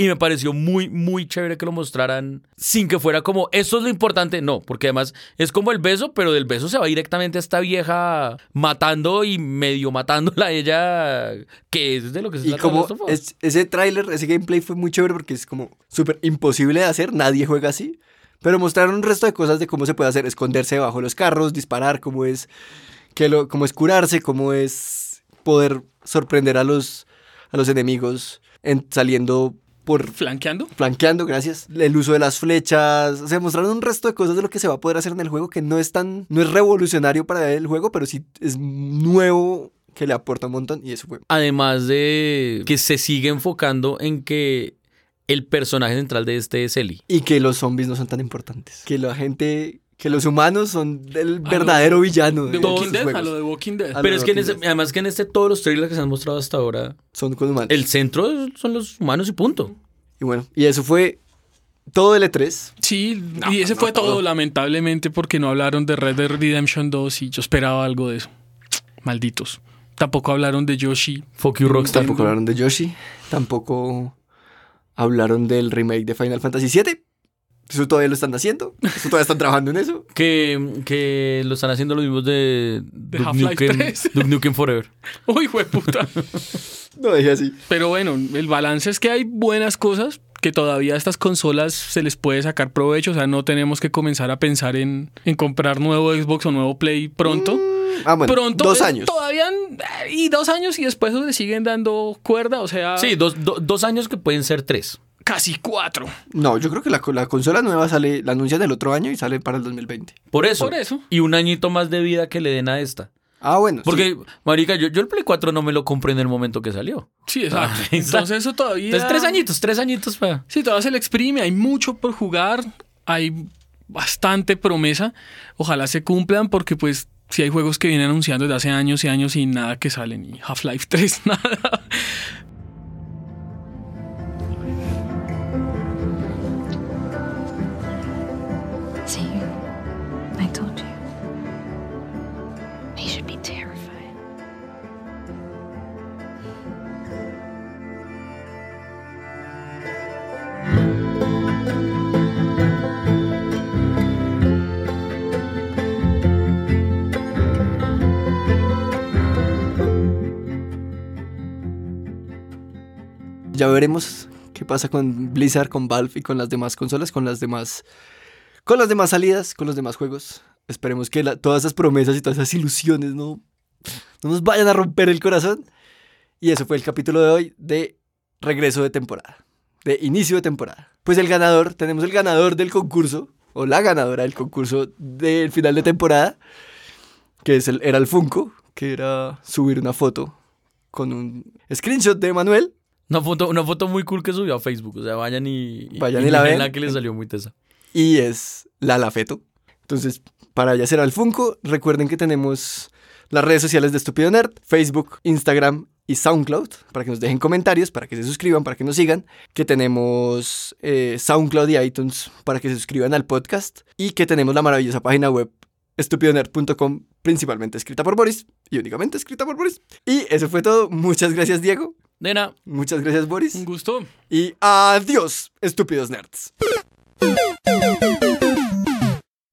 Speaker 3: Y me pareció muy, muy chévere que lo mostraran sin que fuera como, eso es lo importante. No, porque además es como el beso, pero del beso se va directamente a esta vieja matando y medio matándola a ella, que es de lo que se
Speaker 7: Y
Speaker 3: trata.
Speaker 7: como
Speaker 3: Last of Us.
Speaker 7: es- ese tráiler, ese gameplay fue muy chévere porque es como súper imposible de hacer, nadie juega así. Pero mostraron un resto de cosas de cómo se puede hacer, esconderse bajo los carros, disparar, cómo es, que lo, cómo es curarse, cómo es poder sorprender a los, a los enemigos en- saliendo por
Speaker 4: Flanqueando.
Speaker 7: flanqueando, gracias. El uso de las flechas. Se mostraron un resto de cosas de lo que se va a poder hacer en el juego que no es tan. no es revolucionario para el juego, pero sí es nuevo. que le aporta un montón y eso fue.
Speaker 3: Además de que se sigue enfocando en que el personaje central de este es Ellie.
Speaker 7: Y que los zombies no son tan importantes. Que la gente, que los humanos son el verdadero villano.
Speaker 4: De
Speaker 7: estos
Speaker 4: Walking Dead, a
Speaker 7: juegos. Ah,
Speaker 4: lo de Walking Dead.
Speaker 7: A
Speaker 3: Pero
Speaker 7: lo
Speaker 3: es que en
Speaker 7: Walking
Speaker 3: ese- además que en este todos los trailers que se han mostrado hasta ahora
Speaker 7: son con humanos.
Speaker 3: El centro son los humanos y punto.
Speaker 7: Y bueno, y eso fue todo E el E3.
Speaker 4: Sí, y ese fue todo, lamentablemente, porque no hablaron de Red Dead Redemption 2 y yo esperaba algo de eso. Malditos. Tampoco hablaron de Yoshi.
Speaker 3: Fuck
Speaker 7: Mm,
Speaker 3: you Rockstar.
Speaker 7: Tampoco hablaron de Yoshi. Tampoco hablaron del remake de Final Fantasy VII. Eso todavía lo están haciendo. Eso todavía están trabajando en eso.
Speaker 3: Que, que lo están haciendo los mismos de, Duke,
Speaker 4: Half-Life
Speaker 3: Nukem,
Speaker 4: 3.
Speaker 3: Duke Nukem Forever.
Speaker 4: Uy, puta.
Speaker 7: No dije así.
Speaker 4: Pero bueno, el balance es que hay buenas cosas que todavía a estas consolas se les puede sacar provecho. O sea, no tenemos que comenzar a pensar en, en comprar nuevo Xbox o nuevo Play pronto.
Speaker 7: Ah, bueno,
Speaker 4: pronto.
Speaker 7: dos
Speaker 4: es
Speaker 7: años.
Speaker 4: Todavía. Y dos años y después le siguen dando cuerda. O sea,
Speaker 3: Sí, dos, do- dos años que pueden ser tres.
Speaker 4: casi cuatro.
Speaker 7: No, yo creo que la, co- la consola nueva sale, la anuncian el otro año y sale para el 2020.
Speaker 3: Por eso.
Speaker 4: Por eso.
Speaker 3: Y un añito más de vida que le den a esta.
Speaker 7: Ah, bueno.
Speaker 3: Porque, marica, yo, yo el Play 4 no me lo compré en el momento que salió.
Speaker 4: Sí, exacto.
Speaker 3: Ah,
Speaker 4: Entonces eso todavía...
Speaker 3: Entonces, tres añitos, tres añitos para...
Speaker 4: Sí, todavía se le exprime. Hay mucho por jugar. Hay bastante promesa. Ojalá se cumplan porque pues si hay juegos que vienen anunciando desde hace años y años y nada que salen. Y Half-Life 3, nada.
Speaker 15: See you. I told you. He should be terrified.
Speaker 7: Ya veremos qué pasa con Blizzard, con Valve y con las demás consolas, con las demás, con las demás salidas, con los demás juegos. Esperemos que la- todas esas promesas y todas esas ilusiones no, no nos vayan a romper el corazón. Y eso fue el capítulo de hoy de regreso de temporada, de inicio de temporada. Pues el ganador, tenemos el ganador del concurso, o la ganadora del concurso del final de temporada, que es el, era el Funko, que era subir una foto con un screenshot de Manuel
Speaker 3: Una foto, una foto muy cool que subió a Facebook. O sea, vayan y,
Speaker 7: Vayan y la
Speaker 3: miren
Speaker 7: ven.
Speaker 3: que le salió muy tesa.
Speaker 7: y es la Lafeto. Entonces, para allá será el Funko. Recuerden que tenemos las redes sociales de Estúpido Nerd, Facebook, Instagram y SoundCloud, para que nos dejen comentarios, para que se suscriban, para que nos sigan, que tenemos eh, SoundCloud y iTunes para que se suscriban al podcast y que tenemos la maravillosa página web estupidonerd.com, principalmente escrita por Boris y únicamente escrita por Boris. Y eso fue todo. Muchas gracias, Diego.
Speaker 3: De nada.
Speaker 7: Muchas gracias, Boris.
Speaker 4: Un gusto.
Speaker 7: Y adiós, estúpidos nerds.